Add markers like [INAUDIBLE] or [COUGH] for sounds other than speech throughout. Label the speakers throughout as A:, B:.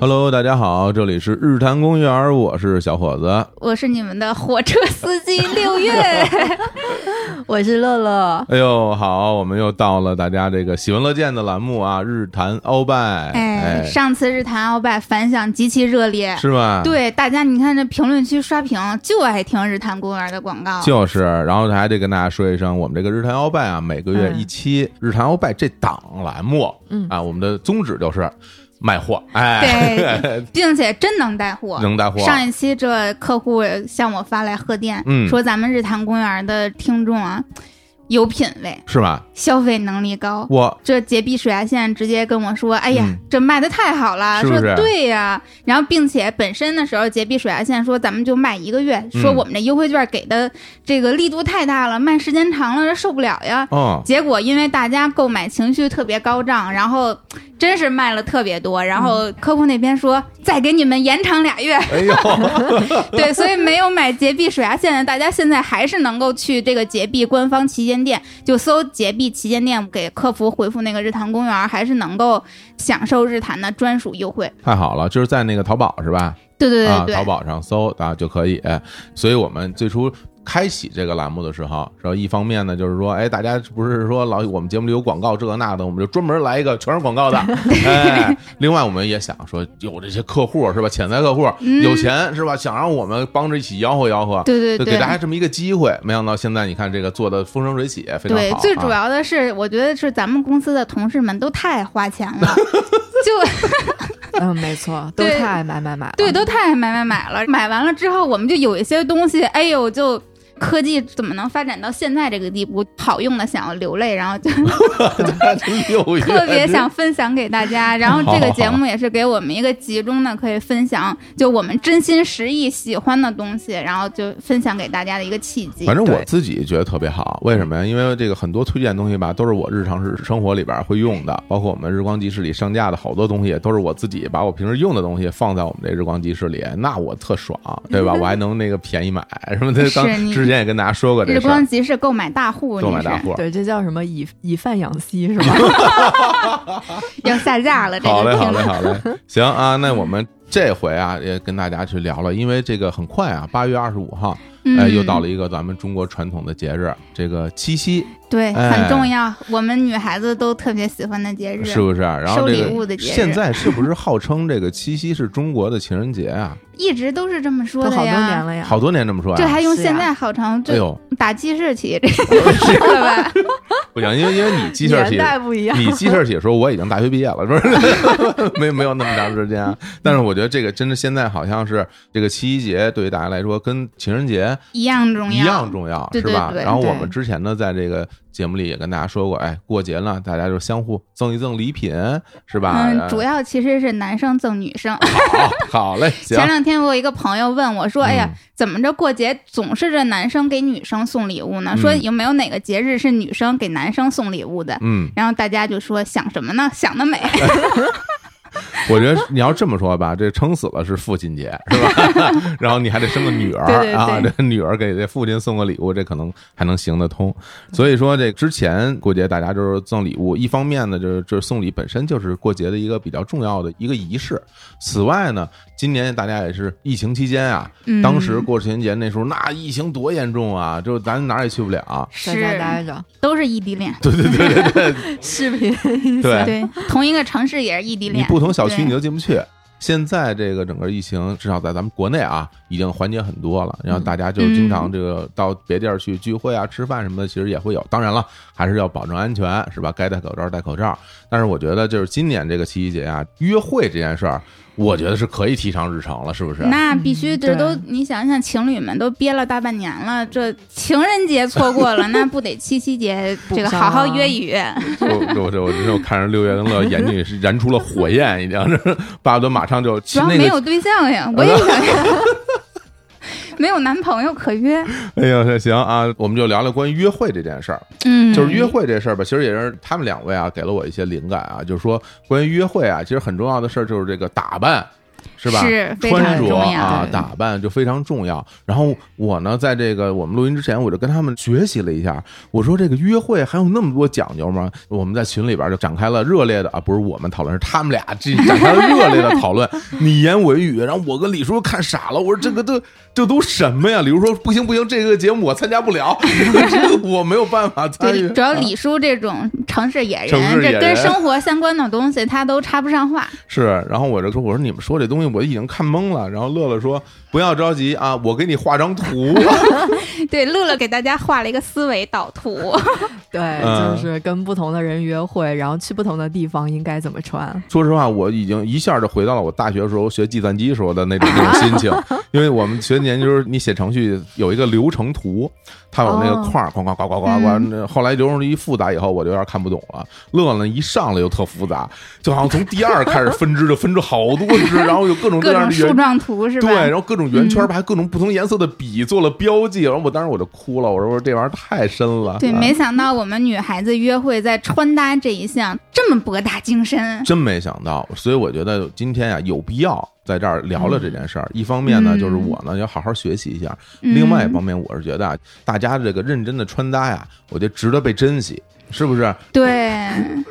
A: Hello，大家好，这里是日坛公园，我是小伙子。
B: 我是你们的火车司机六月，
C: [LAUGHS] 我是乐乐，
A: 哎呦，好，我们又到了大家这个喜闻乐见的栏目啊，日坛鳌拜，
B: 哎，
A: 哎，
B: 上次日坛鳌拜反响极其热烈，
A: 是啊吧？。
B: 对大家，你看这评论区刷屏就爱听日坛公园的广告，
A: 就是，然后还得跟大家说一声，我们这个日坛鳌拜啊，每个月
B: 嗯
A: 一期。日坛鳌拜这档栏目，
C: 嗯
A: 啊，我们的宗旨就是卖货， [LAUGHS] 哎，
B: 对，并且真能带货。
A: 能带货。
B: 上一期这客户向我发来贺电，
A: 嗯
B: 说咱们日坛公园的听众啊有品位，
A: 是吧？
B: 消费能力高。
A: 我
B: 这洁碧水崖县直接跟我说：“哎呀，
A: 嗯
B: 这卖的太好了！”
A: 是不是
B: 说对呀、然后并且本身的时候，洁碧水崖县说咱们就卖一个月，
A: 嗯
B: 说我们这优惠券给的这个力度太大了，卖时间长了这受不了呀。
A: 哦，
B: 结果因为大家购买情绪特别高涨，然后真是卖了特别多，然
A: 嗯
B: 后客户那边说、再给你们延长俩月，
A: 哎
B: [LAUGHS]
A: 呦，
C: [LAUGHS]
B: 对，所以没有买洁碧水牙线的，大家现在还是能够去这个洁碧官方旗舰店，就搜洁碧旗舰店，给客服回复那个日坛公园，还是能够享受日坛的专属优惠。
A: 太好了，就是在那个淘宝是吧？
B: 对对
A: 啊
B: 对，对，
A: 淘宝上搜啊就可以。所以我们最初开启这个栏目的时候，然后一方面呢，就是说，哎，大家不是说老我们节目里有广告这个那的，我们就专门来一个全是广告
B: [LAUGHS]
A: 的。哎，另外我们也想说，有这些客户是吧，潜在客户
B: 嗯
A: 有钱是吧，想让我们帮着一起吆喝吆喝，
B: 对对
A: 就
B: 对，
A: 给大家这么一个机会。没想到现在你看这个做的风生水起，非常
B: 对
A: 好啊。，
B: 最主要的是，我觉得是咱们公司的同事们都太花钱了，
A: [LAUGHS]
B: 就
C: 嗯，没
B: [LAUGHS]
C: 错，都
B: 对
C: 太爱买买买了，
B: 对，都太买买买了。买完了之后，我们就有一些东西，哎呦，就科技怎么能发展到现在这个地步？好用的想要流泪，然后就
A: 啊 [LAUGHS] 六月
B: 特别想分享给大
A: [LAUGHS]
B: 家。然后这个节目也是给我们一个集中的可以分享，就我们真心实意喜欢的东西，然后就分享给大家的一个契机。
A: 反正我
C: 对
A: 自己觉得特别好，为什么呀？因为这个很多推荐的东西吧，都是我日常是生活里边会用的，包括我们日光集市里上架的好多东西，都是我自己把我平时用的东西放在我们这日光集市里，那我特爽，对
B: [LAUGHS]
A: 吧？我还能那个便宜买什么的。
B: 是
A: 刚
B: 你
A: 之前也跟大家说过这
B: 日
A: 事儿
B: 光，集市购买大户，
A: 购
B: 你
A: 买
B: 是
A: 大户。
C: 对，这叫什么以以贩养吸是
B: [LAUGHS]
C: 吧？
B: 要下架
A: [LAUGHS]
B: 了。这
A: 好嘞，
B: 个
A: 好
B: 评
A: 嘞，
B: 论，
A: 好嘞，
B: [LAUGHS]
A: 行啊，那我们。这回啊，也跟大家去聊了，因为这个很快啊，八月二十五号，哎，
B: 嗯，
A: 又到了一个咱们中国传统的节日，这个七夕，
B: 对，
A: 哎
B: 很重要，我们女孩子都特别喜欢的节日。
A: 是不是？啊然
B: 收
A: 后这
B: 礼物
A: 个
B: 的节日
A: 现在是不是号称这个七夕是中国的情人节啊？
B: 一直都是这么
C: 都
B: 说
C: 好
B: 的
C: 多年
B: 呀。
C: 了呀，
A: 好多年这么说
B: 这
A: 啊。
B: 还用
C: 是呀
B: 现在好长？
A: 哎
B: 这
A: 呦，
B: 打记事起，
A: [LAUGHS]
B: 这个是吧？
A: 不行，因为因为你
B: [LAUGHS]
A: 记事儿
C: 年
A: 起，
C: 代不一样，
A: 你记事儿起的时候我已经大学毕业了， [LAUGHS] 不是？没没有那么长时间啊。但是我觉得这个真的现在好像是这个七夕节对于大家来说跟情人节
B: 一样重
A: 一
B: 要，
A: 样重要，
B: 对
A: 是吧？
B: 对对
A: 然后我们
C: 对
A: 之前呢，在这个节目里也跟大家说过，哎，过节了，大家就相互赠一赠礼品，是吧？
B: 嗯，主要其实是男生赠女生。
A: 好，好
B: [LAUGHS]
A: 嘞，行
B: 前。两天我有一个朋友问我说：“哎呀
A: 嗯，
B: 怎么这过节总是这男生给女生送礼物呢？
A: 嗯
B: 说有没有哪个节日是女生给男生送礼物的？”
A: 嗯，
B: 然后大家就说：“想什么呢？想
A: [LAUGHS]
B: 得美！
A: 我觉得你要这么说吧，这撑死了是父亲节，是吧？ [LAUGHS] 然后你还得生个女儿
C: 对对对
A: 啊，这女儿给这父亲送个礼物，这可能还能行得通。所以说，这之前过节大家就是赠礼物，一方面呢，就是就是送礼本身就是过节的一个比较重要的一个仪式。此外呢，今年大家也是疫情期间啊，
B: 嗯
A: 当时过情人节那时候，那疫情多严重啊，就咱哪儿也去不
C: [LAUGHS]
A: 了。
C: 在
B: 是
C: 家待着，
B: 都是异地恋，
A: 对对对对对
C: 视频一
A: [LAUGHS] 对，
C: 下
B: 对，同一个城市也是异地
A: 你
B: 恋，
A: 不同小区
B: 对
A: 你就进不去。现在这个整个疫情，至少在咱们国内啊，已经缓解很多了。然后大家就经
B: 嗯
A: 常这个到别地儿去聚会啊、吃饭什么的，其实也会有。当然了，还是要保证安全，是吧？该戴口罩戴口罩。但是我觉得，就是今年这个七夕节啊，约会这件事儿，我觉得是可以提上日程了，是不是？
B: 那必须，
C: 嗯
B: 这都
C: 对
B: 你想想，情侣们都憋了大半年了，这情人节错过
A: [LAUGHS]
B: 了，那不得七夕节这个
C: 补上
B: 好
C: 啊
B: 好约一约？
A: 我我我我我看着六月跟乐眼睛里是燃出了火焰，已经 [LAUGHS] 是巴不得马上就
B: 主要
A: 那
B: 没
A: 个
B: 有对象呀，我也
A: [LAUGHS]
B: 想约，没有男朋友可约，
A: 哎呦，那行啊，我们就聊聊关于约会这件事儿。
B: 嗯，
A: 就是约会这事儿吧，其实也是他们两位啊给了我一些灵感啊，就是说关于约会啊，其实很重要的事儿就是这个打扮，是吧？
B: 是非
A: 穿
B: 常
A: 着
B: 重要。
A: 啊，
C: 对
A: 打扮就非常重要。然后我呢，在这个我们录音之前，我就跟他们学习了一下，我说这个约会还有那么多讲究吗？我们在群里边就展开了热烈的啊，不是我们讨论，是他们俩这展开了热烈的讨论，你言我语，然后我跟李叔看傻了，我说这个都 [LAUGHS] 这都什么呀？李叔说不行不行，这个节目我参加不了， [LAUGHS] 这个我没有办法参与
B: 对，。主要李叔这种城市野
A: 啊城市
B: 人，
A: 野
B: 这跟
A: 人
B: 生活相关的东西他都插不上话。
A: 是，然后我就说，我说你们说这东西我已经看懵了。然后乐乐说不要着急啊，我给你画张图。
B: 对，乐乐给大家画了一个思维导图，
C: 对，
A: 嗯
C: 就是跟不同的人约会，然后去不同的地方应该怎么穿。
A: 说实话，我已经一下就回到了我大学时候学计算机时候的那种那种心
B: [LAUGHS]
A: 情，因为我们学年就是你写程序有一个流程图，它有那个
C: 哦
A: 框儿，哐哐哐哐哐
B: 嗯
A: 哐。那后来流程图一复杂以后，我就有点看不懂了。乐乐一上来就特复杂，就好像从第二开始分支就分出好多支，然后有各种各
B: 各
A: 样
B: 种
A: 的
B: 树
A: 原
B: 状图是吧嗯
A: 对，？然后各种圆圈儿，还各种不同颜色的笔做了标记，然后我当时我就哭了，我说这玩意儿太深了，
B: 对，
A: 啊
B: 没想到我们女孩子约会在穿搭这一项这么博大精深。
A: 真没想到，所以我觉得今天呀、有必要在这儿聊聊这件事儿。一方面呢，
B: 嗯
A: 就是我呢要好好学习一下；
B: 嗯
A: 另外一方面，我是觉得啊，大家这个认真的穿搭呀，我觉得值得被珍惜，是不是？
B: 对，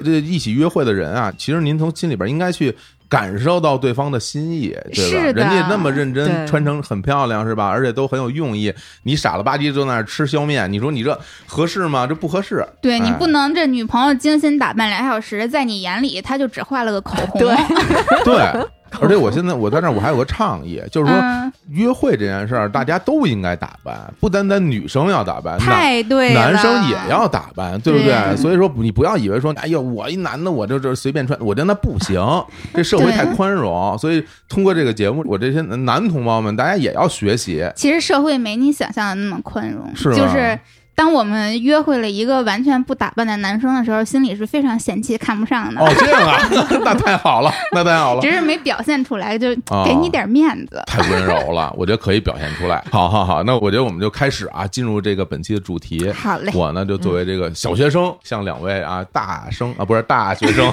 A: 这一起约会的人啊，其实您从心里边应该去。感受到对方的心意，对吧？
B: 是的
A: 人家那么认真，
C: 对
A: 穿成很漂亮，是吧？而且都很有用意。你傻了吧唧坐那儿吃削面，你说你这合适吗？这不合
B: [LAUGHS]
A: 适。
B: 对你
A: 哎
B: 不能这女朋友精心打扮两小时，在你眼里她就只画了个口红。
C: 对，
A: 对。而且我现在我在那儿我还有个倡议，就是说
B: 嗯，
A: 约会这件事儿，大家都应该打扮，不单单女生要打扮，男
B: 太对了，
A: 男生也要打扮，对不对？
B: 对
A: 所以说你不要以为说，哎呦，我一男的我就这随便穿，我真的不
B: [LAUGHS]
A: 行，这社会
B: 对
A: 太宽容。所以通过这个节目，我这些男同胞们，大家也要学习。
B: 其实社会没你想象的那么宽容，
A: 是吗
B: 就是当我们约会了一个完全不打扮的男生的时候，心里是非常嫌弃、看不上的，
A: 哦，这
B: [LAUGHS]
A: 样啊，那太好了，那太好了
B: 只。是没表现出来，就
A: 哦
B: 给你点面子。
A: 太温柔了，我觉得可以表现出来。好好好，那我觉得我们就开始啊，进入这个本期的主题。
B: 好嘞，
A: 我呢就作为这个小学
C: 嗯
A: 生，向两位啊大生啊不是大学
C: [LAUGHS]
A: 生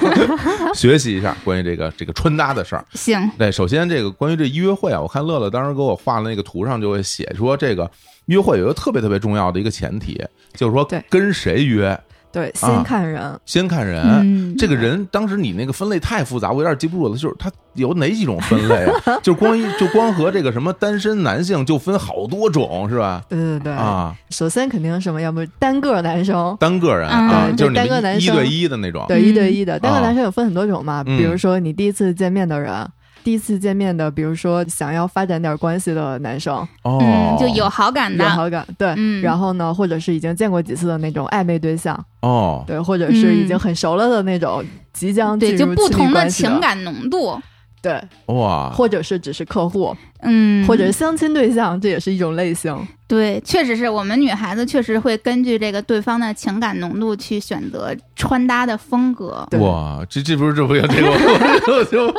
A: 学习一下关于这个这个穿搭的事儿。
B: 行，
A: 对，首先这个关于这约会啊，我看乐乐当时给我画的那个图上就会写说，这个约会有一个特别特别重要的一个前提，就是说
C: 对
A: 跟谁约，
C: 对，
A: 啊
C: 先看人，
A: 先看人。
B: 嗯，
A: 这个人当时你那个分类太复杂，我有点记不住了。就是他有哪几种分类
C: [LAUGHS]
A: 啊？就光一就光和这个什么单身男性就分好多种是吧？
C: 对对对。
A: 啊，
C: 首先肯定是什么，要不单个男生，
A: 单个人啊，
B: 嗯
A: 就是你
C: 单个
A: 们
C: 男
A: 一
C: 生
A: 对一的那种。
B: 嗯
C: 对，一对一的。单
A: 啊
C: 个男生有分很多种嘛，
A: 嗯
C: 比如说你第一次见面的人，第一次见面的，比如说想要发展点关系的男生，
A: 哦
B: 嗯，，就有好感
C: 有
B: 的，
C: 好感，对。
B: 嗯
C: 然后呢，或者是已经见过几次的那种暧昧对象，
A: 哦，
C: 对，或者是已经很熟了的那种，即将进
B: 嗯对，
C: 入
B: 就不
C: 亲密
B: 同的
C: 关系
B: 情，感浓度，
C: 对，
A: 啊哇，
C: 或者是只是客户，
B: 嗯，
C: 或者是相亲对象，这也是一种类型。
B: 对，确实是我们女孩子确实会根据这个对方的情感浓度去选择穿搭的风格。
C: 对
A: 哇，这这不是这不行，
B: [LAUGHS]
A: 这个我我就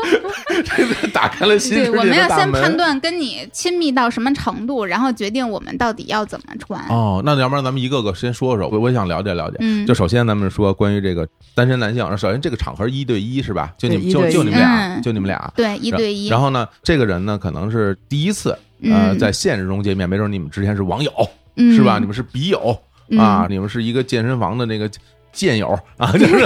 A: 这个打开了新
B: 对，
A: 世界
B: 我们要
A: 的大
B: 先判
A: 门。
B: 断跟你亲密到什么程度，然后决定我们到底要怎么穿。
A: 哦，那要不然咱们一个个先说说，我我想了解了解。
B: 嗯，
A: 就首先咱们说关于这个单身男性，首先这个场合一对一是吧？就你们
C: 对
A: 就
C: 一对一
A: 就你们俩，
B: 嗯
A: 就你们俩。
B: 对，一对一。
A: 然后呢，这个人呢可能是第一次，呃，
B: 嗯
A: 在现实中见面，没准你们之前是网友
B: 嗯
A: 是吧？你们是笔友啊，你们是一个健身房的那个健友 [LAUGHS] 啊，就是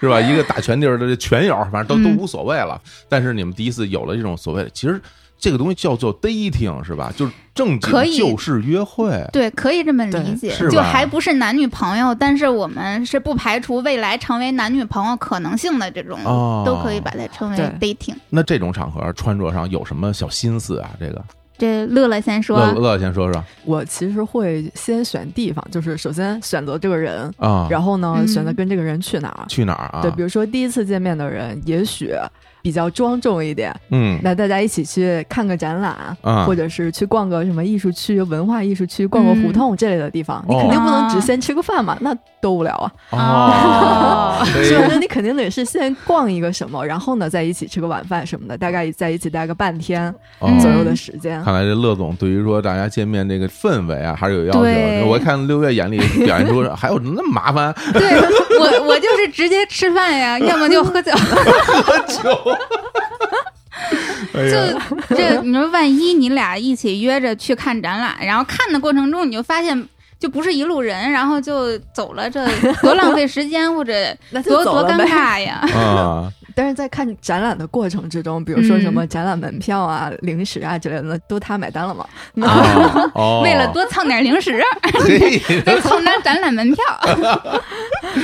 A: 是
B: [LAUGHS]
A: 吧？一个打拳地儿的拳友，反正都都
B: 嗯
A: 无所谓了。但是你们第一次有了这种所谓的，其实这个东西叫做 dating 是吧？就是正经
B: 可以
A: 就是约会。
B: 对，可以这么理解
A: 对是，吧
B: 就还不是男女朋友，但是我们是不排除未来成为男女朋友可能性的这种，
A: 哦
B: 嗯都可以把它称为
C: 对
B: dating。
A: 那这种场合穿着上有什么小心思啊？这个
B: 这乐乐先说，啊
A: 乐乐先说说
C: 我其实会先选地方，就是首先选择这个人，
A: 啊，
C: 然后呢，
B: 嗯
C: 选择跟这个人去哪儿。
A: 去哪儿啊？
C: 对，比如说第一次见面的人，也许比较庄重一点，
A: 嗯
C: 那大家一起去看个展览，
A: 啊，
C: 或者是去逛个什么艺术区、文化艺术区、逛个
B: 嗯
C: 胡同这类的地方，你
A: 哦
C: 肯定不
B: 啊
C: 能只先吃个饭嘛，那多无聊啊！
A: 哦
B: 哦， [LAUGHS]
A: 对
C: 是吧？那你肯定得是先逛一个什么，然后呢再一起吃个晚饭什么的，大概在一起待个半天
A: 哦
B: 嗯
C: 左右的时
B: 啊
C: 间。
A: 看来这乐总对于说大家见面这个氛围啊，还是有要
B: 对
A: 求。我看六月眼里表现出还有那么麻
B: [LAUGHS]
A: 烦，
B: 对我我就是直接吃饭呀，要么就喝酒。
A: 喝酒。哎呀
B: 就这，你说万一你俩一起约着去看展览，然后看的过程中你就发现就不是一路人，然后就走了，这多浪费时间，或者
D: 那 [LAUGHS] 就
B: 多
D: 走
B: 多
D: 了
B: 尴
D: 呗。
B: 尬呀！ [LAUGHS]
A: 啊，
C: 但是在看展览的过程之中，比如说什么
B: 嗯
C: 展览门票啊、零食啊之类的，那都他买单了嘛。
A: 啊哦，
B: 为了多蹭点
D: [LAUGHS]
B: 零食，
A: 嘿，
B: 为蹭点展览门票，
C: [LAUGHS]
D: 哦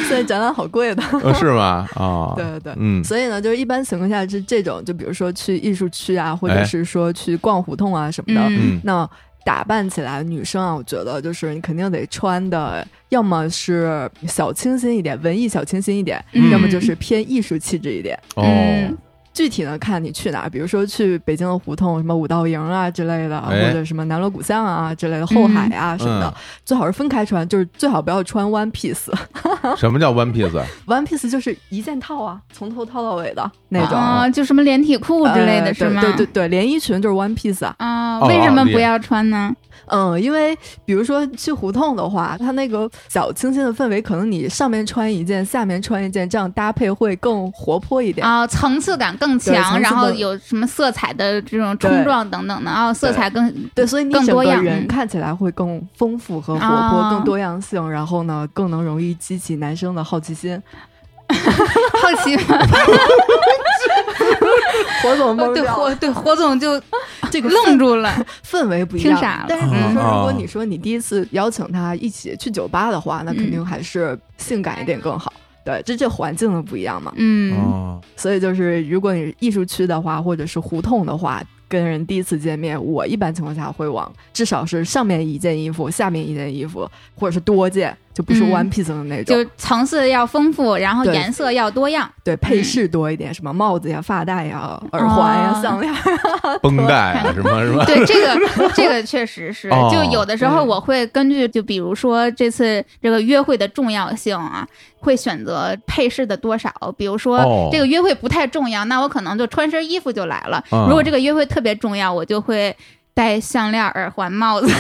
C: 所以展览好贵的。
A: 呃是吗？啊，
C: 对对对。
A: 嗯，
C: 所以呢，就是一般情况下是这种，就比如说去艺术区啊，或者
A: 哎
C: 是说去逛胡同啊什么的。
B: 嗯
A: 嗯
C: 那打扮起来，女生啊，我觉得就是你肯定得穿的，要么是小清新一点，文艺小清新一点，
B: 嗯
C: 要么就是偏艺术气质一点。
A: 哦，
B: 嗯
C: 具体呢，看你去哪儿，比如说去北京的胡同，什么五道营啊之类的，
A: 哎
C: 或者什么南锣鼓巷啊之类的，后海啊什么的，
A: 嗯
C: 最好是分开穿，就是最好不要穿 one piece。 [LAUGHS]
A: 哦什么叫 one piece？啊
C: one piece 就是一件套啊，从头套到尾的那种，
B: 啊，就什么连体裤之类的
C: 呃
B: 是吗？
C: 对对对对，连衣裙就是 one piece 啊。
B: 啊，
A: 哦
B: 为什么
A: 哦
B: 不要穿呢？
C: 嗯，因为比如说去胡同的话，它那个小清新的氛围，可能你上面穿一件，下面穿一件，这样搭配会更活泼一点。
B: 啊，层次感更
C: 对层
B: 强，
C: 次
B: 然后
C: 的
B: 有什么色彩的这种冲
C: 对
B: 撞等等的啊，色
C: 对
B: 彩
C: [LAUGHS]
B: 更
C: 对，所以你
B: 更
C: 整
B: 多
C: 个
B: 样
C: 人
B: 嗯
C: 看起来会更丰富和活泼，
B: 啊
C: 更多样性，然后呢，更能容易激起男生的好
B: [LAUGHS]
C: 奇心。
B: 好奇嘛。
C: 火总懵
B: 对
C: 掉
B: 火
C: 了，
B: 对火总就
C: 这个
B: 愣住了，
C: 氛围不一
B: 听
C: 样。
B: 傻了
C: 但是比如说，
A: 嗯
C: 如果你说你第一次邀请他一起去酒吧的话，那肯
B: 嗯
C: 定还是性感一点更好。对，这这环境的不一样嘛。
B: 嗯，
A: 哦，
C: 所以就是，如果你是艺术区的话，或者是胡同的话，跟人第一次见面，我一般情况下会往至少是上面一件衣服，下面一件衣服，或者是多件，就不是
B: 嗯
C: one piece 的那种。
B: 就嗯层次要丰富，然后
C: 对
B: 颜色要多
C: [LAUGHS]
B: 样，
C: 对，配饰多一点，什么帽子呀、发带呀、耳环呀、
B: 哦
C: 项链。 [LAUGHS]
A: 绷带啊，什么什
B: [LAUGHS]
A: 么，
B: 对这个这个确实是
A: 哦，
B: [LAUGHS] 就有的时候
C: 对
B: 我会根据就比如说这次这个约会的重要性啊，会选择配饰的多少。比如
A: 哦
B: 说这个约会不太重要，那我可能就穿身衣服就来了。
A: 嗯
B: 如果这个约会特别重要，我就会戴项链、耳环、帽子。 [LAUGHS]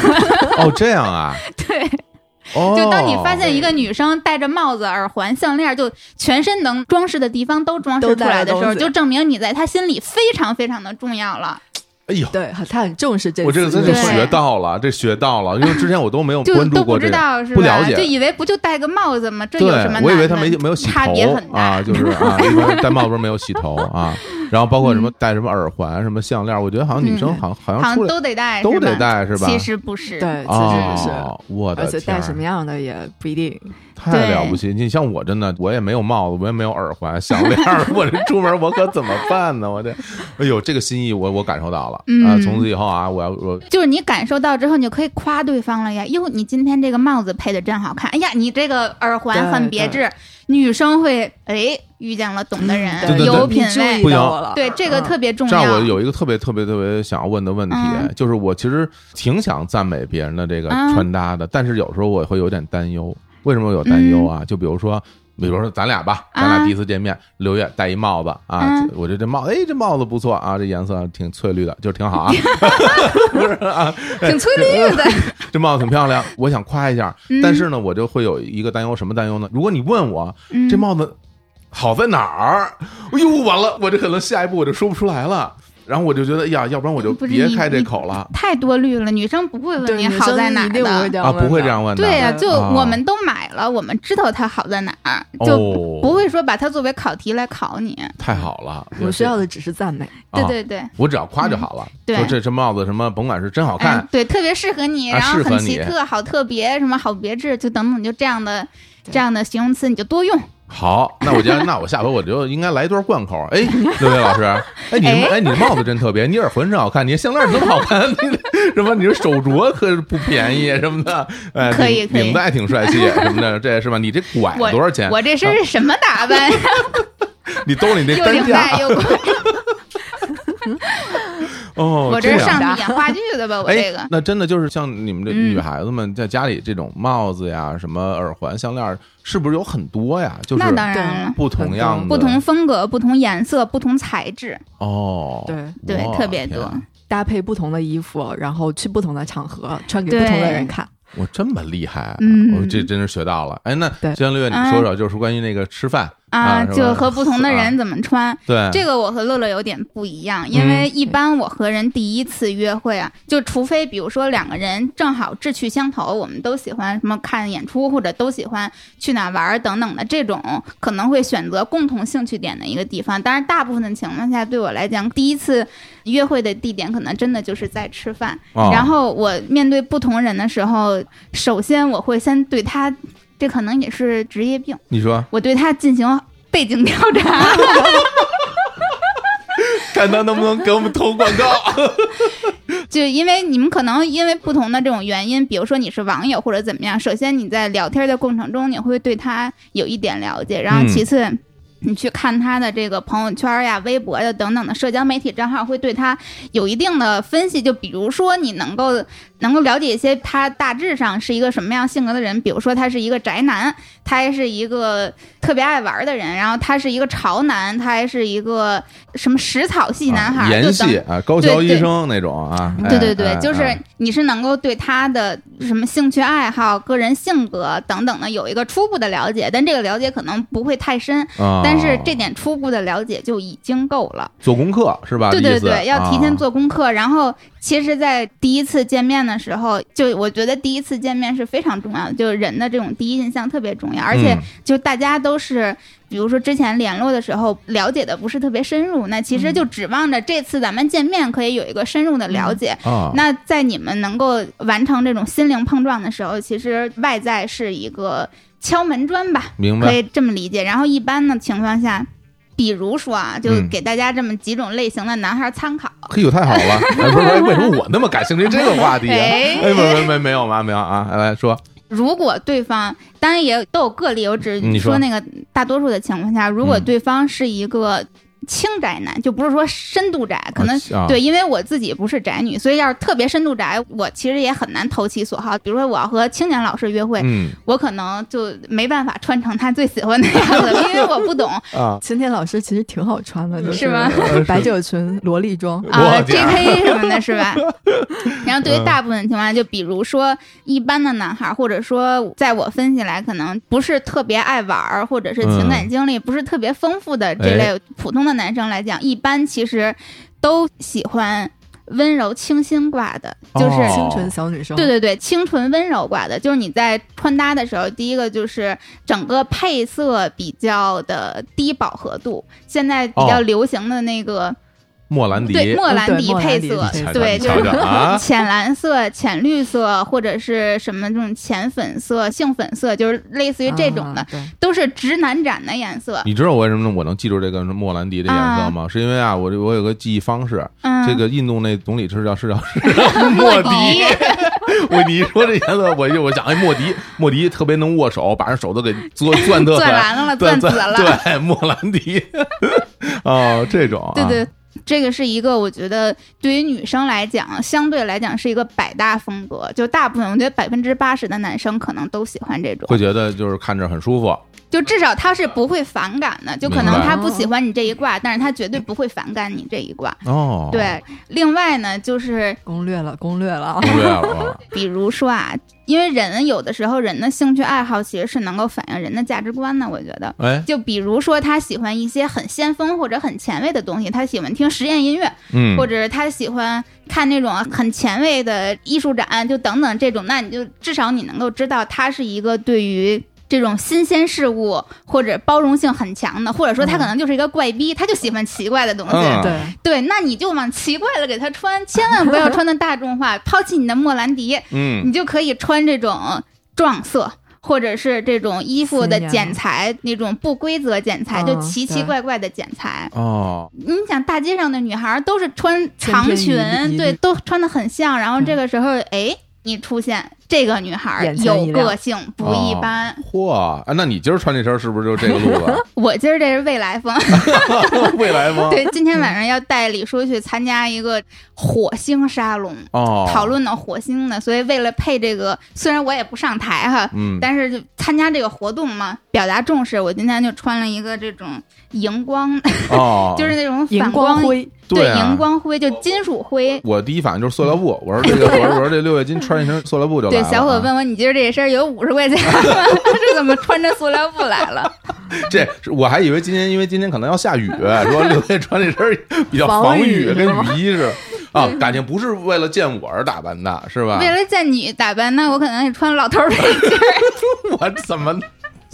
A: 哦，这样啊，
B: 对，
A: 哦，
B: 就当你发现一个女生戴着帽子、耳环、项链，就全身能装饰的地方都装饰出来的时候，
C: 都戴了东西
B: 就证明你在她心里非常非常的重要了。
A: 哎呦，
C: 对，很他很重视这次。
A: 我这个真是
B: 对
A: 学到了，这学到了，因为之前我都没有
B: 就
A: 关注
B: 都
A: 过
B: 不
A: 这
B: 知
A: 个。
B: 道是
A: 不了
B: 吧？
A: 解
B: 就以为不就戴个帽子吗？这
A: 对
B: 有什么难，的？
A: 我以为他没没有洗
B: 差别
A: 头
B: 很大
A: 啊，
B: [LAUGHS]
A: 就是啊，因为戴帽子没有洗头啊，然后包括什么戴什么耳环、什么项链，我觉得好像女生
C: 嗯
A: 好像好
B: 嗯好
A: 像
B: 像
A: 出来
B: 都得戴，
A: 都
B: 是吧
A: 得戴是吧
B: 其实不是，
C: 对，其实不是，
A: 啊，我的
C: 而且
A: 天
C: 戴
A: 儿，
C: 什么样的也不一定。
A: 太了不起！你像我真的，我也没有帽子，我也没有耳环、项链儿，我这出门我可怎么办呢？我这，哎呦，这个心意我我感受到了
B: 嗯
A: 啊！从此以后啊，我要我
B: 就是你感受到之后，你就可以夸对方了呀。哟，你今天这个帽子配的真好看，哎呀，你这个耳环
C: 对
B: 很别致。女生会哎遇见了懂的
A: 对
B: 人，
A: 对
B: 嗯
A: 对
B: 有品
C: 你注
B: 味
C: 意。到我了。
B: 对，这个
C: 嗯
B: 特别重
A: 这样，
B: 要。
A: 我有一个特别特别特别想要问的问题，
B: 嗯
A: 就是我其实挺想赞美别人的这个
B: 嗯
A: 穿搭的，但是有时候我会有点担忧。为什么有担忧啊？就比如说。比如说咱俩吧，咱俩
B: 啊
A: 第一次见面，刘烨戴一帽子啊，
B: 嗯
A: 我觉得这帽，哎，这帽子不错啊，这颜色挺翠绿的，就是挺好
B: 嗯
A: 啊，不是啊，
B: 挺翠绿的，
A: [LAUGHS] 这帽子挺漂亮，我想夸一下，
B: 嗯
A: 但是呢，我就会有一个担忧，什么担忧呢？如果你问我
B: 嗯
A: 这帽子好在哪儿，哎呦，完了，我这可能下一步我就说不出来了。然后我就觉得，哎呀，要不然我就
B: 不是
A: 别
B: 你
A: 开这
B: 你
A: 口了
B: 太多虑了。女生不会问
C: 对，
B: 你
C: 女
B: 好
C: 生
B: 在哪
C: 一
B: 儿
C: 定
B: 的
C: 会，这样
A: 啊！
C: 问
A: 不会
C: 的
A: 这。样问的，
B: 对呀、就
A: 啊
B: 我们都买了，我们知道它好在哪儿，就
A: 哦
B: 不会说把它作为考题来考你。
A: 太好了。
C: 我需要
A: 的，
C: 的只是赞美。
B: 对
A: 啊
B: 对对，
A: 我只要夸就好了。
B: 对
A: 说这这帽子什么，甭管是真好
B: 哎
A: 看，
B: 对，特别适合你，
A: 啊
B: 然后
A: 适合
B: 很
A: 你
B: 奇特，好特别，什么好别致，就等等，你就这样的这样的形容词你就多用。
A: 好，那我觉得，那我下回我就应该来一段贯口。哎，刘烨老师，哎，你
B: 哎
A: 哎，你帽子真特别，你耳环真好看，你项链儿怎么好看？ [LAUGHS] 你什么？你这手镯可不便宜什么的，哎，
B: 可以
A: 领
B: 可以
A: 领带挺帅气什么的，这是吧？你这拐
B: 我
A: 哎多少钱？啊
B: 我这身是什么打扮？
A: [LAUGHS] 你兜里那
B: 又
A: 单
B: 领带
A: 价 [LAUGHS]
B: 又拐，
A: 哦，
B: 我
A: 这
B: 这是
A: 样
B: 上去演话剧的吧？我
A: 哎
B: 这个。
A: 那真的就是像你们这
B: 嗯
A: 女孩子们在家里这种帽子呀、什么耳环、项链儿，是不是有很多呀？就是
B: 那当然了，
A: 不同样的
B: 不同风格、不同颜色、不同材质，
A: 哦，
C: 对，
B: 对
A: 我，
B: 特别
A: 天
B: 多
A: 啊。
C: 搭配不同的衣服，然后去不同的场合，穿给
B: 对
C: 不同的人看。
A: 我这么厉害啊，
B: 嗯
A: 我这真是学到了。哎，那
C: 对
A: 江六月，你说说，就是关于那个吃饭啊
B: 啊，
A: 是吧啊嗯
B: 就和不同的人怎么穿。
A: 对，
B: 这个我和乐乐有点不一样，因为
A: 嗯
B: 一般我和人第一次约会啊，就除非比如说两个人正好志趣相投，我们都喜欢什么看演出或者都喜欢去哪玩儿等等的这种，可能会选择共同兴趣点的一个地方。但是大部分的情况下，对我来讲，第一次约会的地点可能真的就是在吃饭。
A: 哦
B: 然后我面对不同人的时候，首先我会先对他，这可能也是职业病，
A: 你说
B: 我对他进行背景调查。
A: 看他能不能给我们投广
B: [LAUGHS]
A: 告？ [LAUGHS]
B: 就因为你们可能因为不同的这种原因，比如说你是网友或者怎么样，首先你在聊天的过程中，你会对他有一点了解，然后
A: 嗯
B: 其次。你去看他的这个朋友圈呀、微博呀等等的社交媒体账号，会对他有一定的分析。就比如说，你能够能够了解一些他大致上是一个什么样性格的人，比如说他是一个宅男，他还是一个特别爱玩的人，然后他是一个潮男，他还是一个什么食草系男孩，
A: 啊
B: 就
A: 研
B: 等
A: 系啊，高
B: 对
A: 校医
B: 对
A: 生那种啊，哎
B: 对对对
A: 哎，
B: 就是
A: 哎
B: 你是能够对他的什么兴趣爱好、个人性格等等的有一个初步的了解，但这个了解可能不会太深，
A: 哦
B: 但是这点初步的了解就已经够了。
A: 做功课是吧？
B: 对
A: 啊意
B: 对
A: 思啊
B: 对，要提前。做功课。然后，其实，在第一次见面的时候，就我觉得第一次见面是非常重要的，就是人的这种第一印象特别重要，
A: 啊
B: 而且
A: 嗯
B: 就大家都是，比如说之前联络的时候了解的不是特别深入，那其实就指望着这次咱们见面可以有一个深入的了解。
A: 啊，
B: 那在你们能够完成这种心灵碰撞的时候，其实外在是一个敲门砖吧，
A: 明
B: 可
A: 白
B: 以这么理解。然后一般的情况下，比如说啊，就
A: 嗯
B: 给大家这么几种类型的男孩参考。
A: 嘿呦，太好了！哎不是，哎为什么我那么感兴趣这个话题啊？
B: 哎
A: 哎，没没没没有嘛，没有啊！来说，
B: 如果对方当然也都有个例，我只
A: 嗯你说
B: 说那个大多数的情况下，如果
A: 嗯
B: 对方是一个轻宅男，就不是说深度宅，可能
A: 啊
B: 对，因为我自己不是宅女，所以要是特别深度宅，我其实也很难投其所好。比如说，我要和青年老师约会，
A: 嗯
B: 我可能就没办法穿成他最喜欢的样
A: [LAUGHS]
B: 子，因为我不懂
A: 啊，
C: 晴天老师其实挺好穿的，就是
B: 吗？
C: 百褶裙、萝莉装，
A: 我
B: 啊
A: 天啊
B: ，JK 什么的，
A: [LAUGHS]
B: 是吧？然后对于大部分情况下，就比如说一般的男孩儿，或者说在我分析来，可能不是特别爱玩儿，或者是情感经历不是特别丰富的这
A: 哎
B: 类普通的男生来讲，一般其实都喜欢温柔清新挂的，就是
A: 哦
C: 清纯小女生。
B: 对对对，清纯温柔挂的，就是你在穿搭的时候，第一个就是整个配色比较的低饱和度，现在比较
A: 哦
B: 流行的那个、
A: 莫兰迪，
B: 对莫
C: 嗯
B: 兰
C: 对
B: 迪
C: 莫兰
B: 配
C: 迪
B: 色
C: 配
A: 色，
B: 对，
A: 你
B: 就
A: 瞧
B: 是
A: 瞧啊
B: [LAUGHS] 浅蓝色、浅绿色或者是什么这种浅粉色、杏粉色，就是类似于这种的
C: 啊，，对
B: 都是直男展的颜色。
A: 你知道我为什么我能记住这个莫兰迪的颜色吗？是因为啊，我这我有个记忆方式，
B: 嗯，
A: 这个印度那总理是叫是叫是
B: [LAUGHS]
A: 叫莫迪
B: 迪。
A: 我 [LAUGHS] 你一说这颜色，我就我想哎，莫迪，莫迪特别能握手，把人手都给攥攥得
B: 钻
A: 很，
B: 蓝
A: [LAUGHS]
B: 了，
A: 对
B: [LAUGHS] 钻紫了，
A: 对，莫兰迪， [LAUGHS] 哦，这种、啊，
B: 对对，这个是一个我觉得对于女生来讲，相对来讲是一个百搭风格，就大部分我觉得百分之八十的男生可能都喜欢这种，
A: 会觉得就是看着很舒服，
B: 就至少他是不会反感的，就可
A: 明
B: 能
A: 白
B: 他不喜欢你这一卦，但是他绝对不会反感你这一卦。
A: 哦，，
B: 对，另外呢，就是
C: 攻略了，攻略了啊！
A: 明白了，
B: 比如说啊，因为人有的时候人的兴趣爱好其实是能够反映人的价值观的，我觉得。 [LAUGHS]
A: 哎，
B: 就比如说，他喜欢一些很先锋或者很前卫的东西，他喜欢听实验音乐，
A: 嗯，
B: 或者他喜欢看那种很前卫的艺术展，就等等这种，那你就至少你能够知道他是一个对于。这种新鲜事物或者包容性很强的，或者说他可能就是一个怪逼，他就喜欢奇怪的东西。
A: 嗯
C: 对，
B: [LAUGHS] 对，那你就往奇怪的给他穿，千万不要穿的大众化，抛弃你的莫兰迪，
A: 嗯，
B: 你就可以穿这种撞色。或者是这种衣服的
C: 是呀
B: 剪裁，那种不规则剪裁，就
C: 嗯
B: 奇奇
C: 对
B: 怪怪的剪裁。
A: 哦，
B: 你想，大街上的女孩儿都是穿长
C: 千
B: 裙
C: 篇一，律
B: 对，都穿的很像。然后这个时候，哎，你出现这个女孩儿
C: 眼前
B: 有
C: 一亮哦
B: 个性，不一般。
A: 嚯、啊，那你今儿穿这身是不是就这个路子？啊
B: 我今儿这是未来风，
C: 哦
A: 未来吗？
B: [LAUGHS] 对，今天晚上要带李叔去参加一个火星沙龙。
A: 哦，
B: 讨，论到火星的，所以为了配这个，虽然我也不上台哈，
A: 嗯，
B: 但是就参加这个活动嘛，表达重视，我今天就穿了一个这种荧光，
A: 哦，
B: [LAUGHS] 就是那种
C: 荧
B: 反光
C: 光。灰，
B: 对
A: 啊
B: 荧光灰就金属灰。
A: 我第一反应就是塑料布，我说这
B: [LAUGHS]
A: 个，我说我说这六月金穿一身塑料布就来
B: 对
A: 了啊。，
B: 小伙问我，你今儿这身有五十块钱吗？ [LAUGHS] 这怎么穿着塑料布来
A: [LAUGHS]
B: 了？
A: 这是我还以为今天，因为今天可能要下雨，说刘烨穿这身儿比较防雨，
C: 防雨
A: 跟雨衣似的。
B: [LAUGHS]
A: 啊，感情不是为了见我而打扮的，是吧？
B: 为了见你打扮，那我可能得穿老头儿背心儿， [LAUGHS]
A: 我怎么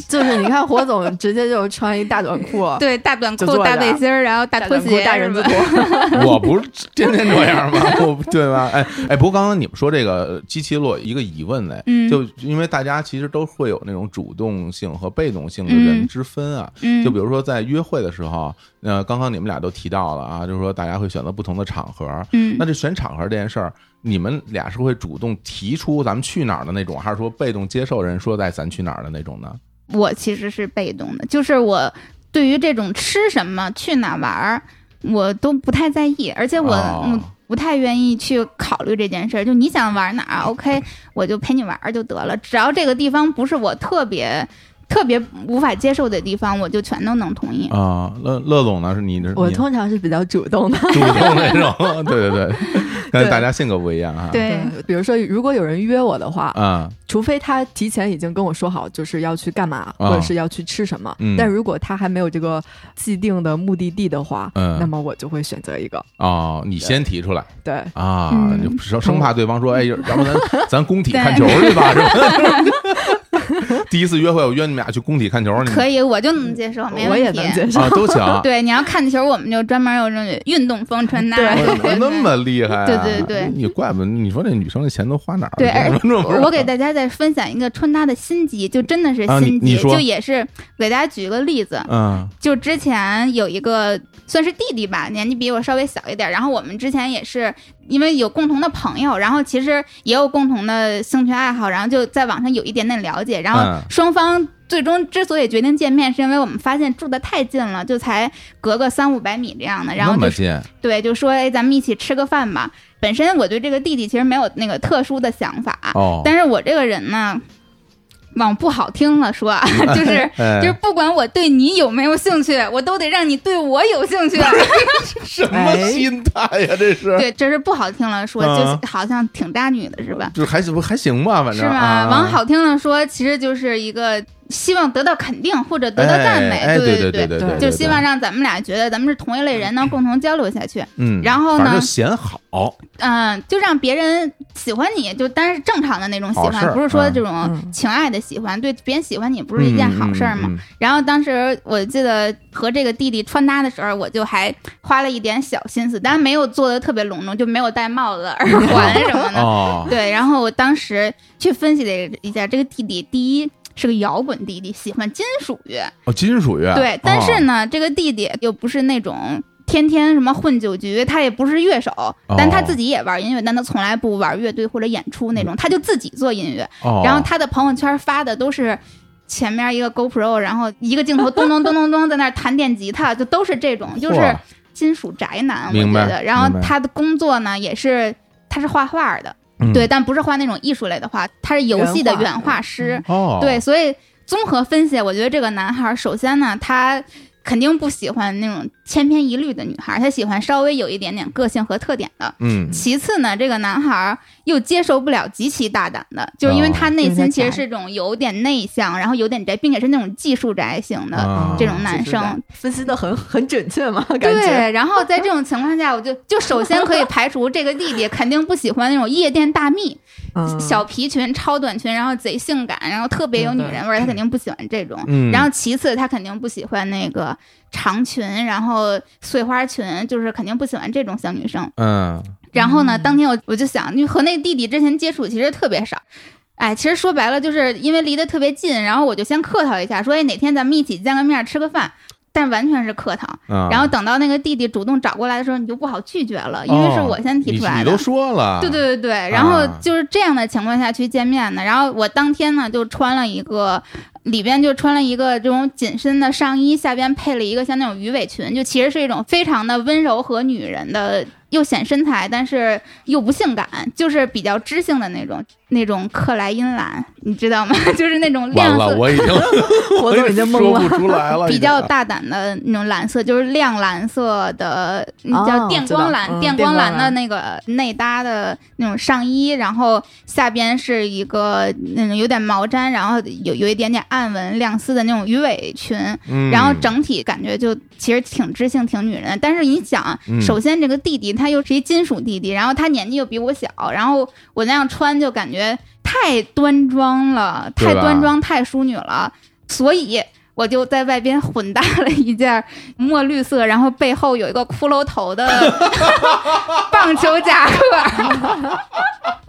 C: 就是你看火总直接就穿一大短裤，
B: [LAUGHS] 对，大短
C: 就坐
B: 裤、
C: 着
B: 大背心儿，然后大
C: 大
B: 拖
C: 短裤 [LAUGHS]
B: 鞋、
C: 大人字
B: 是吧
C: 拖，
A: 我不是天天这样吗？ [LAUGHS] 我不对吧？哎哎，不过刚刚你们说这个呃机器落一个疑问哎，
B: 嗯
A: 就因为大家其实都会有那种主动性和被动性的人
B: 嗯
A: 之分啊。
B: 嗯，
A: 就比如说在约会的时候，呃，刚刚你们俩都提到了啊，就是说大家会选择不同的场合。
B: 嗯
A: 那这选场合这件事儿，你们俩是会主动提出咱们去哪儿的那种，还是说被动接受人说带咱去哪儿的那种呢？
B: 我其实是被动的，就是我对于这种吃什么、去哪玩儿，我都不太在意，而且我、
A: 哦
B: 我不太愿意去考虑这件事儿。就你想玩哪儿，OK，我 [LAUGHS] 就陪你玩儿就得了，只要这个地方不是我特别。特别无法接受的地方，我就全都能同意。
A: 啊、乐乐总呢？是你的
C: 我
A: 你
C: 通常是比较主动的。
A: 主动那种，对对对，但
C: 对
A: 大家性格不一样啊。
B: 对，
C: 比如说，如果有人约我的话，
A: 啊，
C: 除非他提前已经跟我说好，就是要去干嘛，
A: 啊
C: 或者是要去吃什么。
A: 嗯
C: 但如果他还没有这个既定的目的地的话，
A: 嗯
C: 那么我就会选择一个。
A: 哦，你先提出来
C: 对，
A: 啊，
B: 嗯
A: 就生生怕对方说，哎，要不咱
B: [LAUGHS]
A: 咱工体看球去吧，是吧？
B: [LAUGHS]
A: 第一次约会，我约你们俩去工体看球，你们
B: 可以，我就能接
A: 嗯
B: 受，没
C: 我
B: 问题。
C: 也能接
B: [LAUGHS]
C: 受。
A: 啊都行。
B: 对，你要看球，我们就专门有这种运动风
A: [LAUGHS]
B: 穿搭。啊
C: 对
B: 对
A: 我
B: 对
A: 哎那
B: 对
A: 么厉害、啊，
B: 对对对
A: 你怪不得你说这女生的钱都花哪儿去
B: 对而
A: 了？这不是
B: 我给大家再分享一个穿搭的心机，就真的是
A: 啊你
B: 心
A: 你
B: 机，
A: 说
B: 就也是给大家举一个例子，
A: 嗯
B: 就之前有一个算是弟弟吧，年纪比我稍微小一点，然后我们之前也是因为有共同的朋友，然后其实也有共同的兴趣爱好，然后就在网上有一点点了解，然后
A: 嗯
B: 双方最终之所以决定见面，是因为我们发现住的太近了，就才隔个三五百米这样的，然后
A: 那
B: 就
A: 么
B: 是
A: 近
B: 对，就说哎，咱们一起吃个饭吧。本身我对这个弟弟其实没有那个特殊的想法，
A: 哦，
B: 但是我这个人呢，往不好听了说啊， [LAUGHS] 就是。
A: 哎
B: 就是不管我对你有没有兴趣，我都得让你对我
A: [LAUGHS]
B: 有兴趣。
A: 什么心态呀、这是
B: 对，这是不好听了说，
A: 嗯
B: 就好像挺渣女的是吧？
A: 就是还行不还行吧，反正
B: 是吧？
A: 啊、
B: 往好听了说，其实就是一个希望得到肯定或者得到赞美，
A: 哎哎、
B: 对
A: 对
B: 对
A: 对
C: 对
B: 就希望让咱们俩觉得咱们是同一类人，能共同交流下去。
A: 嗯，
B: 然后呢
A: 反正就显好
B: 嗯，就让别人喜欢你，就但是正常的那种喜
A: 好事
B: 欢，
A: 儿
B: 不是说
A: 嗯
B: 这种
C: 嗯
B: 情爱的喜欢，对别人喜欢你不是一件好事儿吗？
A: 嗯嗯嗯
B: 然后当时我记得和这个弟弟穿搭的时候，我就还花了一点小心思，但没有做的特别隆重，就没有戴帽子、耳环什么的。
A: 哦，
B: [LAUGHS] 对，然后我当时去分析了一下，这个弟弟第一是个摇滚弟弟，喜欢金属乐，
A: 哦，金属乐
B: 对，但是
A: 呢，
B: 呢，这个弟弟又不是那种天天什么混酒局，他也不是乐手，但他自己也玩音乐，但他从来不玩乐队或者演出那种，他就自己做音乐。
A: 哦、
B: 然后他的朋友圈发的都是前面一个 GoPro，然后一个镜头咚咚咚咚咚在那儿弹电吉他，就都是这种，就是
A: 嚯
B: 金属宅男，我
A: 明
B: 觉
A: 白
B: 得。然后
A: 明白
B: 他的工作呢也是。他是画画的，
A: 嗯
B: 对，但不是画那种艺术类的画，他是游戏的
C: 原画
B: 原画师。
A: 哦
B: 对，所以综合分析，我觉得这个男孩儿首先呢，他肯定不喜欢那种千篇一律的女孩儿，他喜欢稍微有一点点个性和特点的。
A: 嗯
B: 其次呢，这个男孩儿又接受不了极其大胆的，就是因为
A: 哦
B: 他内
C: 有
B: 心
C: 点
B: 其实
C: 宅
B: 是一种有点内向，然后有点宅，并且是那种技术宅型的。
A: 啊
B: 这种男生
C: 分析的很很准确嘛，感觉。
B: 对，然后在这种情况下，我就就首先可以排除这个弟弟肯定不喜欢那种夜店大蜜，
C: 嗯
B: 小皮裙、超短裙，然后贼性感，然后特别有女人味儿，他肯定不喜欢这种。
A: 嗯
B: 然后其次，他肯定不喜欢那个长裙，然后碎花裙，就是肯定不喜欢这种小女生。
A: 嗯
B: 然后呢，当天我我就想，因为和那弟弟之前接触其实特别少。哎，其实说白了，就是因为离得特别近，然后我就先客套一下，说哎哪天咱们一起见个面吃个饭，但完全是客套。
A: 啊，哦
B: 然后等到那个弟弟主动找过来的时候，你就不好拒绝了，因为是我先提出来
A: 你
B: 的。
A: 你都说了，
B: 对对对对，然后就是这样的情况下去见面的。然后我当天呢就穿了一个，里边就穿了一个这种紧身的上衣，下边配了一个像那种鱼尾裙，就其实是一种非常的温柔和女人的，又显身材，但是又不性感，就是比较知性的那种。那种克莱因蓝，你知道吗？ [LAUGHS] 就是那种
A: 完
B: 亮
A: 了，
B: 色。
A: 我已经
C: [LAUGHS] 我
A: 我
C: 都已经 [LAUGHS] 懵
A: 说
C: 了。啊
A: 不出来了，
B: [LAUGHS] 比
A: 已经
B: 较大胆的那种蓝色，就是亮蓝色的，嗯
C: 哦
B: 叫电光蓝
C: 知、道嗯
B: 电光蓝的
C: 电光蓝
B: 那个内搭的那种上衣，然后下边是一个那种有点毛毡，然后有有一点点暗纹亮丝的那种鱼尾裙，
A: 嗯
B: 然后整体感觉就其实挺知性、挺女人的。但是你想啊
A: 嗯，
B: 首先这个弟弟他又是一金属弟弟，然后他年纪又比我小，然后我那样穿就感觉太端庄了，
A: 对吧
B: 太端庄、太淑女了，所以。我就在外边混搭了一件墨绿色，然后背后有一个骷髅
A: [LAUGHS]
B: 头的棒球夹克， [LAUGHS]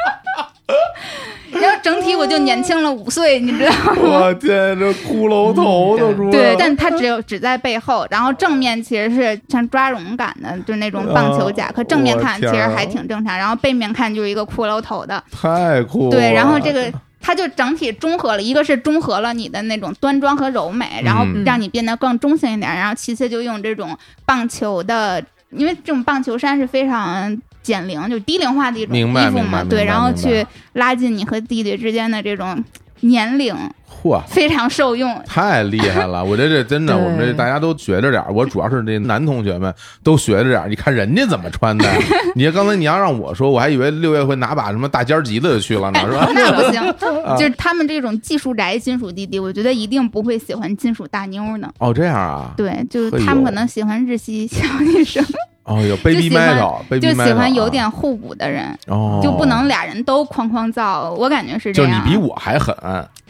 B: 然后整体我就年轻了五岁，你知道吗？
A: 我天，这骷髅头都出来了，
B: 嗯对，但它只有只在背后，然后正面其实是像抓绒感的，就那种棒球夹克。
A: 啊
B: 正面看其
A: 我
B: 实
A: 天啊
B: 还挺正常，然后背面看就是一个骷髅头的。
A: 太酷了，
B: 对，然后嗯这个它就整体中和了，一个是中和了你的那种端庄和柔美，然后
A: 嗯
B: 让你变得更中性一点，然后其次就用这种棒球的，因为这种棒球衫是非常。减龄就低龄化的一种衣
A: 明白
B: 服
A: 明白
B: 嘛，
A: 明白
B: 对，然后
A: 明白
B: 去拉近你和弟弟之间的这种年龄，
A: 嚯。
B: 非常受用。
A: 太厉害了！我觉得这真的，
C: 对
A: 我们这大家都学着点儿。我主要是这男同学们都学着点儿，你看人家怎么穿
B: [LAUGHS]
A: 的。你刚才你要让我说，我还以为六月会拿把什么大尖儿吉他就去了呢，是吧？
B: [LAUGHS] 那不
A: [LAUGHS]
B: 行，
A: 啊
B: 就是他们这种技术宅金属弟弟，我觉得一定不会喜欢金属大妞呢。
A: 哦，这样啊。
B: 对，就是
A: 哎呦
B: 他们可能喜欢日系小
A: [LAUGHS]
B: 女生，
A: 哦，有 baby
B: 就喜欢
A: metal，baby
B: 就
A: metal，
B: 喜欢
A: 啊
B: 有点互补的人，
A: 哦，
B: 就不能俩人都哐哐造。我感觉是
A: 就
B: 这
A: 是你
B: 样，
A: 比我还狠，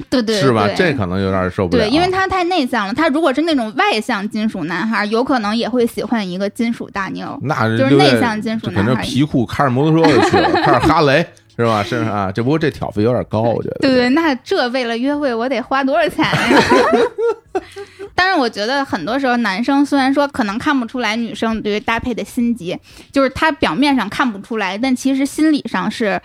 B: 对对
A: 是吧？
B: 对
A: 这可能有点受不了。
B: 对，因为他太内向了。他如果是那种外向金属男孩，有可能也会喜欢一个金属大妞，
A: 那
B: 就是
A: 六月
B: 内向金属
A: 这肯
B: 男
A: 定
B: 孩。
A: 皮裤开着摩托车就去了，开着哈雷是吧？是啊，这不过这挑费有点高，我觉得。
B: 对对，那这为了约会，我得花多少钱呀？
C: [LAUGHS]
B: 但是我觉得很多时候，男生虽然说可能看不出来女生对于搭配的心机，就是他表面上看不出来，但其实心理上是，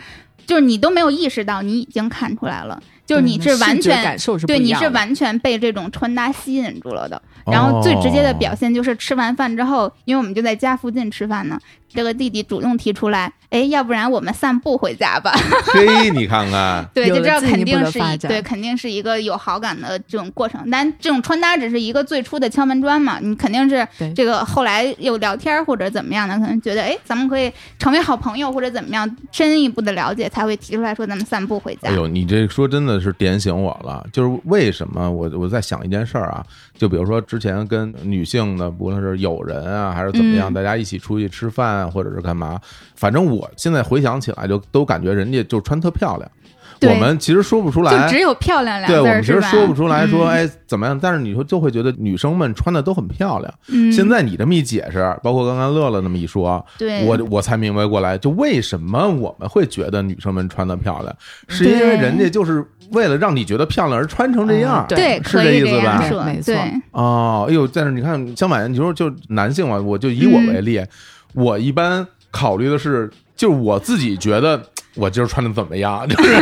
B: 就是你都没有意识到，你已经看出来了，就是你是完
C: 嗯视觉
B: 全
C: 感受是不
B: 对，
C: 一
B: 你
C: 样
B: 是
C: 的
B: 完全被这种穿搭吸引住了的。然后最直接的表现就是吃完饭之后，因为我们就在家附近吃饭呢，这个弟弟主动提出来，哎，要不然我们散步回家吧。
A: 嘿，你看看，
B: 对，
C: 有
B: 就
C: 了
B: 知道
C: 进
B: 肯
C: 一步
B: 定
C: 的
B: 是
C: 发
B: 一
C: 展
B: 对，肯定是一个有好感的这种过程。但这种穿搭只是一个最初的敲门砖嘛，你肯定是
C: 对
B: 这个后来又聊天或者怎么样的，可能觉得哎，咱们可以成为好朋友或者怎么样，深一步的了解才会提出来说咱们散步回家
A: 哎。呦，你这说真的是点醒我了，就是为什么我我在想一件事儿啊，就比如说之前跟女性的，不论是友人啊还是怎么样，
B: 嗯
A: 大家一起出去吃饭啊或者是干嘛，反正我现在回想起来就都感觉人家就穿特漂亮，
B: 对
A: 我们其实说不出来，
B: 就只有漂亮俩
A: 对，我
B: 字儿
A: 们其
B: 是
A: 实
B: 吧？
A: 说不出来
B: 嗯
A: 说，哎怎么样？但是你说就会觉得女生们穿的都很漂亮。
B: 嗯，
A: 现
B: 嗯
A: 在你这么一解释，包括刚刚乐乐那么一说，
B: 对
A: 我我才明白过来，就为什么我们会觉得女生们穿的漂亮，是因为
B: 对
A: 人家就是为了让你觉得漂亮而穿成这样
C: 嗯。对
B: 对，
A: 是
B: 可
A: 这
B: 以
A: 意思吧
B: 样说
C: 没，错
B: 对，
A: 哦，哎呦，但是你看，相反，你说就男性嘛，我就以我为例，我一般考虑的是，就是我自己觉得我今儿穿的怎么样， [LAUGHS] 就是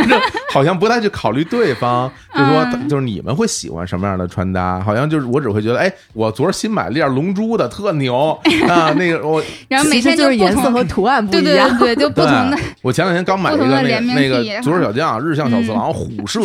A: 好像不太去考虑对方，就说
B: 嗯
A: 就是你们会喜欢什么样的穿搭，好像就是我只会觉得，哎，我昨儿新买了一件龙珠的，特牛啊，那个我
B: 然后每
C: 其实
B: 天
C: 就是
B: 不
C: 颜色
B: 同
C: 和。图案不
B: 对
C: 一
B: 对
C: 样。
B: 对对，就不
A: 对
B: 同的，
A: 我前两天刚买一个
B: 不同的
A: 那个
B: 联名
A: 那个
B: 体嗯
A: 左手小将、日向小次郎、虎射，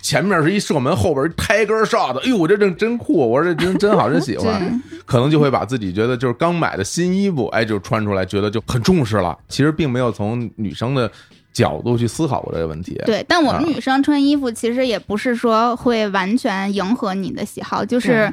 A: 前面是一射门，后边一开根哨子，哎呦，我这真真酷，我说这真真好，真喜
B: [LAUGHS]
A: 欢，可能就会把自己觉得就是刚买的新衣服，哎，就穿出来，觉得就很重视了。其实并没有从女生的角度去思考过这个问题。
B: 对，但我
A: 啊
B: 们女生穿衣服其实也不是说会完全迎合你的喜好，就是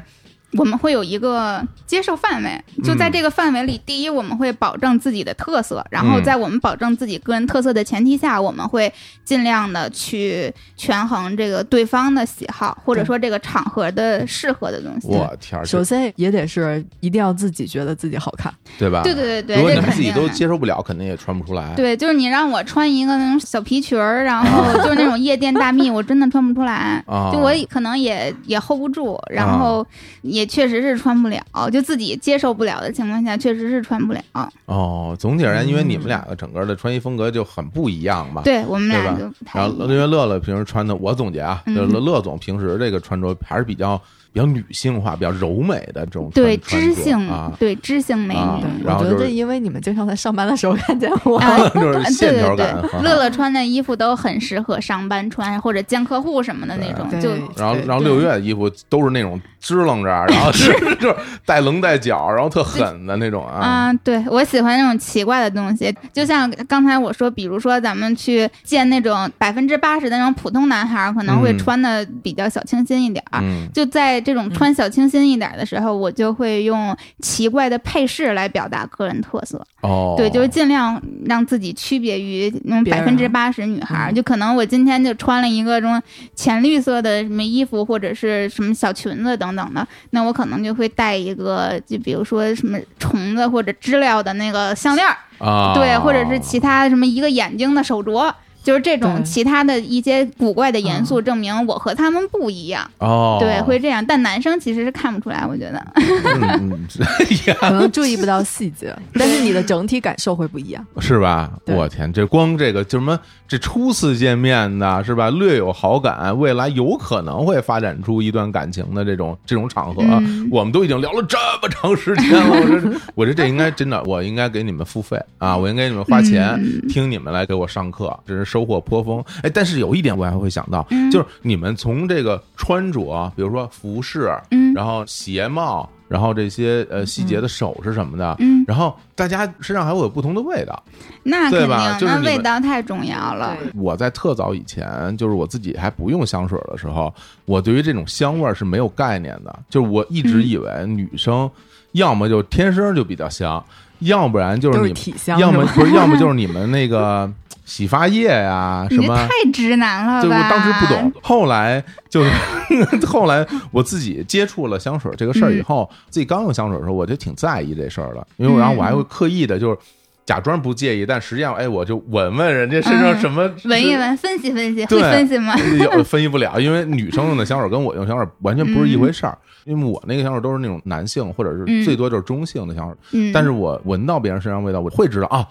C: 对
B: 我们会有一个接受范围，就在
A: 嗯
B: 这个范围里，第一我们会保证自己的特色，然后
A: 嗯
B: 在我们保证自己个人特色的前提下，我们会尽量的去权衡这个对方的喜好，或者
C: 对
B: 说这个场合的适合的东西。
A: 我天儿，
C: 首先也得是一定要自己觉得自己好看，
A: 对吧？
B: 对对对
A: 如果
B: 对，
A: 你
B: 这
A: 们
B: 肯
A: 自己
B: 定
A: 都
B: 的。
A: 接受不了，肯定也穿不出来。
B: 对，就是你让我穿一个那种小皮裙儿，
A: [LAUGHS]
B: 然后就是那种夜店大蜜，我真的穿不出来。
A: 啊，
B: 就我可能也也 hold 不住，然后也确实是穿不了，就自己接受不了的情况下，确实是穿不了。
A: 哦，总体而言，因为你们
C: 嗯
A: 俩的整个的穿衣风格就很不一样嘛。
B: 对我们
A: 对
B: 俩
A: 吧
B: 就不太
A: 然
B: 一
A: 后
B: 样
A: 因为乐乐平时穿的，我总结啊，
B: 嗯
A: 就是乐乐总平时这个穿着还是比较比较女性化、比较柔美的这种
B: 对
A: 穿穿
B: 知
A: 着
B: 性
A: 啊，， [LAUGHS]
B: 对知性美
A: 啊
B: 女。
A: 然后
C: 嗯我觉
A: 就
C: 得
A: 是
C: 因为你们经常在上班的时候看见
B: [LAUGHS]
C: 我，
B: 啊
A: [LAUGHS] 就是线
B: 对
A: 条
B: 对对
A: 感。，啊哈
B: 乐乐穿的衣服都很适合上班穿，或者见客户什么的那种，
C: 对
B: 就
A: 然后，
C: 对
A: 然后六月的衣服都是那种支棱着，然
B: [LAUGHS]
A: 后是 [LAUGHS] 就是带棱带角，然后特狠的那种啊。
B: 啊，对我喜欢那种奇怪的东西，就像刚才我说，比如说咱们去见那种百分之八十的那种普通男孩儿，可能会
A: 嗯
B: 穿的比较小清新一点儿。
A: 嗯，
B: 就在这种穿小清新一点儿的时候，我就会用奇怪的配饰来表达个人特色。
A: 哦，
B: 对，就是尽量让自己区别于那种
C: 别
B: 百
C: 人
B: 分之八十女孩儿。
C: 嗯
B: 就可能我今天就穿了一个这种浅绿色的什么衣服，或者是什么小裙子等等的，那我可能就会戴一个，就比如说什么虫子或者知了的那个项链儿，
C: 哦
A: 啊，
B: 对，或者是其他什么一个眼睛的手镯。就是这种
C: 对嗯
B: 其他的一些古怪的元素，证明我和他们不一样，
A: 哦，
B: 对，会这样。但男生其实是看不出来，我觉得。
A: 嗯，嗯
B: [LAUGHS]
C: 可能注意不到细节，但是你的整体感受会不一样。
A: 是吧？
C: 对
A: 我天，这光这个就什么，这初次见面的是吧？略有好感，未来有可能会发展出一段感情的这种这种场合，
B: 嗯
A: 我们都已经聊了这么长时间了。我
B: [LAUGHS]
A: 这我这这应该真的，我应该给你们付费啊！我应该给你们花钱、
B: 嗯
A: 听你们来给我上课，真是收获颇丰。哎，但是有一点我还会想到，
B: 嗯
A: 就是你们从这个穿着，比如说服饰，
B: 嗯
A: 然后鞋帽，然后这些呃细节的首饰什么的，
B: 嗯，
A: 然后大家身上还会有不同的味道。
B: 那肯
A: 对
B: 定，
A: 吧就是
B: 那
A: 你
B: 味
A: 们
B: 道太重要了。
A: 我在特早以前，就是我自己还不用香水的时候，我对于这种香味儿是没有概念的。就是我一直以为女生要么就天生就比较香，要不然就是
C: 都
A: 你
C: 是体香
A: 要么
C: 是吧
A: 不是，要么就是你们那个洗发液呀、
B: [LAUGHS]
A: 什
B: 你这
A: 么。
B: 太直男了吧？
A: 就我当时不懂，后来就是 [LAUGHS] 后来我自己接触了香水这个事
B: 嗯
A: 儿以后，自己刚用香水的时候，我就挺在意这事儿了，因为我然后我还会刻意的就是。假装不介意，但实际上，哎，我就闻闻人家身上
B: 嗯
A: 什么，
B: [LAUGHS] 闻一闻，分析分析，
A: 对
B: 会分析
A: [LAUGHS]
B: 吗？
A: 有分析不了，因为女生用的香水跟我用香水完全不是一回事儿。因为我那个香水都是那种男性或者是
B: 嗯
A: 最多就是中性的香水，
B: 嗯，
A: 但是我闻到别人身上味道，我会知道啊，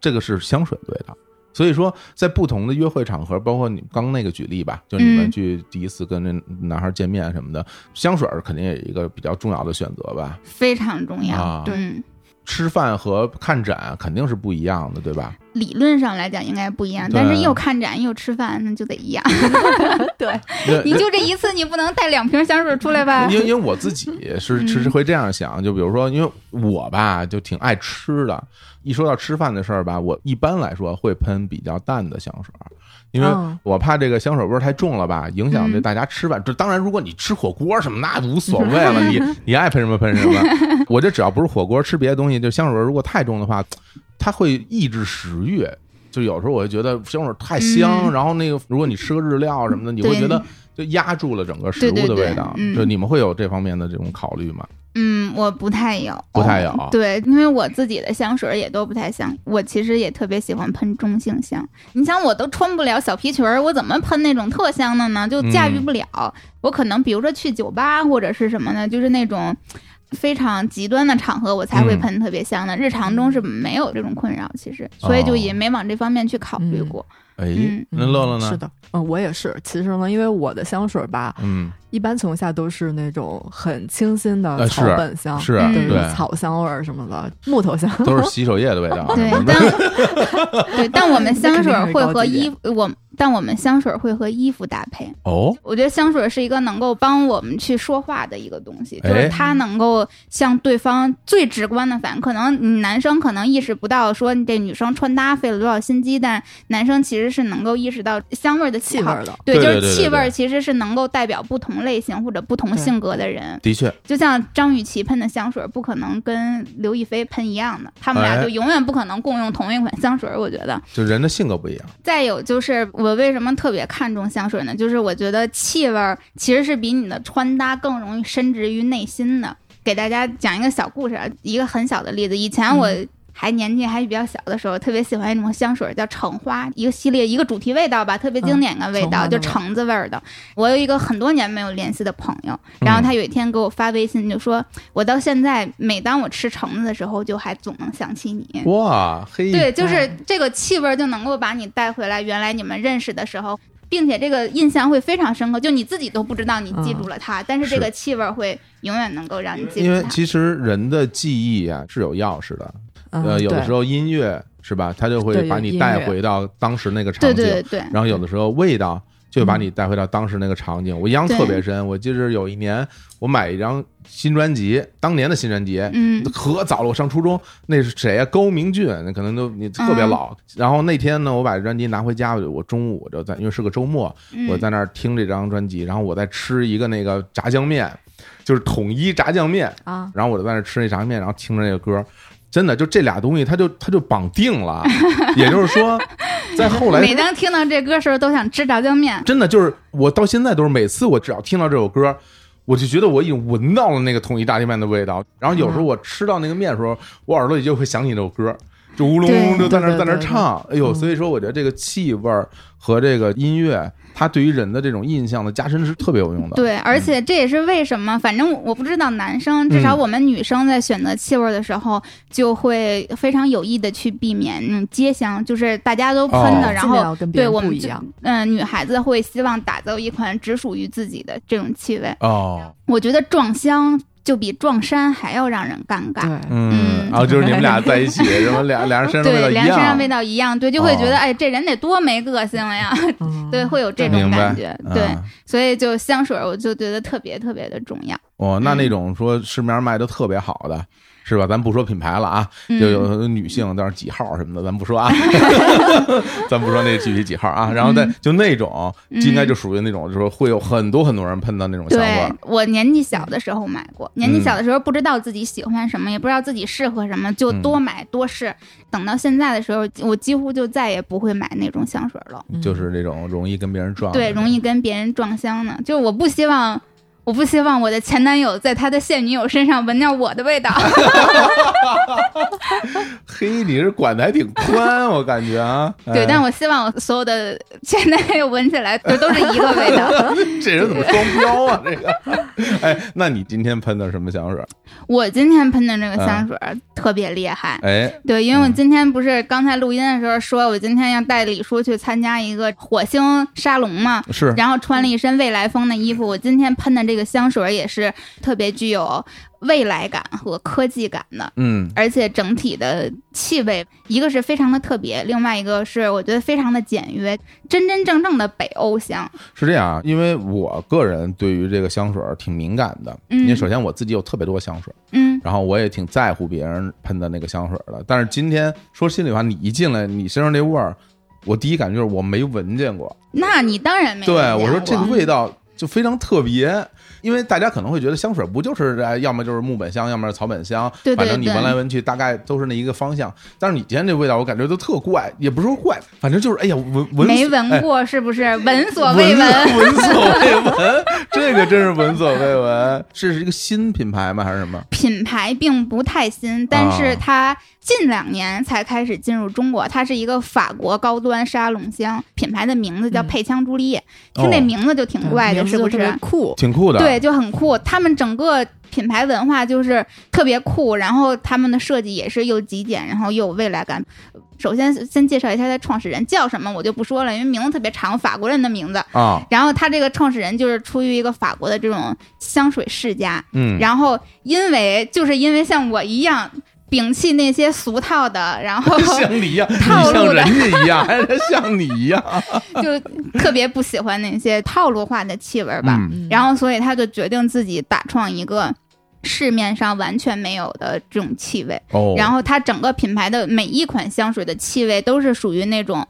A: 这个是香水的味道。所以说，在不同的约会场合，包括你刚那个举例吧，就你们
B: 嗯
A: 去第一次跟那男孩见面什么的，香水儿肯定也一个比较重要的选择吧。
B: 非常重
A: 啊
B: 要。嗯，
A: 吃饭和看展肯定是不一样的，对吧？
B: 理论上来讲应该不一样，
A: 对
B: 但是又看展又吃饭，那就得一
A: [LAUGHS]
B: 样。 [LAUGHS]
C: 对，
A: 那
B: 你就这一次，你不能带两瓶香水出
A: [LAUGHS]
B: 来吧嗯
A: 因？为因为我自己是是是会这样想，就比如说，因为我吧就挺爱吃的，一说到吃饭的事儿吧，我一般来说会喷比较淡的香水儿，因为
B: 哦
C: 嗯
A: 我怕这个香水味儿太重了吧，影响这
B: 嗯
A: 大家吃饭。这当然，如果你吃火锅什么，那无所谓了，
B: [LAUGHS]
A: 你你爱喷什么喷什么。我这只要不是火锅，吃别的东西，就香水味儿如果太重的话，它会抑制食欲。就有时候我会觉得香水太香，
B: 嗯
A: 然后那个如果你吃个日料什么的，你会
B: 对
A: 觉得就压住了整个食物
B: 对
A: 的
B: 对对
A: 味道。
B: 嗯
A: 就你们会有这方面的这种考虑吗？
B: 嗯，我不太有，哦
A: 不太有
B: 对，因为我自己的香水也都不太香，我其实也特别喜欢喷中性香。你想，我都穿不了小皮裙儿，我怎么喷那种特香的呢？就
C: 嗯
B: 驾驭不了。我可能比如说去酒吧或者是什么呢，就是那种。非常极端的场合，我才会
A: 嗯
B: 喷特别香的。日常中是没有这种困扰，其实，所
C: 哦
B: 以就也没往这方面去考虑
C: 嗯
B: 过。
A: 哎，
B: 嗯
A: [LAUGHS] 那乐乐呢？
C: 是的，嗯，我也是。其实呢，因为我的香水吧，
A: 嗯，
C: 一般情况下都是那种很清新
A: 呃
C: 的
A: 是
C: 草本香，
A: 是啊
B: 嗯
C: 对
A: 对，
C: 草香味儿什么的，木头香。
A: 都是洗手液的味道。啊嗯
B: 对
C: [LAUGHS]
A: 你们，
B: 但对，但 [LAUGHS] 我们香水
C: 那肯定是
B: 会
C: 高
B: 和
C: 级一
B: 衣
C: 点
B: 服，我但我们香水会和衣服搭配。
A: 哦，
B: 我觉得香水是一个能够帮我们去说话的一个东西，就是
A: 哎
B: 它能够向对方最直观的反应。可能你男生可能意识不到说你这女生穿搭费了多少心机，但男生其实是能够意识到香味儿的
C: [LAUGHS] 气
B: 好
C: 味儿的。
B: 对，
A: 对
B: 就
A: 对对
B: 是气
A: 对
B: 味儿
A: 对
B: 其实是能够代表不同类型或者不同
C: 对
B: 性格的人。
A: 的确，
B: 就像张雨绮喷的香水，不可能跟刘亦菲喷一样的，他们俩
A: 哎
B: 就永远不可能共用同一款香水儿。我觉得，
A: 就人的性格不一样。
B: 再有就是，我为什么特别看重香水呢？就是我觉得气味儿其实是比你的穿搭更容易深植于内心的。给大家讲一个小故事，啊，一个很小的例子。以
C: 嗯
B: 前我还年纪还比较小的时候，特别喜欢一种香水叫橙花，一个系列一个主题味道吧，特别经典的味道，
C: 嗯橙花
B: 就
C: 的味儿
B: 橙子味儿的。我有一个很多年没有联系的朋友，然
C: 嗯
B: 后他有一天给我发微信，就说我到现在每当我吃橙子的时候，就还总能想起你。
A: 哇，嘿，
B: 对，就是
C: 嗯
B: 这个气味儿就能够把你带回来，原来你们认识的时候。并且这个印象会非常深刻，就你自己都不知道你记住了它，但是这个气味儿会永远能够让你记
A: 嗯因
B: 住
A: 为
B: 它。
A: 其实人的记忆啊是有钥匙的， [LAUGHS]
B: 嗯
A: 呃，有的时
C: 候
A: 候音乐是吧，它就会
C: 对
A: 把
C: 有
A: 你
C: 音
A: 带
C: 乐
A: 回到当时那个场
B: 对
A: 景，
B: 对嗯对对，
A: 然后有的时候味道就把你带回到当时那个场景。我印象特别深，我记着有一年我买一张新专辑，当年的新专辑。
B: 嗯，
A: 可早了，我上初中，那是谁呀、高明俊，那可能都你特别
B: 嗯
A: 老。然后那天呢，我把专辑拿回家，我中午我就在，因为是个周末，
B: 嗯
A: 我在那儿听这张专辑，然后我在吃一个那个炸酱面，就是统一炸酱面，
C: 啊，
A: 然后我就在那吃那炸酱面，然后听着那个歌，真的就这俩东西，它就它就绑定了， [LAUGHS] 也就是说，在后来嗯
B: 每当听到这歌的时候，都想吃炸酱面。
A: 真的就是我到现在都是每次我只要听到这首歌，我就觉得我已经闻到了那个统一大地面的味道。然后有时候我吃到那个面的时候，我耳朵里就会想起这首歌，
B: 嗯
A: 就乌隆隆
B: 对
A: 就在那儿
C: 对对
A: 在那儿
C: 对
A: 唱。哎呦，
C: 嗯
A: 所以说我觉得这个气味儿和这个音乐，它对于人的这种印象的加深是特别有用的。
B: 对，而且这也是为什么，反正我不知道男生，至
A: 嗯
B: 少我们女生在选择气味的时候，就会非常有意的去避免嗯街香，就是大家都喷的，
A: 哦
B: 然后
C: 跟别
B: 对
C: 人
B: 我
C: 不
B: 们
C: 一
B: 就
C: 样，
B: 嗯、女孩子会希望打造一款只属于自己的这种气味。
A: 哦，
B: 我觉得撞香就比撞衫还要让人尴尬。
C: 对，
A: 嗯，
B: 嗯
A: 然后就是你们俩在一
B: [LAUGHS]
A: 起，什么俩俩人身上味道
B: 对，
A: 一
B: 两身上味
A: 样。
B: 道一样，对，就会觉
A: 哦
B: 得，哎，这人得多没个性呀，
C: 嗯
B: [LAUGHS] 对，会有这
A: 明
B: 种
A: 白
B: 感觉，对，
A: 嗯
B: 所以就香水，我就觉得特别特别的重要。
A: 哦，那
B: 嗯
A: 那种说市面上卖的特别好的，是吧？咱不说品牌了啊，
B: 嗯
A: 就有女性，但是几号什么的，咱不说
B: [LAUGHS]
A: 啊，咱不说那具体几号啊。然后再就那种，
B: 嗯
A: 应该就属于那种，就是说会有很多很多人喷到那种香味
B: 对
A: 儿。
B: 我年纪小的时候买
A: 嗯
B: 过，年纪小的时候不知道自己喜欢什么，也不知道自己适合什么，就多买多试。等到现在的时候，我几乎就再也不会买那种香水了。
C: 嗯
A: 就是那种容易跟别人撞的那
B: 对，
A: 种，
B: 容易跟别人撞香呢。就我不希望，我不希望我的前男友在他的现女友身上闻到我的味道。
A: [LAUGHS] 嘿，你这管的还挺宽，我感觉啊。
B: [LAUGHS] 对，
A: 哎 [LAUGHS]
B: 但我希望我所有的前男友闻起来就都是一个味
A: [LAUGHS]
B: 道。
A: 这人怎么双标啊？这个，哎，那你今天喷的什么香水？
B: 我今天喷的这个香水儿特别厉害，
A: 嗯哎，
B: 对，因为我
A: 嗯
B: 今天不是刚才录音的时候说，我今天要带李叔去参加一个火星沙龙嘛，
A: 是
B: 然后穿了一身未来风的衣服。我今天喷的这个香水也是特别具有未来感和科技感的，
A: 嗯，
B: 而且整体的气味，一个是非常的特别，另外一个是我觉得非常的简约，真真正正的北欧香。
A: 是这样啊，因为我个人对于这个香水儿挺敏感的，
B: 嗯
A: 因为首先我自己有特别多香水儿，
B: 嗯，
A: 然后我也挺在乎别人喷的那个香水儿的。但是今天说心里话，你一进来，你身上那味儿，我第一感觉就是我没闻见过。
B: 那你当然没
A: 对
B: 有见过
A: 我说这个味道就非常特别，因为大家可能会觉得香水不就是哎要么就是木本香，要么是草本香，
B: 对对
A: 反正你
B: 对
A: 闻来闻去大概都是那一个方向。但是你今天这味道，我感觉都特怪，也不是说怪，反正就是哎呀闻闻
B: 没
A: 哎
B: 闻过是不是？闻所未闻。
A: 闻所未闻，这个真是闻所未闻。这是一个新品牌吗？还是什么？
B: 品牌并不太新，但
A: 啊
B: 是它近两年才开始进入中国。它是一个法国高端沙龙香品牌的名字叫
C: 嗯
B: 佩枪朱丽叶，
A: 哦
B: 听这名字就挺
C: 对
B: 怪的，
C: 名字
B: 是不
C: 就特别
B: 是？
C: 酷？
A: 挺酷的。
B: 对，就很酷。他们整个品牌文化就是特别酷，然后他们的设计也是又极简，然后又有未来感。首先，先介绍一下它的创始人叫什么，我就不说了，因为名字特别长，法国人的名字。
A: 啊，
B: 然后他这个创始人就是出于一个法国的这种香水世家，
A: 嗯，
B: 然后因为就是因为像我一样摒弃那些俗套的，然
A: [LAUGHS]
B: 后
A: 像你一样，你
B: [LAUGHS] 套
A: 像
B: 路的
A: 人家一样，还是像你
B: [LAUGHS]
A: 一样
B: 就特别不喜欢那些套路化的气味吧。
A: 嗯，
B: 然
C: 后
B: 后所以他就决定自己打创一个市面上完全没有的这种气味。
A: 哦，
B: 然后它整个品牌的每一款香水的气味都是属于那种。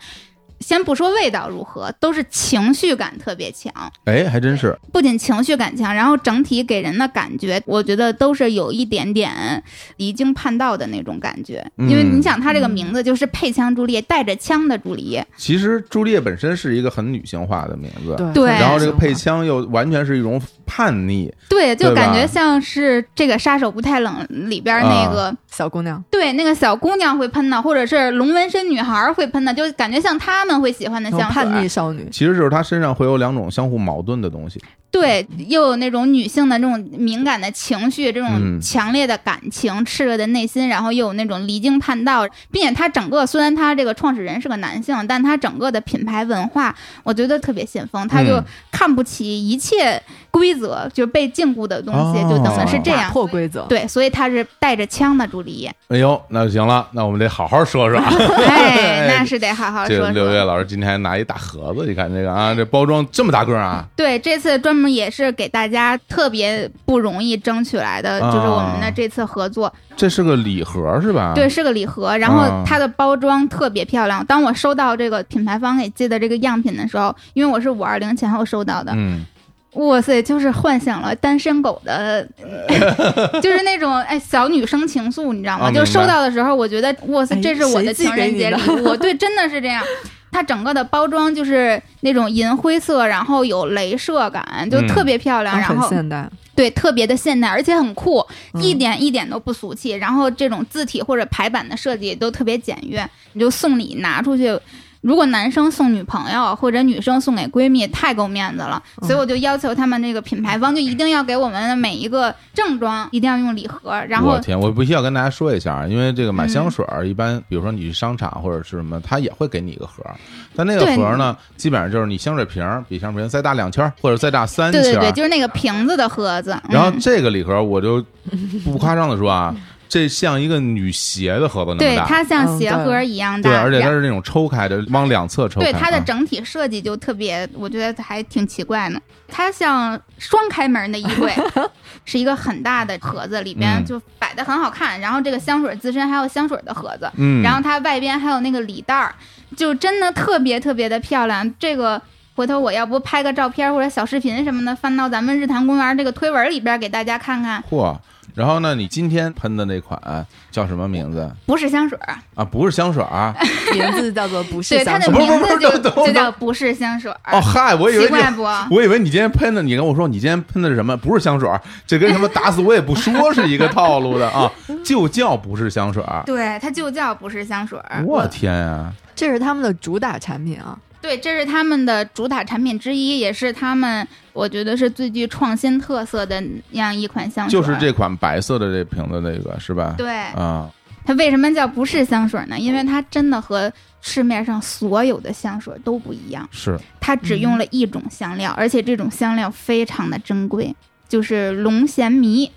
B: 先不说味道如何，都是情绪感特别强，
A: 哎，还真是，
B: 不仅情绪感强，然后整体给人的感觉，我觉得都是有一点点离经叛道的那种感觉。
A: 嗯
B: 因为你想，他这个名字就是配枪朱丽叶，带着枪的朱丽叶，
A: 其实朱丽叶本身是一个很女性化的名字，
C: 对
B: 对
A: 然后这个配枪又完全是一种叛逆，
B: 对，就
A: 对吧啊
B: 感觉像是这个《杀手不太冷》里边那个
C: 小姑娘，
B: 对，那个小姑娘会喷的，或者是龙纹身女孩儿会喷的，就感觉像她们会喜欢的
C: 那种
B: 香水。
C: 叛逆少女，
A: 其实就是他身上会有两种相互矛盾的东西，
B: 对，又有那种女性的这种敏感的情绪，这种
A: 嗯
B: 强烈的感情、炽热的内心，然后又有那种离经叛道，并且他整个虽然他这个创始人是个男性，但他整个的品牌文化，我觉得特别先锋，他就
A: 嗯
B: 看不起一切规则，就被禁锢的东西，
A: 哦
B: 就等于是这
C: 打
B: 样。
C: 破规则。
B: 对，所以他是带着枪的朱丽
A: [LAUGHS]
B: 叶，
A: 哎呦，那就行了，那我们得好好说说啊。
B: 哎，那是得好 [LAUGHS] 好
A: 这
B: 说
A: 个
B: 说
A: 六。月老师今天还拿一大盒子，你看这个啊，这包装这么大个儿啊，
B: 对，这次专门也是给大家特别不容易争取来的，就是我们的这次合作。
A: 这是个礼盒是吧？
B: 对，，是个礼盒，然后它的包装特别漂亮。当我收到这个品牌方给寄的这个样品的时候，因为我是五二零前后收到的，
A: 嗯，
B: 哇塞，就是幻想了单身狗的， [LAUGHS] 就是那种哎小女生情愫，你知道吗？
A: 啊明
B: 就
A: 白
B: 收到的时候，我觉得哇塞，
C: 哎
B: 这是我的
C: 谁寄
B: 情人节
C: 给
B: 礼
C: 你
B: 物，对，真的是这样。它整个的包装就是那种银灰色，然后有镭射感，就
A: 嗯
B: 特别漂亮。
C: 啊
B: 然
C: 很
B: 后
C: 现
B: [LAUGHS]
C: 代，
B: 对，特别的现代，而且很酷，
C: 嗯
B: 一点一点都不俗气。然后这种字体或者排版的设计也都特别简约，你就送礼拿出去。如果男生送女朋友或者女生送给闺蜜，太够面子了，
C: 嗯
B: 所以我就要求他们这个品牌方就一定要给我们的每一个正装一定要用礼盒，然后嗯
A: 我天，我必须要跟大家说一下啊，因为这个买香水儿，一般比如说你去商场或者是什么，他也会给你一个盒儿，但那个
B: 对
A: 盒儿呢，基本上就是你香水瓶儿比香水瓶再大两圈儿或者再大三
B: 对对
A: 圈
B: 对，
A: 儿，
B: 就是那个瓶子的盒子，
A: 啊然后
B: 嗯
A: 这个礼盒我就不夸张的说啊， [LAUGHS] 这像一个女鞋的盒子那
B: 对
A: 么大，
B: 它像
C: 嗯
B: 鞋
C: 对
B: 盒一样大，
A: 对，而且它
B: 然
A: 是那种抽开的，往两侧抽开
B: 对
A: 啊，
B: 它的整体设计就特别，我觉得还挺奇怪呢。它像双开门的衣
A: [LAUGHS]
B: 柜，是一个很大的盒子，里边
A: 嗯
B: 就摆的很好看。然后这个香水自身还有香水的盒子，
A: 嗯，
B: 然后它外边还有那个礼袋儿，就真的特别特别的漂亮。这个回头我要不拍个照片或者小视频什么的，翻到咱们日坛公园这个推文里边给大家看看。
A: 嚯！然后呢，你今天喷的那款叫什么名字
B: 不是香水儿，
A: 啊？不是香水
B: [LAUGHS]
A: 儿
C: 名字叫做不是
B: 对
C: 香
B: 它的
C: 水
A: 不是
B: 名
A: 不是
B: 字就
A: 等等
B: 就叫不是香水儿，
A: 哦，嗨，我以
B: 奇
A: 为
B: 怪
A: 你，
B: 不？
A: 我以为你今天喷的，你跟我说你今天喷的是什么？不是香水儿，这跟什么打死我也不说是一个套路的
B: [LAUGHS]
A: 啊，就叫不是香水儿。
B: 对，它就叫不是香水儿。
A: 我天啊！
C: 这是他们的主打产品啊，
B: 对，这是他们的主打产品之一，也是他们我觉得是最具创新特色的那样一款香水。
A: 就是。这款白色的这瓶子那个是吧？
B: 对，
A: 啊，
B: 它为什么叫不是香水呢？因为它真的和市面上所有的香水都不一样，
A: 是
B: 它只
A: 嗯
B: 用了一种香料，而且这种香料非常的珍贵，就是龙涎醚。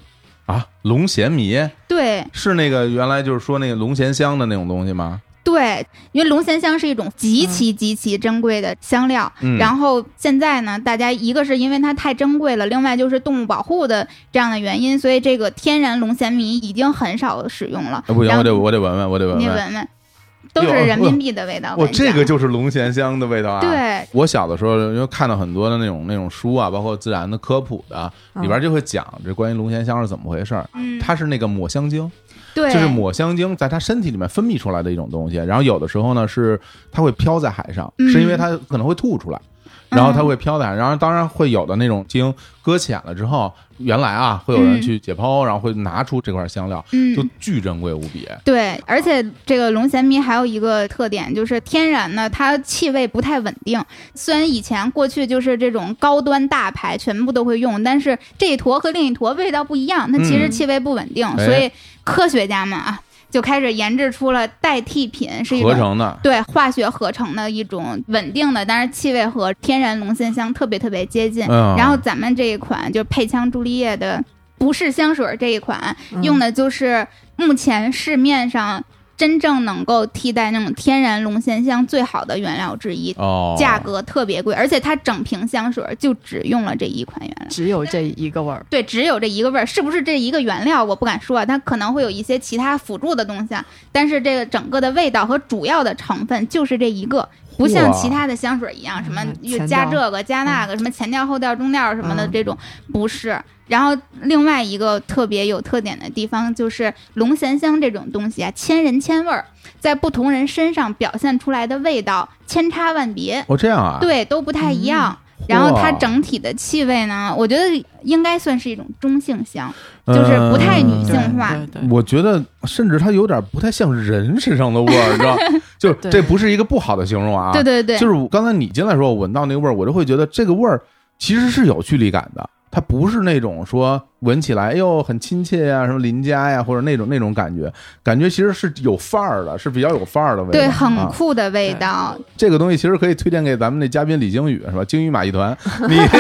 A: 啊，龙涎醚
B: 对
A: 是那个原来就是说那个龙涎香的那种东西吗？
B: 对，因为龙涎香是一种极其极其珍贵的香料，
A: 嗯，
B: 然后现在呢，大家一个是因为它太珍贵了，另外就是动物保护的这样的原因，所以这个天然龙涎醚已经很少使用了。
A: 哎不行，
B: 然
A: 我
B: 后
A: 得我得闻闻，我得闻
B: 你
A: 闻。
B: 闻闻，都是人民币的味道。
A: 我
B: 跟你讲
A: 哦这个就是龙涎香的味道啊！，
B: 对
A: 我小的时候因为看到很多的那种那种书啊，包括自然的科普的，
C: 嗯
A: 里边就会讲这关于龙涎香是怎么回事儿。
B: 嗯，
A: 它是那个抹香鲸，
B: 对
A: 就是抹香鲸在它身体里面分泌出来的一种东西，然后有的时候呢是它会飘在海上，
B: 嗯
A: 是因为它可能会吐出来，然后它会飘在海上，然后当然会有的那种鲸搁浅了之后，原来啊会有人去解剖，然后会拿出这块香料，就
B: 嗯。
A: 巨珍贵无比。
B: 对，而且这个龙涎蜜还有一个特点，就是天然的，它气味不太稳定。虽然以前过去就是这种高端大牌全部都会用，但是这一坨和另一坨味道不一样，它其实
A: 嗯
B: 气味不稳定，
A: 哎
B: 所以科学家们啊就开始研制出了代替品，是一
A: 合
B: 种。
A: 成的，
B: 对化学合成的一种稳定的，但是气味和天然龙涎香特别特别接近。
A: 嗯，
B: 然后咱们这一款就是配枪朱丽叶的不是香水这一款，
C: 嗯
B: 用的就是目前市面上真正能够替代那种天然龙涎香最好的原料之一，
A: 哦，
B: 价格特别贵，而且它整瓶香水就只用了这一款原料。
C: 只有这一个味儿，
B: 对，只有这一个味儿，是不是这一个原料？我不敢说啊，它可能会有一些其他辅助的东西啊，但是这个整个的味道和主要的成分就是这一个，不像
A: 哇
B: 其他的香水一样，什么
C: 嗯
B: 又
C: 前
B: 加
C: 调
B: 这个加那个，什么前调后调中调什么的
C: 嗯
B: 这种，不是。然后另外一个特别有特点的地方就是龙涎香这种东西啊，千人千味儿，在不同人身上表现出来的味道千差万别，
A: 哦这样啊，嗯
B: 对，都不太一样。然后它
A: 嚯
B: 整体的气味呢，我觉得应该算是一种中性香，就是不太女
A: 嗯
B: 性化
D: 对对对
A: 我觉得，甚至它有点不太像人身上的味儿，你知
B: [LAUGHS]
A: 道？就是
C: 对
A: 这不是一个不好的形容啊。
B: 对对对，
A: 就是我刚才你进来的时候，我闻到那个味儿，我就会觉得这个味儿其实是有距离感的，它不是那种说闻起来哎呦很亲切啊呀、什么邻家呀、或者那种那种感觉，感觉其实是有范儿的，是比较有范儿的味道。
B: 对，很
A: 啊
B: 酷的味
D: 对
B: 道。
A: 这个东西其实可以推荐给咱们那嘉宾李鲸鱼，是吧？鲸鱼马戏团，你 [LAUGHS]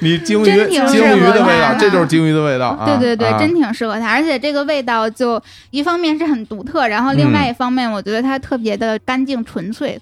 A: 你你鲸鱼
B: 真挺
A: 鲸鱼
B: 适合
A: 的味
B: 他
A: 道，
B: 的
A: 这就是鲸鱼的味道。啊
B: 对对对，
A: 啊
B: 真挺适合它，而且这个味道就一方面是很独特，然后另
A: 嗯
B: 外一方面，我觉得它特别的干净纯粹。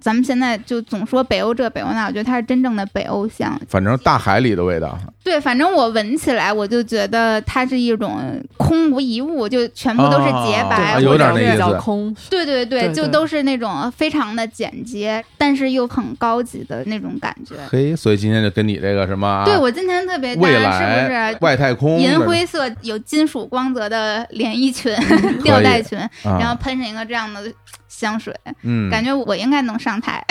B: 咱们现在就总说北欧这北欧那，我觉得它是真正的北欧香。
A: 反正大海里的味道，
B: 对，反正我闻起来，我就觉得它是一种空无一物，就全部都是洁
C: 哎
B: 白，
A: 啊
B: 或
A: 有点
B: 者
A: 那
B: 是
A: 意思
C: 比较空，
B: 对对对，
C: 对
B: 就
C: 对
B: 都是那种非常的简洁，但是又很高级的那种感觉。
A: 嘿，所以今天就跟你这个什么啊
B: 对我今天特别搭，
A: 未
B: 是不
A: 来
B: 是？
A: 外太空
B: 银灰色有金属光泽的连衣裙、 [LAUGHS] 吊带裙，然
A: 然
B: 后喷上一个这样的香水，
A: 啊嗯，
B: 感觉我应该能上台，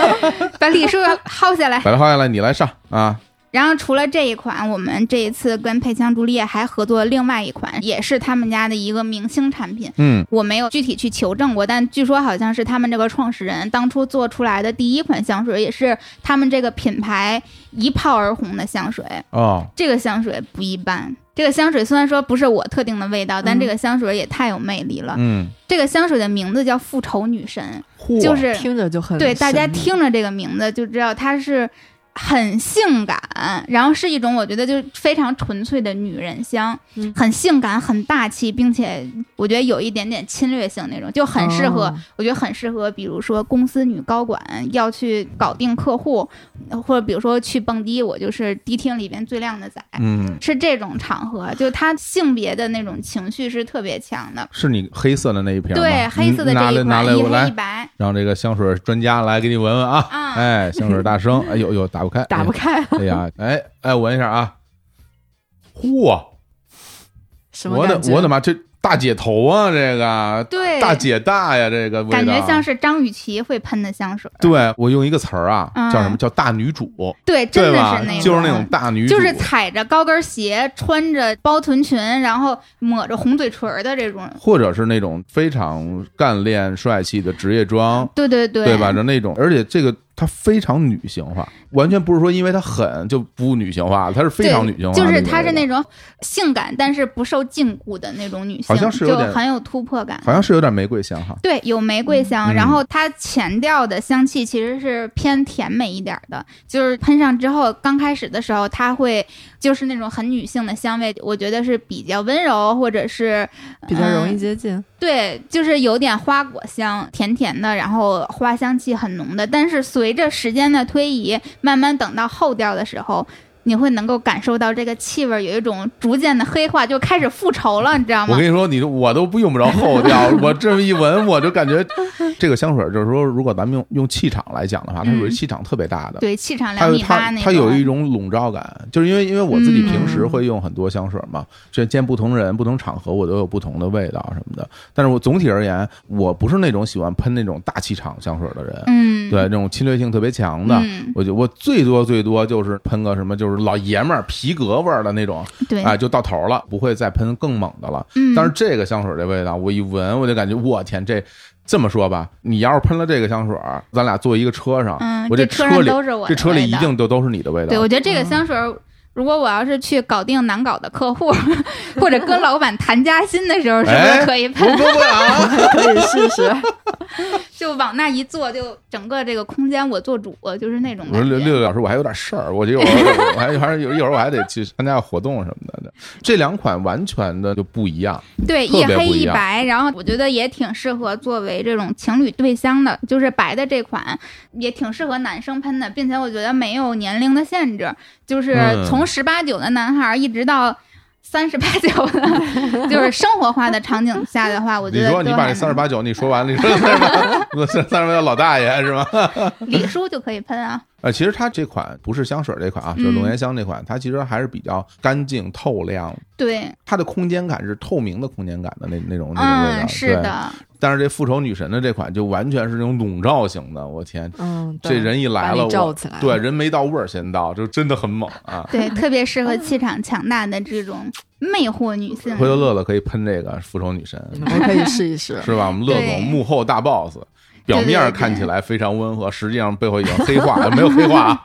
B: [LAUGHS] 把李叔薅下来。
A: 百浩下来，你来上啊，
B: 然后除了这一款，我们这一次跟佩枪竹叶还合作了另外一款，也是他们家的一个明星产品。
A: 嗯，
B: 我没有具体去求证过，但据说好像是他们这个创始人当初做出来的第一款香水，也是他们这个品牌一炮而红的香水。
A: 哦，
B: 这个香水不一般。这个香水虽然说不是我特定的味道，但
C: 嗯
B: 这个香水也太有魅力了。
A: 嗯，
B: 这个香水的名字叫复仇女神，
A: 嚯
B: 啊就是
C: 听着就很
B: 对大家
C: 神秘
B: 听着这个名字就知道它是很性感，然后是一种我觉得就是非常纯粹的女人香，
C: 嗯
B: 很性感、很大气，并且我觉得有一点点侵略性那种，就很适合，
C: 哦
B: 我觉得很适合，比如说公司女高管要去搞定客户，或者比如说去蹦迪，我就是迪厅里边最靓的仔。
A: 嗯，
B: 是这种场合，就他性别的那种情绪是特别强的。
A: 是你黑色的那一瓶吗，
B: 对，黑色的
A: 嗯
B: 这
A: 拿
B: 一
A: 来拿
B: 款，
A: 来
B: 一
A: 我
B: 黑一
A: 来，
B: 白，
A: 让这个香水专家来给你闻闻啊，
B: 啊嗯
A: 哎，香水大声，哎呦呦，打不开，
C: 打不开 [LAUGHS] 了，
A: 开，哎呀，哎哎，闻一下啊，嚯，
C: 什么
A: 我的
C: 感觉
A: 我的妈，这大姐头啊，这个
B: 对，
A: 大姐大呀，这个味道啊
B: 感觉像是张雨绮会喷的香水。
A: 对我用一个词儿啊，
B: 嗯
A: 叫什么叫大女主，
B: 对，真
A: 对
B: 的
A: 吧
B: 是那？
A: 就是那种。大女主，
B: 就是踩着高跟鞋，穿着包臀裙，然后抹着红嘴唇儿的这种，
A: 或者是那种非常干练帅气的职业装，
B: 对对对，
A: 对吧？就那种，而且这个它非常女性化，完全不是说因为它狠就不女性化了，它是非常女性化的啊
B: 就
A: 种味道，
B: 是她是那种性感但是不受禁锢的那种女性，
A: 好像是有
B: 就
A: 点
B: 很有突破感。
A: 好像是有点玫瑰香哈，
B: 对，有玫瑰香，
A: 嗯
B: 然后它前调的香气其实是偏甜美一点儿的，就是喷上之后，刚开始的时候它会就是那种很女性的香味，我觉得是比较温柔，或者是
C: 比较容易
B: 嗯
C: 接近， [LAUGHS]
B: 对，就是有点花果香，甜甜的，然后花香气很浓的。但是随着时间的推移，慢慢等到后调的时候。你会能够感受到这个气味儿有一种逐渐的黑化，就开始复仇了，你知道
A: 我
B: 吗
A: 跟？你说，你我都不用不着后调，我这么一闻，我就感觉这个香水就是说，如果咱们用用气场来讲的话，它属于
B: 嗯
A: 气场特别大的。
B: 对，气场
A: 它
B: 两
A: 有
B: 米八
A: 它
B: 那种。
A: 它有一种笼罩感，就是因为因为我自己平时
C: 嗯
A: 会用很多香水嘛，这见不同人、不同场合，我都有不同的味道什么的。但是我总体而言，我不是那种喜欢喷那种大气场香水的人，
B: 嗯，
A: 对那种侵略性特别强的。
B: 嗯，
A: 我就我最多最多就是喷个什么，就是老爷们儿皮革味儿的那种，
B: 对，
A: 哎，就到头了，不会再喷更猛的了。
B: 嗯，
A: 但是这个香水这味道，我一闻我就感觉，我天，这这么说吧，你要是喷了这个香水儿，咱俩坐一个车上，
B: 嗯，
A: 我
B: 这
A: 车
B: 上
A: 里
B: 都是我
A: 这
B: 的
A: 车里
B: 味
A: 一
B: 道。
A: 定都都是你的嗯味道。 [LAUGHS]
B: 对，我觉得这个香水儿，如果我要是去搞定难搞的客户， [LAUGHS] 或者跟老板谈加薪的时候，是不
A: 哎
B: 是可以
A: 不
B: 喷？
A: 不不啊！
C: 可以试试。 [LAUGHS]
B: 就往那一坐，就整个这个空间我做主，就是那种
A: 我说
B: 感
A: 六
B: 觉。
A: 六个小时我还有点事儿，我就一会儿我还还是有一会儿我还得去参加活动什么的。这两款完全的就不一样，
B: 对，
A: 特
B: 一
A: 别
B: 黑
A: 不一
B: 一
A: 样
B: 白，然后我觉得也挺适合作为这种情侣对香的，就是白的这款也挺适合男生喷的，并且我觉得没有年龄的限制，就是
A: 嗯
B: 从十八九的男孩儿一直到。三十八九的， [LAUGHS] 就是生活化的场景下的话，我觉
A: 你
B: 得
A: 说你
B: 都
A: 把
B: 还
A: 这
B: 能
A: 三十八九你说完了，你说三十八三十八九老大爷是吧？ [LAUGHS]
B: 李叔就可以喷啊。
A: 呃，其实它这款不是香水这款啊，就是
B: 嗯
A: 龙涎香这款，它其实还是比较干净透亮， [LAUGHS]
B: 对，
A: 它的空间感是透明的空间感的那那种那种味道。
B: 嗯，是
A: 对。
B: 的，
A: 但是这复仇女神的这款就完全是那种笼罩型的，我天，
C: 嗯，
A: 这
C: 对
A: 人一来
C: 把你
A: 了，
C: 罩
A: 我
C: 起来
A: 对
C: 了
A: 人没到味儿先到，就真的很猛啊！
B: 对，特别适合气场强大的这种魅惑女性。
A: 回头乐乐可以喷这个复仇女神，
C: 我可以试一试。
A: 是吧？我们乐
B: 嗯对
A: 总幕后大 boss。表
B: 对对
A: 面
B: 对
A: 看起来非常温和，实际上背后已经黑化了，没 [LAUGHS] 有黑化，啊，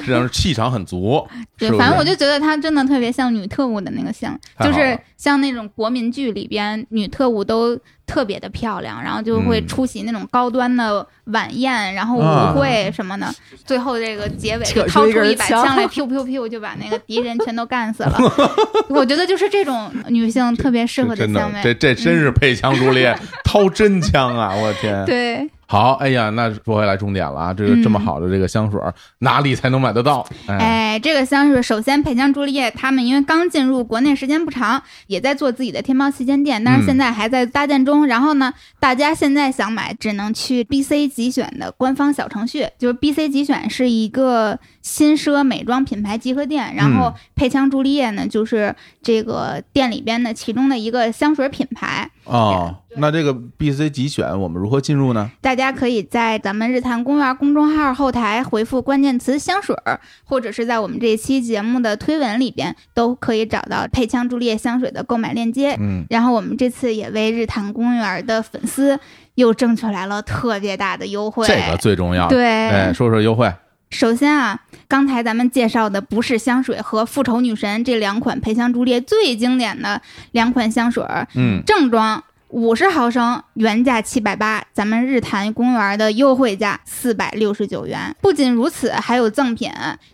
A: 实际上是气场很足。
B: 对
A: 是不，是
B: 反正我就觉得她真的特别像女特务的那个像，
A: 太好
B: 就
A: 了
B: 是像那种国民剧里边女特务都特别的漂亮，然后就会
A: 嗯
B: 出席那种高端的晚宴，然后
A: 啊
B: 舞会什么的，最后这个结尾
C: 扯
B: 就
C: 出
B: 掏
C: 一
B: 出
C: 根
B: 一把
C: 枪
B: 枪来，piu piu piu 就把那个敌人全都干死了。 [LAUGHS] 我觉得就是这种女性特别适合
A: 真
B: 香
A: 的，
B: 味嗯
A: 这。这真是配枪如猎，掏真枪啊！我天，
B: 对，
A: 好，哎呀，那说回来重点了啊，这个
B: 嗯
A: 这么好的这个香水儿，哪里才能买得到？哎，
B: 哎，这个香水首先培香朱丽叶他们因为刚进入国内时间不长，也在做自己的天猫旗舰店，但
A: 嗯
B: 是现在还在搭建中。然后呢，大家现在想买只能去 BC 集选的官方小程序，就是 BC 集选是一个新奢美妆品牌集合店，然后配香朱丽叶呢就是这个店里边的其中的一个香水品牌。
A: 哦，那这个 B C 集选我们如何进入呢？
B: 大家可以在咱们日坛公园公众号后台回复关键词“香水儿”，或者是在我们这一期节目的推文里边，都可以找到配枪朱丽叶香水的购买链接。
A: 嗯，
B: 然后我们这次也为日坛公园的粉丝又争取来了特别大的优惠。
A: 这个最重要。，
B: 对，
A: 哎，说说优惠。
B: 首先啊，刚才咱们介绍的不是香水和复仇女神这两款配香朱丽叶最经典的两款香水儿，
A: 嗯，
B: 正装五十毫升，原价七百八，咱们日坛公园的优惠价四百六十九元。不仅如此，还有赠品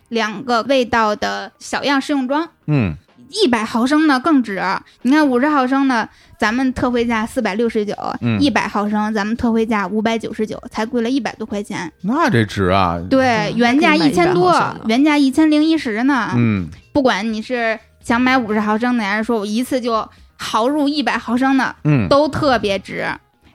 B: 两个味道的小样试用装。
A: 嗯，
B: 一百毫升呢更值，你看五十毫升呢，咱们特惠价四百六十九
A: 嗯，
B: 一百毫升咱们特惠价五百九十九，才贵了一百多块钱。
A: 那这值啊。
B: 对，
C: 嗯
B: 原价
C: 可以买
B: 一千多
C: 100毫升的，
B: 原价一千零一十呢。
A: 嗯，
B: 不管你是想买五十毫升的，还是说我一次就豪入一百毫升的，
A: 嗯
B: 都特别值。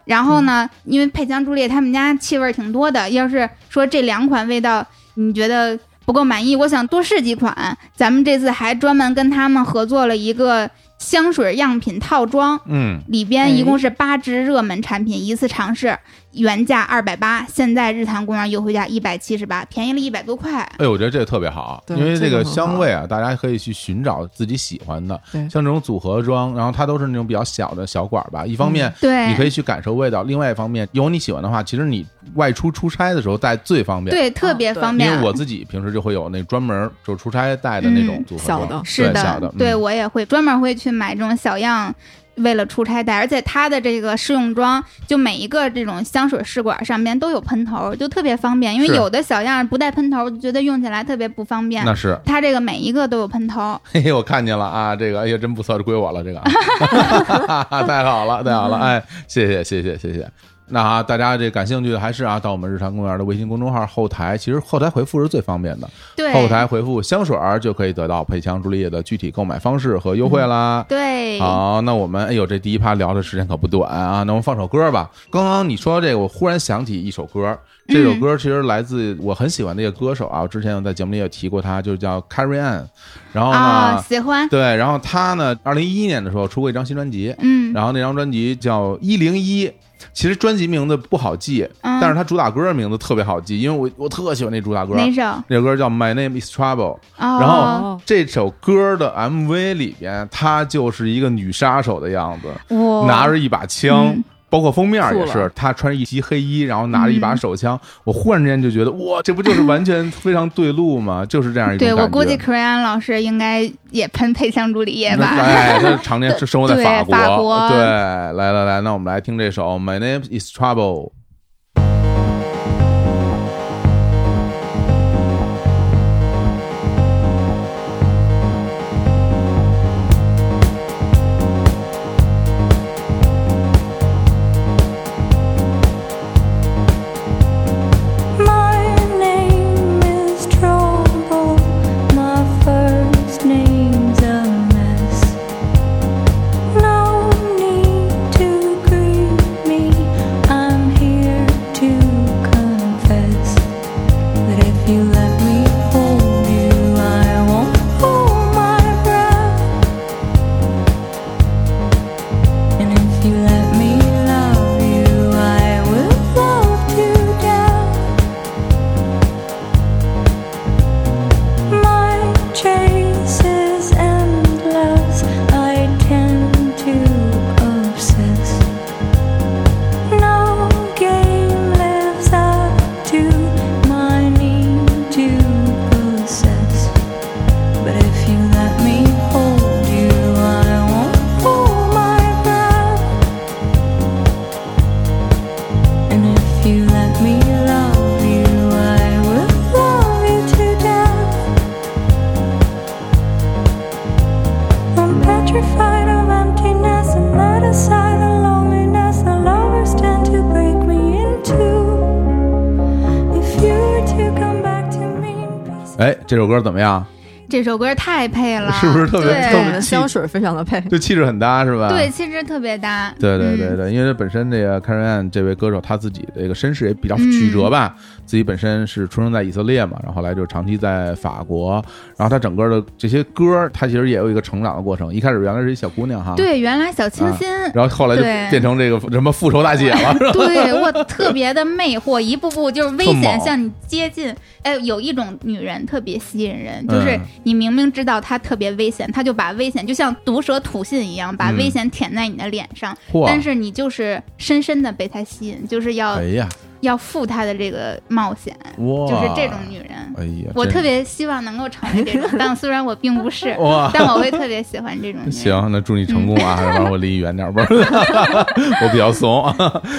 B: 然后呢，因为佩香朱丽他们家气味儿挺多的，要是说这两款味道你觉得不够满意，我想多试几款。咱们这次还专门跟他们合作了一个香水样品套装，
A: 嗯，
B: 里边一共是八支热门产品，一次尝试，原价二百八，现在日坛公园优惠价一百七十八，便宜了一百多块。
A: 哎，我觉得这个特别好，
C: 对
A: 因为这
C: 这
A: 个
C: 个很好
A: 香味啊，大家可以去寻找自己喜欢的，
C: 对
A: 像这种组合装，然后它都是那种比较小的小管儿吧。一方面，
B: 对，
A: 呃你可以去感受味道；，另外一方面，有你喜欢的话，其实你外出出差的时候带最方便。
B: 对，特别
C: 对
B: 方
A: 因
B: 便。啊
A: 为我自己平时就会有那专门就出差带的那种
B: 嗯
A: 组合装，
C: 小的
A: 对
B: 是
A: 小的，
B: 对
A: 嗯
B: 我也会专门会去买这种小样，为了出差带。而且它的这个试用装，就每一个这种香水试管上面都有喷头，就特别方便。因为
A: 是
B: 有的小样不带喷头，就觉得用起来特别不方便。
A: 那是。
B: 它这个每一个都有喷头，
A: [LAUGHS] 嘿嘿，我看见了啊，这个哎呀，真不错，归我了，这个，啊 [LAUGHS] 太好了，太好了，哎，谢谢，谢谢，谢谢。那啊，大家这感兴趣的还是啊，到我们日常公园的微信公众号后台，其实后台回复是最方便的，
B: 对，
A: 后台回复香水儿就可以得到配枪朱丽叶的具体购买方式和优惠啦。
B: 对，
A: 好，那我们哎呦，这第一趴聊的时间可不短啊，那我们放首歌吧。刚刚你说这个，我忽然想起一首歌，这
B: 嗯
A: 首歌其实来自我很喜欢的一个歌手啊，我之前我在节目里也提过他，就是叫 Carrie Ann。然后呢，
B: 啊、喜 [LAUGHS] 欢，
A: 对，然后他呢，二零一一年的时候出过一张新专辑，
B: 嗯，
A: 然后那张专辑叫《一零一》，其实专辑名字不好记，
B: 嗯
A: 但是他主打歌名字特别好记，因为我我特喜欢那主打歌。
B: 哪首？
A: 那首歌叫《My Name Is Trouble》，然
B: 哦，
A: 后这首歌的 MV 里边，她就是一个女杀手的样子，
B: 我
A: 拿着一把枪，
B: 哦嗯
A: 包括封面也
C: 酷
A: 是
C: 了，
A: 她穿着一袭黑衣，然后拿着一
B: 嗯
A: 把手枪。我忽然之间就觉得，哇，这不就是完全非常对路吗？就是这样一种
B: 对
A: 感觉。
B: 我估计 k r i a n 老师应该也喷配香朱丽 [LAUGHS] 叶吧？
A: 哎，他常年是生活在
B: [LAUGHS] 对
A: 法国。
B: 法国
A: 对，来来来，那我们来听这首《My Name Is Trouble》。
D: My name is Trouble. My first name's a mess. No need to greet me. I'm here
A: 哎这首歌怎么
B: [LAUGHS]
A: 样？
B: 这首歌太配了，
A: 是不是特别
B: 对
A: 特
C: 跟我们
A: 别
C: 的香水非常的配。
A: 就气质很搭是吧？
B: 对，气质特别搭。
A: 对对对
B: 嗯，
A: 对，因为本身这个 c a r a n 这位歌手他自己这个身世也比较
B: 嗯
A: 曲折吧，自己本身是出生在以色列嘛，然后后来就长期在法国，然后他整个的这些歌，他其实也有一个成长的过程。一开始原来是一小姑娘哈，，
B: 对，原来小清
A: 啊
B: 新，
A: 然后后来就
B: 对
A: 变成这个什么复仇大姐
B: [LAUGHS]
A: 了，是吧？
B: 对我特别的魅惑， [LAUGHS] 一步步就是危
A: 特
B: 险
A: 猛
B: 向你接近。哎，有一种女人特别吸引人，就是
A: 嗯
B: 你明明知道她特别危险，她就把危险就像毒蛇吐信一样，把
A: 嗯
B: 危险舔在你的脸上，
A: 嚯，
B: 但是你就是深深的被她吸引，就是要、
A: 哎呀，
B: 要赴她的这个冒险，
A: 哇，
B: 就是这种女人。
A: 哎呀，
B: 我
A: 真
B: 特别希望能够成为
A: [LAUGHS]
B: 这种，但虽然我并不是，
A: 哇。
B: 但我会特别喜欢这种女人。
A: 行，那祝你成功
B: 嗯
A: 啊！然后我离你远点儿，不是， [LAUGHS] 我比较怂。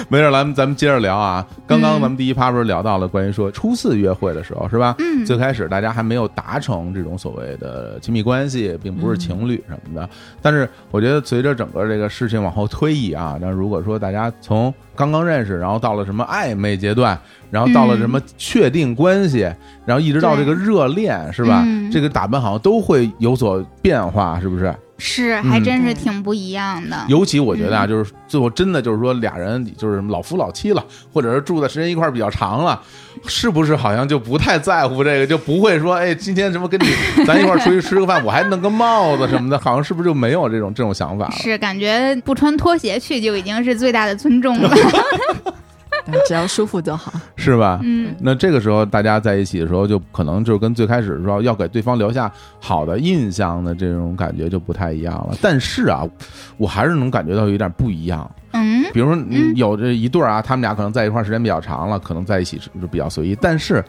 A: 没事儿，咱们咱们接着聊啊。刚刚
B: 嗯
A: 咱们第一趴不是聊到了关于说初次约会的时候，是吧？
B: 嗯
A: 最开始大家还没有达成这种所谓的亲密关系，并
B: 嗯
A: 不是情侣什么的。但是我觉得随着整个这个事情往后推移啊，那如果说大家从刚刚认识，然后到了什么暧昧阶段，然后到了
B: 嗯
A: 什么确定关系，然后一直到这个热恋，是吧？
B: 嗯
A: 这个打扮好像都会有所变化，是不是？
B: 是，还
A: 嗯
B: 真是
C: 对
B: 挺不一样的。
A: 尤其我觉得啊，
B: 嗯
A: 就是最后真的就是说俩人就是老夫老妻了，或者是住的时间一块儿比较长了，是不是好像就不太在乎这个，就不会说哎今天什么跟你 [LAUGHS] 咱一块儿出去吃个饭，我还弄个帽子什么的，好像是不是就没有这种这种想法了？
B: 是感觉不穿拖鞋去就已经是最大的尊
A: [LAUGHS]
B: 重了。
C: 对只要舒服就好。
A: 是吧？
B: 嗯，
A: 那这个时候大家在一起的时候，就可能就是跟最开始的时候要给对方留下好的印象的这种感觉就不太一样了。但是啊，我还是能感觉到有点不一样。
B: 嗯，
A: 比如说
B: 嗯
A: 有这一对儿啊，他们俩可能在一块儿时间比较长了，可能在一起就比较随意。但是，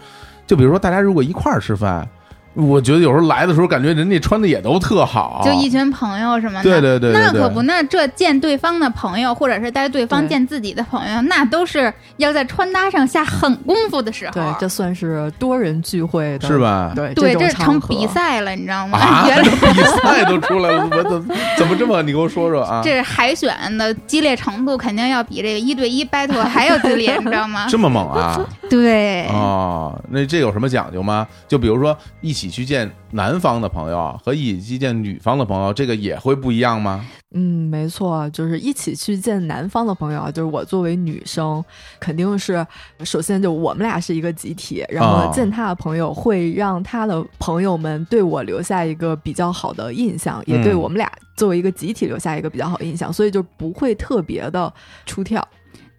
A: 就比如说大家如果一块儿吃饭，我觉得有时候来的时候感觉人家穿的也都特好，
B: 就一群朋友什么的。
A: 哦对对对对对
B: 那可不，那这见对方的朋友，或者是带对方
C: 对
B: 见自己的朋友，那都是要在穿搭上下狠功夫的时候。
C: 对，这算是多人聚会的，
A: 是？吧？
C: 对，
B: 对，
C: 种
B: 这成
C: 场合
B: 比赛了，你知道
A: [LAUGHS]
B: 吗？
A: 啊，
B: [LAUGHS] 原来
A: 这比赛都出来了，我怎怎么 [LAUGHS] 这么？你给我说说啊，
B: 这海选的激烈程度肯定要比这个一对一 battle 还要激烈，你知道
C: [LAUGHS]
B: 吗？
A: 这么猛啊！
B: 对，
A: 哦，那这有什么讲究吗？就比如说一起去见男方的朋友啊和一起去见女方的朋友，这个也会不一样吗？
C: 嗯，没错，就是一起去见南方的朋友啊，就是我作为女生，肯定是首先就我们俩是一个集体，然
A: 啊
C: 后见他的朋友会让他的朋友们对我留下一个比较好的印象，也对
A: 嗯
C: 我们俩作为一个集体留下一个比较好印象，所以就不会特别的出挑，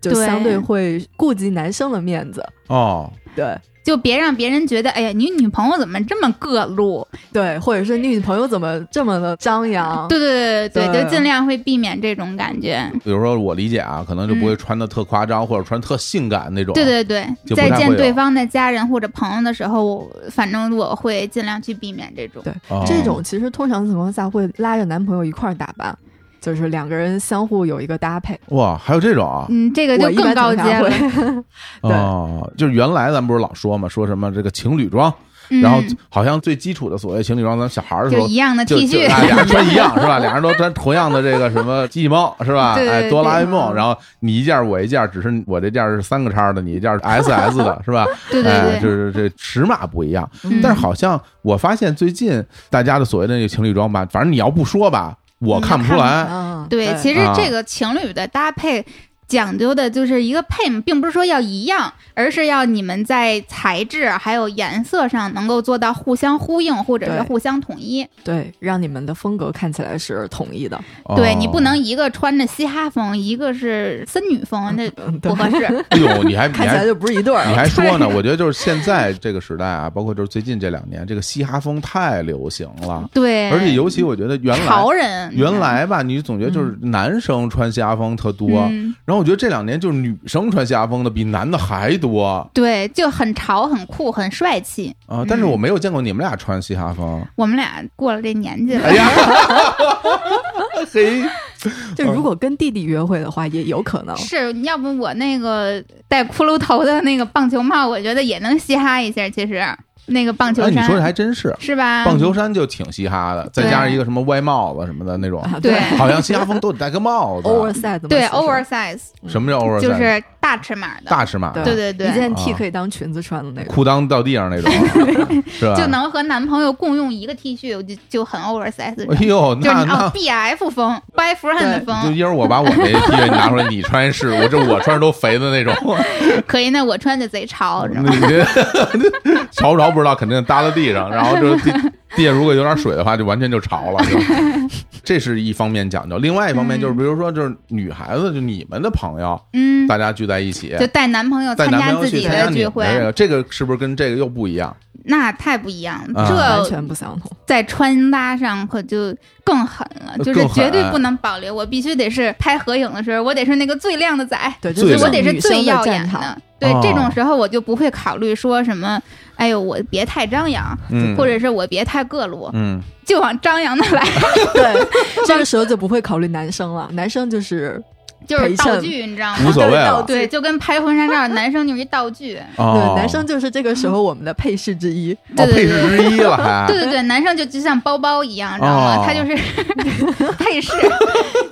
C: 就
B: 对
C: 相对会顾及男生的面子。
A: 哦，
C: 对
B: 就别让别人觉得，哎呀，你女朋友怎么这么各
C: 哦
B: 路？
C: 对，或者是你女朋友怎么这么的张扬？
B: 对对对对对，
C: 对
B: 就尽量会避免这种感觉。
A: 比如说我理解啊，可能就不会穿的特夸张、或者穿特性感那种。
B: 嗯对对对，
A: 就不太
B: 在
A: 会
B: 见对
A: 有
B: 方的家人或者朋友的时候，我反正我会尽量去避免这种。
C: 对
A: 哦，
C: 这种其实通常情况下会拉着男朋友一块儿打扮，就是两个人相互有一个搭配。
A: 哇，还有这种啊！
B: 嗯，这个就
C: 我一
B: 更
C: 般
B: 高
C: 通
B: 阶
C: 常
B: 了。
A: [LAUGHS]
C: 会，对
A: 哦，就是原来咱们不是老说嘛，说什么这个情侣装，
B: 嗯、
A: [LAUGHS] 然后好像最基础的所谓情侣装，咱们小孩儿的时
B: 就
A: 候
B: 一样的
A: 就
B: T
A: 就
B: 恤，
A: 啊俩人穿一样是吧？俩人都穿同样的这个什么机器猫是吧？
B: [LAUGHS] 对对
A: 哎，
B: 对
A: 哆啦 A
C: 对
A: 梦，然后你一件我一件，只是我这件是三个叉的，你一件是 SS 的是吧？
B: [LAUGHS] 对对
A: 哎，
B: 对，
A: 就是这尺码不一样。
B: 嗯
A: 但是好像我发现最近大家的所谓的那个情侣装吧，反正你要不说吧，我
B: 嗯
A: 看不出
B: 看不
A: 来。
C: 嗯，
B: 对，其实
A: 啊
B: 这个情侣的搭配。讲究的就是一个配，并不是说要一样，而是要你们在材质还有颜色上能够做到互相呼应，或者是
C: 对
B: 互相统一。
C: 对，让你们的风格看起来是统一的。
B: 对
A: 哦
B: 你不能一个穿着嘻哈风，一个是森女风，那
C: 嗯， [LAUGHS] 对
B: 不，合适。
A: 哎呦，
B: [LAUGHS]
A: 你还你
C: 看起
A: 还
C: 来就不是一 [LAUGHS] 对儿
A: 你
C: 了。
A: 还说呢？
B: 对
A: 我觉得就是现在这个时代啊，包括就是最近这两年，这个嘻哈风太流行了，
B: 对，
A: 而且尤其我觉得原来
B: 潮人
A: 原来吧，你总觉得就是男生穿嘻哈风特多，
B: 嗯
A: 然后我觉得这两年就是女生穿嘻哈风的比男的还多
B: 对，就很潮、很酷、很帅气。
A: 啊，但是
B: 嗯
A: 我没有见过你们俩穿嘻哈
B: [LAUGHS]
A: 风。
B: 我们俩过了这年纪了，
A: 哎呀，嘿，
C: 就如果跟弟弟约会的话，也有可
B: [LAUGHS]
C: 能。
B: 是要不我那个戴骷髅头的那个棒球帽，我觉得也能嘻哈一下。其实那个棒球
A: 哎，
B: 衫，
A: 你说这还真是。
B: 是吧？
A: 棒球衫就挺嘻哈的，再
B: 啊对
A: 加上一个什么歪帽子什么的那种，
C: 啊
B: 对
A: 好像嘻哈风都得戴个帽子。
C: ，oversize 嘛
B: 对
C: 其实
B: oversize
A: 什么叫 oversize？
B: 就是大尺码的，
A: 大尺码的，
B: 对对
C: 一
B: 对，
C: 件 T
A: 啊
C: 可以当裙子穿的那种。
A: 裤裆到地上那
B: [LAUGHS]
A: 种，是吧？
B: 就能和男朋友共用一个 T 恤，我就就很 oversize 的。
A: 哎呦，
B: 就是
A: 那
B: 你
A: 那。
B: 哦，BF 风，by friend
A: 就
B: 风，
A: 一会儿我把我那 T 恤你拿出来，你穿是，我这我穿着都肥的那
B: [LAUGHS]
A: 种，
B: 可以，那我穿着贼潮，你知道吗？
A: 你这潮不潮不知道，肯定搭到地上，然后就
B: [LAUGHS]
A: 地地下如果有点水的话，就完全就潮了。就 [LAUGHS] 这是一方面讲究，另外一方面就是，比如说就是女孩子，就你们的朋友，
B: 嗯，
A: 大家聚在一起，
B: 就带男朋友
A: 带
B: 啊参
A: 男
B: 加
A: 朋友
B: 自
A: 去
B: 己
A: 参加
B: 的
A: 你
B: 聚
A: 们
B: 会，啊
A: 的这个，这个是不是跟这个又不一样？
B: 那太不一样了。
A: 啊
C: 完
B: 这
C: 全不相同，
B: 在穿搭上可就更狠了，就是
A: 呃更狠哎
B: 绝对不能保留。我必须得是拍合影的时候，我得是那个最靓的仔，
C: 对，
A: 最
C: 这
A: 亮
C: 是
B: 我得是
C: 女生
B: 最耀
C: 的
B: 眼
C: 战场。
B: 的。对
A: 哦，
B: 这种时候我就不会考虑说什么，哎呦，我别太张扬，
A: 嗯，
B: 或者是我别太各路，
A: 嗯，
B: 就往张扬的来， [LAUGHS]
C: 对， [LAUGHS] 这个时候就不会考虑男生了，男生就是
B: 就是道
C: 陪
B: 具，你啊
A: 嗯
B: 知道
A: 无
B: 吗？
A: 所谓了
C: 道具
B: 对，就跟拍婚纱照，男生就是一道具。
C: 对
A: 哦，，
C: 男生就是这个时候我们的配饰之一。
A: 哦
B: 对对
A: 配
B: 对
A: 饰之一了还，
C: 啊
B: 对对对，男生就就像包包一样，知道吗？
A: 哦
B: 他就是 [LAUGHS] 配饰，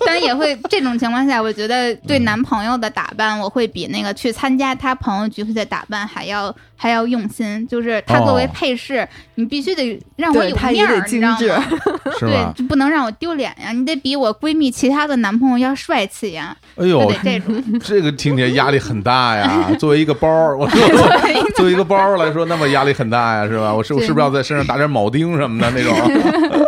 B: 但也会这种情况下，我觉得对男朋友的打扮，我会比那个去参加他朋友聚会的打扮还要还要用心。就是他作为
A: 哦
B: 配饰，你必须得让我
C: 对，
B: 有
C: 他也
B: 面
C: 得
B: 儿，你知
C: 精
B: 道
C: 致，
B: 吗？
A: [LAUGHS]
B: [LAUGHS]
A: 是
B: 对
A: 吧，？
B: 就不能让我丢脸呀！你得比我闺蜜其他的男朋友要帅气呀，
A: 哎
B: 就
A: 呦
B: 得，这种。
A: 这个听起来压力很大呀。作为一个包儿，我说作为一个包儿来说，那么压力很大呀，是吧？我是我
B: 对
A: 是不是要在身上打点铆钉什么的那种？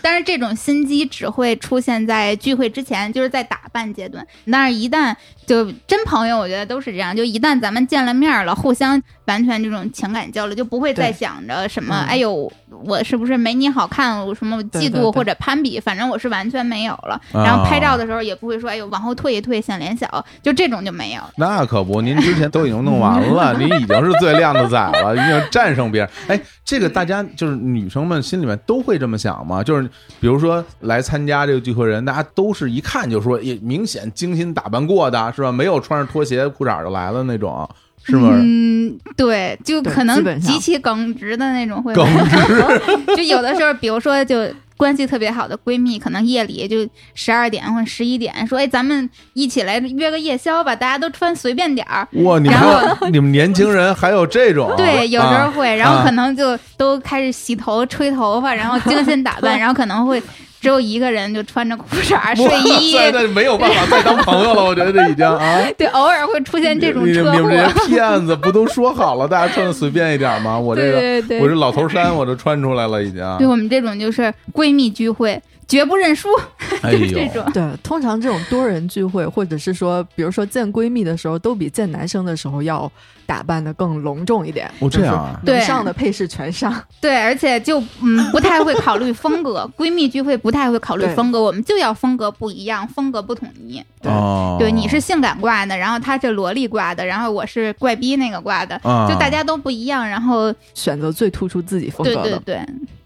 B: 但是这种心机只会出现在聚会之前，就是在打扮阶段。但是，一旦就真朋友，我觉得都是这样。就一旦咱们见了面了，互相完全这种情感交流，就不会再
C: 对
B: 想着什么，
C: 嗯
B: 哎呦，我是不是没你好看，我什么
C: 对
B: 嫉
C: 对
B: 妒
C: 对
B: 或者攀比，反正我是完全没有了。
A: 啊
B: 然后拍照的时候也不会说，哎呦，往后退一退，显脸小，就这种就没有。
A: 那可不，您之前都已经弄完
B: [LAUGHS]
A: 了，您已经是最靓的仔了，已经战胜别人。哎，这个大家就是女生们心里面都会这么想吗？就是比如说来参加这个聚会人，大家都是一看就说，也明显精心打扮过的，是吧？没有穿着拖鞋裤衩就来了那种，是吗？
B: 嗯，对，就
C: 对
B: 可
C: 基
B: 能
C: 本上
B: 极其耿直的那种会
A: 耿
B: 直， [LAUGHS] 就有的时候，比如说就。关系特别好的闺蜜，可能夜里就十二点或者十一点，说：“哎，咱们一起来约个夜宵吧，大家都穿随便点儿。
A: 哇，你们
B: 然
A: 还
B: 后
A: 有你们年轻人还有这种啊？
B: 对，有时候
A: 啊
B: 会，然后
A: 啊
B: 可能就都开始洗头、吹头发，然后精心打
C: [LAUGHS]
B: 扮，然后可能会只有一个人就穿着裤衩儿、睡衣，
A: 哇塞那没有办法再当朋友了，我觉得这已经
B: [LAUGHS]
A: 啊。
B: 对，偶尔会出现这种
A: 你
B: 车
A: 你们这
B: 祸。
A: 些骗子不都说好了，大家穿的随便一点吗？我这个
B: 对对对
A: 我这老头衫我都穿出来了，已经。
B: [LAUGHS] 对我们这种就是闺蜜聚会，绝不认输，
A: 哎
B: 就是 [LAUGHS] 这种
A: 呦，。
C: [LAUGHS] 对，通常这种多人聚会，或者是说，比如说见闺蜜的时候，都比见男生的时候要打扮的更隆重一点。
A: 哦
C: 就是
A: 这样啊
C: 能
B: 对
C: 上的配饰全上。
B: 对，而且就
A: [LAUGHS]
B: 嗯不太会考虑风格，闺蜜聚会不太会考虑
C: 对
B: 风格，我们就要风格不一样，风格不统一。
C: 对
A: 哦
B: 对，你是性感挂的，然后她是萝莉挂的，然后我是怪逼那个挂的，
A: 啊，
B: 就大。家都不一样。然后
C: 选择最突出自己风
B: 对
C: 格
B: 对
C: 的。
B: 对，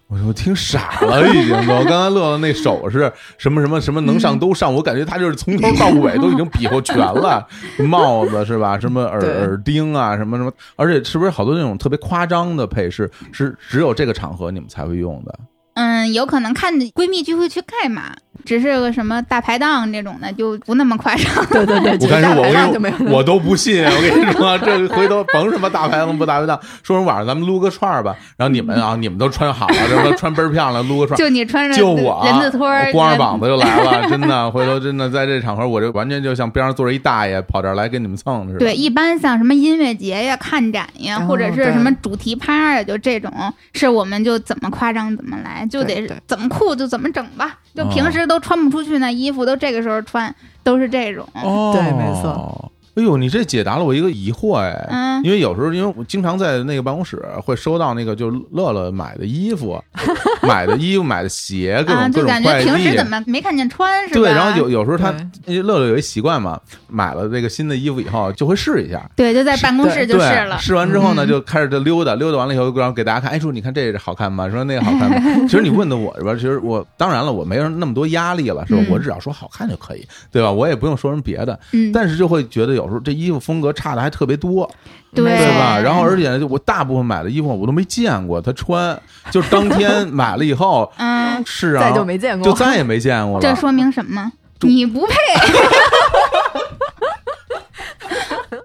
A: 我我听傻了，已经都。我刚才乐乐那手势，什么什么什么能上都上，我感觉他就是从头到尾都已经比划全
B: [LAUGHS]
A: 了。帽子是吧？什么耳
C: 对
A: 耳钉啊，什么什么，而且是不是好多那种特别夸张的配饰，是只有这个场合你们才会用的？
B: 嗯，有可能看闺蜜聚会去干嘛，只是个什么大排档这种的，就不那么夸张。
C: [LAUGHS] 对对对，
A: 我跟你说，
C: 这个打扮就
A: 我
C: 没
A: 跟
C: 有那
A: 你
C: 么
A: 我都不信，我跟你说，这回头甭什么大排档不大排档，说是晚上咱们撸个串儿吧。然后你们啊，你们都穿好了，什么穿倍儿漂亮，撸个串儿。
B: 就你穿着
A: 就我啊
B: 人字拖儿，
A: 我光着膀子就来了，真的，回头真的在这场合，我这完全就像边上坐着一大爷，跑这儿来跟你们蹭似的。
B: 对，，一般像什么音乐节呀、看展呀，
C: 哦
B: 或者是
C: 对
B: 什么主题趴呀，就这种，是我们就怎么夸张怎么来，就
C: 对
B: 得
C: 对
B: 怎么酷就怎么整吧。就
A: 哦
B: 平时都穿不出去那衣服，都这个时候穿，都是这种。
A: 哦，
C: 对没错。
A: 哎呦，你这解答了我一个疑惑哎，
B: 嗯
A: 因为有时候因为我经常在那个办公室会收到那个就是乐乐买的衣服、 [LAUGHS] 买的衣服、买的鞋，各种、
B: 啊，
A: 各
B: 就
A: 种
B: 感
A: 快递。
B: 觉平时怎么没看见穿是吧？
A: 对，然后有有时候他
C: 对
A: 因为乐乐有一习惯嘛，买了这个新的衣服以后就会试一下。
B: 对就在办公室
A: 对，
B: 就是了。
A: 试完之后呢，
B: 嗯
A: 就开始就溜达，溜达完了以后，然后给大家看，哎，说你看这个好看吗？说
B: [LAUGHS]
A: 那个好看吗？其实你问的我是吧？其实我当然了，我没有那么多压力了，是吧？
B: 嗯
A: 我只要说好看就可以，对吧？我也不用说什么别的，
B: 嗯，
A: 但是就会觉得有时候这衣服风格差的还特别多，
B: 对
A: 对吧？
B: 哎
A: 然后而且我大部分买的衣服我都没见过他穿，就当天买了以
B: [LAUGHS]
A: 后
B: 嗯，
A: 是啊，
C: 再就没见过，
A: 就再也没见过
B: 这
A: 了。
B: 说明什么？
A: 就
B: 你不配，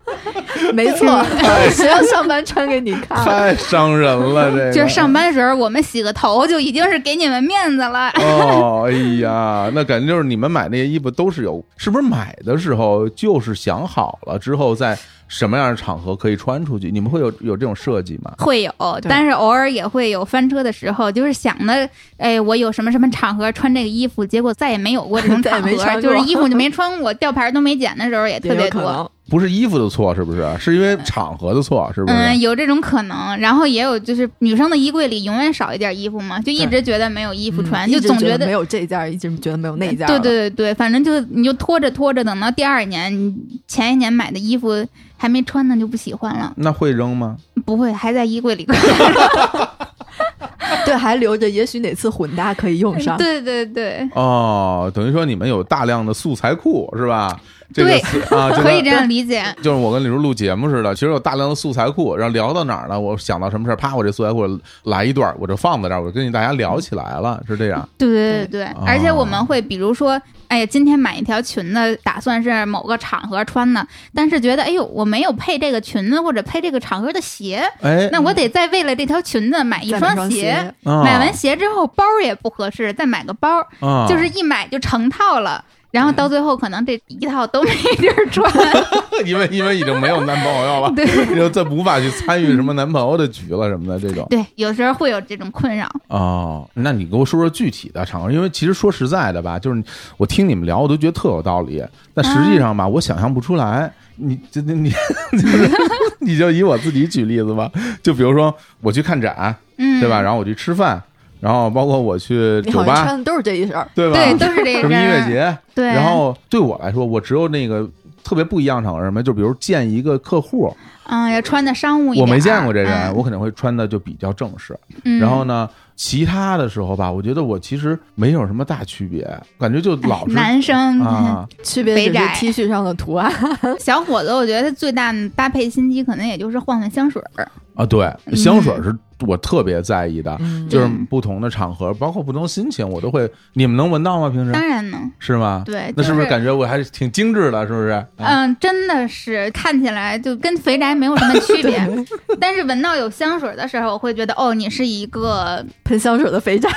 C: [LAUGHS] 没
B: [LAUGHS]
C: 错， [LAUGHS] 谁要上班穿给你看？
A: 太伤人了，嗯这个
B: 就是上班时候我们洗个头就已经是给你们面子了。
A: [LAUGHS] 哦，哎呀，那感觉就是你们买那些衣服都是有，是不是买的时候就是想好了之后在什么样的场合可以穿出去？你们会有有这种设计吗？
B: 会有，
C: 对
B: 但是偶尔也会有翻车的时候，就是想的，哎，我有什么什么场合穿这个衣服，结果再也没有过这种
C: [LAUGHS] 再也
B: 场
C: 没
B: 合，
C: 穿过
B: 就是衣服就没穿过，吊牌都没剪的时候也特
C: 也
B: 别
C: 有可
B: 多。
C: 能。
A: 不是衣服的错，是不是？是因为场合的错，是不是？
B: 嗯，有这种可能，然后也有就是女生的衣柜里永远少一件衣服嘛，就一直觉得没有衣服穿，
C: 嗯
B: 就
C: 一直
B: 总
C: 觉
B: 得
C: 没有这件儿，一直觉得没有那件儿
B: 对
C: 了。
B: 对对对，反正就你就拖着拖着，等到第二年，你前一年买的衣服还没穿呢，就不喜欢了。
A: 那会扔吗？
B: 不会，还在衣柜
C: [LAUGHS]
B: 里。
C: 对，还留着，也许哪次混搭可以用
B: [LAUGHS]
C: 上。
B: 对对对，
A: 哦，等于说你们有大量的素材库，是吧？这个
B: 对
A: 词 [LAUGHS] 啊，就
B: 可以
A: 跟
B: 这样理解。
A: 就是我跟李叔录节目似的，其实有大量的素材库，然后聊到哪儿了，我想到什么事儿，啪，我这素材库来一段儿，我就放在这儿，我就跟大家聊起来了，是这样。
B: 对对对对，
A: 哦
B: 而且我们会比如说，哎呀，今天买一条裙子，打算是某个场合穿的，但是觉得，哎呦，我没有配这个裙子或者配这个场合的鞋，
A: 哎，
B: 那我得再为了这条裙子买一
C: 嗯再买
B: 双
C: 双
B: 鞋。
C: 鞋，
A: 啊
B: 买完鞋之后，包儿也不合适，再买个包儿，
A: 啊
B: 就是一买就成套了。然后到最后，可能这一套都没地儿穿。
A: [LAUGHS]
C: 嗯
A: 因为因为已经没有男朋友了，
B: 对
A: [LAUGHS] 就再无法去参与什么男朋友的局了什么的这种。
B: [LAUGHS] 对，有时候会有这种困扰。
A: 哦，那你给我说说具体的场合，因为其实说实在的吧，就是我听你们聊，我都觉得特有道理，但实际上吧，我想象不出来。你 [LAUGHS] 这这你就是你就以我自己举例子吧，就比如说我去看展，
B: 嗯，
A: 对吧？？然后我去吃饭，然后包括我去
C: 你
A: 酒
C: 好像
A: 吧，
C: 穿的都是这一身儿。
A: 对吧？
B: 对，都是这
A: 什
B: 个
A: 么音乐
B: 人。
A: 节，
B: 对，
A: 然后对我来说，我只有那个特别不一样的场合是什么，就比如见一个客户，
B: 嗯，要穿的商务一点
A: 我
B: 儿。
A: 没见过这人，
B: 嗯
A: 我可能会穿的就比较正式。
B: 嗯
A: 然后呢，其他的时候吧，我觉得我其实没有什么大区别，感觉就老是
B: 哎男生、 [LAUGHS]
A: 啊，
C: 区别
B: 肥
C: 只是
B: 宅
C: T 恤上的图案，
B: 小伙子，我觉得他最大的搭配心机，可能也就是换换香水儿。
A: 啊，对，香水是我特别在意的，就是
B: 嗯嗯
A: 不同的场合，包括不同心情，我都会。你们能闻到吗？平时
B: 当然呢，
A: 是吗？
B: 对，
A: 那
B: 就是
A: 不是感觉我还挺精致的？是不是？啊
B: 嗯，真的是看起来就跟肥宅没有什么区别，
A: [LAUGHS]
B: 但是闻到有香水儿的时候，我会觉得哦，你是一个
C: 喷香水的肥宅。